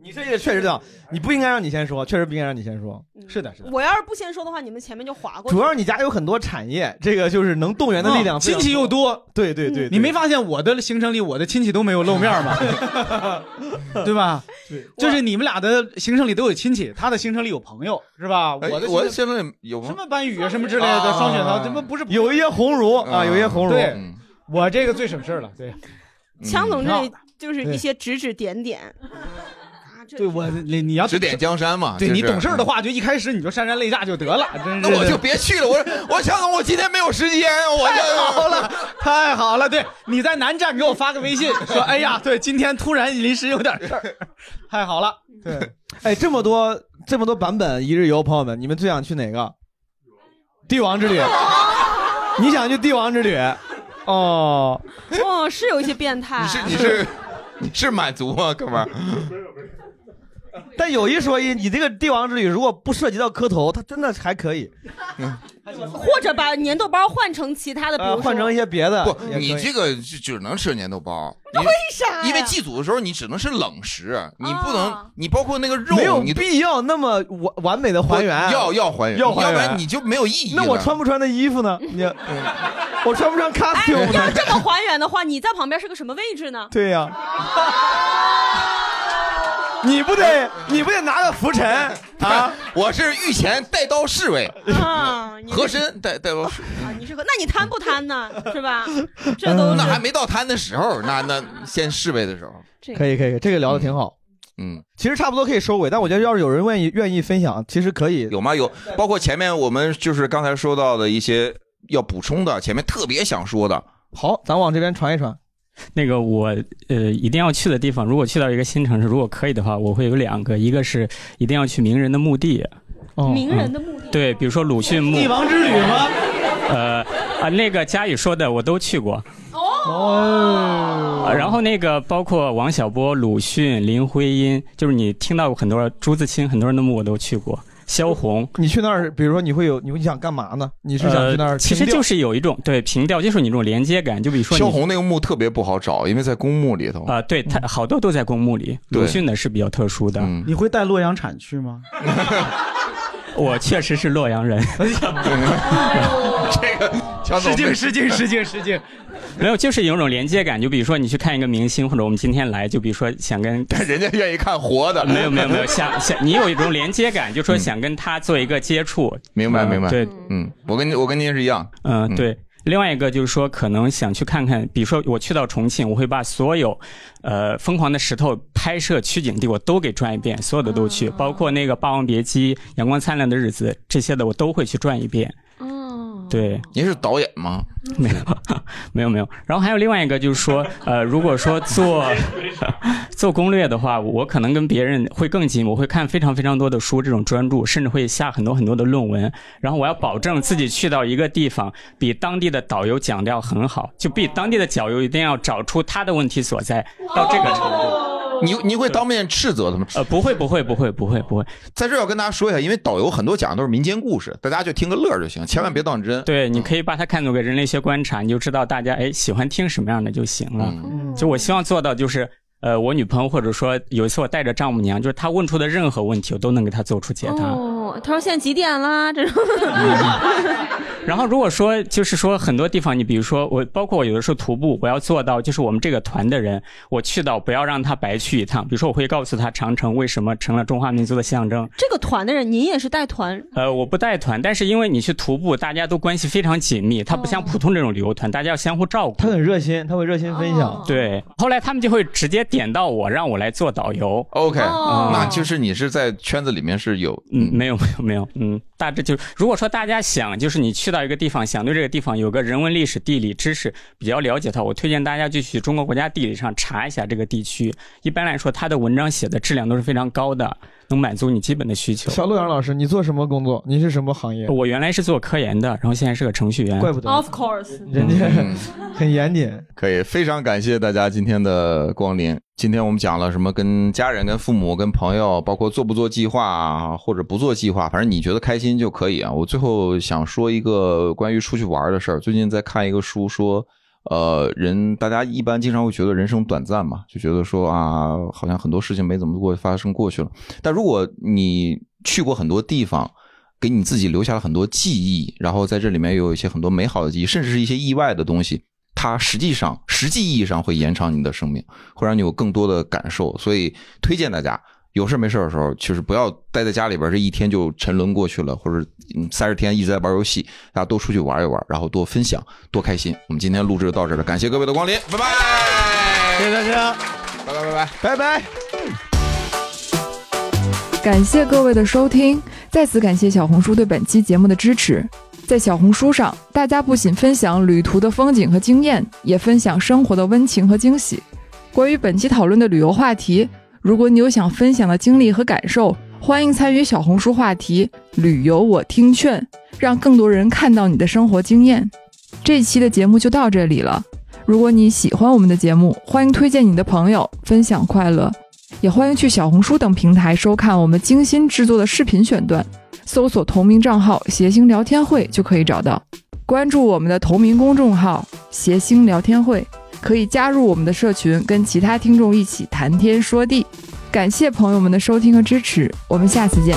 你设计的确实挺好，你不应该让你先说，确实不应该让你先说。嗯是的，是的。我要是不先说的话，你们前面就划过去主。要是你家有很多产业，这个就是能动员的力量哦亲非常多。戚又多，对对对，对你没发现我的行程里我的亲戚都没有露面 <laughs> 吗？哎对吧？就是你们俩的行程里都有亲戚，他的行程里有朋友，是啊吧？哎我的我行现在有程什吗？么班宇啊什么之类的，啊双雪涛，这不不是有一些鸿儒啊，嗯有一些鸿儒。对嗯，我这个最省事儿了，对。枪总嗯这就是一些指指点点， <laughs> 啊，这对我你你要指点江山嘛。对这你是嗯懂事儿的，话，就一开始你就潸然泪下就得了，真那是我的就别去了。我我想想，我今天没有时间，我太就好了，太好了！对，你在南站给我发个微信，说哎呀，对，今天突然临时有点事儿，太好了。嗯对， <laughs> 哎，这么多这么多版本一日游，朋友们，你们最想去哪个？帝王之旅。你想去帝王之旅？哦，哦，是有一些变态。你是你是你是满足吗，哥们儿？但有一说一，你这个帝王之旅如果不涉及到磕头，它真的还可以，或者把粘豆包换成其他的，比如呃，说换成一些别的也不可以。，你这个就只能吃粘豆包。你啥呀因为祭祖的时候你只能吃冷食，你不啊能，你包括那个没有肉，你都必要那么完完美的还原。要要还原，要还原不然你就没有意义了。嗯那我穿不穿的衣服呢？你我穿不穿 costume 哎要呢？这么还原的话，你在旁边是个什么位置呢？对呀、你不得你不得拿个 <laughs> 拂尘啊？我是御前带刀侍卫，啊，你和珅带带刀侍卫。啊，你适合，那你贪不贪 <laughs> 呢？是吧？这都那是还没到贪的时候，那那先试呗的时候，这可以可以，这个聊的挺好。嗯，其实差不多可以收尾，但我觉得要是有人愿意愿意分享，其实可以有吗？有，包括前面我们就是刚才说到的一些要补充的，前面特别想说的，好，咱往这边传一传。那个我呃一定要去的地方，如果去到一个新城市，如果可以的话，我会有两个，一个是一定要去名人的墓地，哦名人的墓嗯地，对，比如说鲁嗯迅墓，帝王之旅吗？呃啊，那个佳宇说的我都去过。哦，然后那个包括王小波、鲁迅、林徽因，就是你听到过很多朱自清很多人的墓我都去过，萧红，你去那儿，比如说你会有你会想干嘛呢？你是想去那儿呃？其凭实吊就是有一种对平调，就是你一种连接感，就比如说萧红那个个墓特别不好找，因为在公墓里头。 <laughs> 啊、对，它好多都在公墓里，对鲁迅的是比较特殊的。嗯你会带洛阳？当产去吗？ <laughs> 我确实是洛阳人。 <laughs> 这个强总失敬被失敬失敬失敬。没有，就是有一种连接感。就比如说你去看一个明星，或者我们今天来，就比如说想跟，但人家愿意看活的。嗯没有没有没有，想想你有一种连接感，就说想跟他做一个接触。明白呃明白对，嗯，我跟我跟您是一样。嗯，对。另外一个就是说，可能想去看看，比如说我去到重庆，我会把所有，呃，《疯狂的石头》拍摄取景地我都给转一遍，所有的都去，包括那个《霸王别姬》《阳光灿烂的日子》这些的我都会去转一遍。哦，对，您是导演吗？没有， <laughs> 没有，没有。然后还有另外一个就是说，呃，如果说做 <laughs> 做攻略的话，我可能跟别人会更近，我会看非常非常多的书，这种专注，甚至会下很多很多的论文。然后我要保证自己去到一个地方，比当地的导游讲的要很好，就比当地的导游一定要找出他的问题所在，到这个程度。你你会当面斥责他们？呃，不会，不会，不会，不会，不会。在这儿要跟大家说一下，因为导游很多讲的都是民间故事，大家就听个乐儿就行，千万别当真。对，你可以把它看作个人类学观察，你就知道大家哎喜欢听什么样的就行了。嗯就我希望做到就是，呃，我女朋友或者说有一次我带着丈母娘，就是她问出的任何问题，我都能给她做出解答。哦，他说现在几点啦？这种然后如果说就是说很多地方，你比如说我，包括我有的时候徒步，我要做到就是我们这个团的人，我去到不要让他白去一趟。比如说我会告诉他长城为什么成了中华民族的象征， <laughs> 这个团的人，您也是带团，呃，我不带团，但是因为你去徒步，大家都关系非常紧密，它不像普通这种旅游团，大家要相互照顾。他很热心，他会热心哦分享。对，后来他们就会直接点到我，让我来做导游。 OK，、哦那就是你是在圈子里面是有，嗯，没有没有没有，嗯，大致就是，如果说大家想，就是你去到一个地方，想对这个地方有个人文历史地理知识比较了解的话，我推荐大家就去中国国家地理上查一下这个地区。一般来说，他的文章写的质量都是非常高的，能满足你基本的需求。小洛阳老师，你做什么工作？您是什么行业？我原来是做科研的，然后现在是个程序员。怪不得 Of course，人家嗯很严谨。可以，非常感谢大家今天的光临。今天我们讲了什么？跟家人、跟父母、跟朋友，包括做不做计划啊或者不做计划，反正你觉得开心就可以啊。我最后想说一个关于出去玩的事儿。最近在看一个书，说，呃，人大家一般经常会觉得人生短暂嘛，就觉得说啊，好像很多事情没怎么过发生过去了。但如果你去过很多地方，给你自己留下了很多记忆，然后在这里面又有一些很多美好的记忆，甚至是一些意外的东西。它实际上实际意义上会延长你的生命，会让你有更多的感受。所以推荐大家有事没事的时候，就是不要待在家里边，这一天就沉沦过去了，或者嗯三十天一直在玩游戏。大家多出去玩一玩，然后多分享，多开心。我们今天录制就到这儿了，感谢各位的光临，拜拜，谢谢大家，拜拜拜拜拜拜。感谢各位的收听，再次感谢小红书对本期节目的支持。在小红书上，大家不仅分享旅途的风景和经验，也分享生活的温情和惊喜。关于本期讨论的旅游话题，如果你有想分享的经历和感受，欢迎参与小红书话题“旅游我听劝”，让更多人看到你的生活经验。这期的节目就到这里了。如果你喜欢我们的节目，欢迎推荐你的朋友，分享快乐。也欢迎去小红书等平台收看我们精心制作的视频选段，搜索同名账号“谐星聊天会”就可以找到。关注我们的同名公众号“谐星聊天会”，可以加入我们的社群，跟其他听众一起谈天说地。感谢朋友们的收听和支持，我们下次见。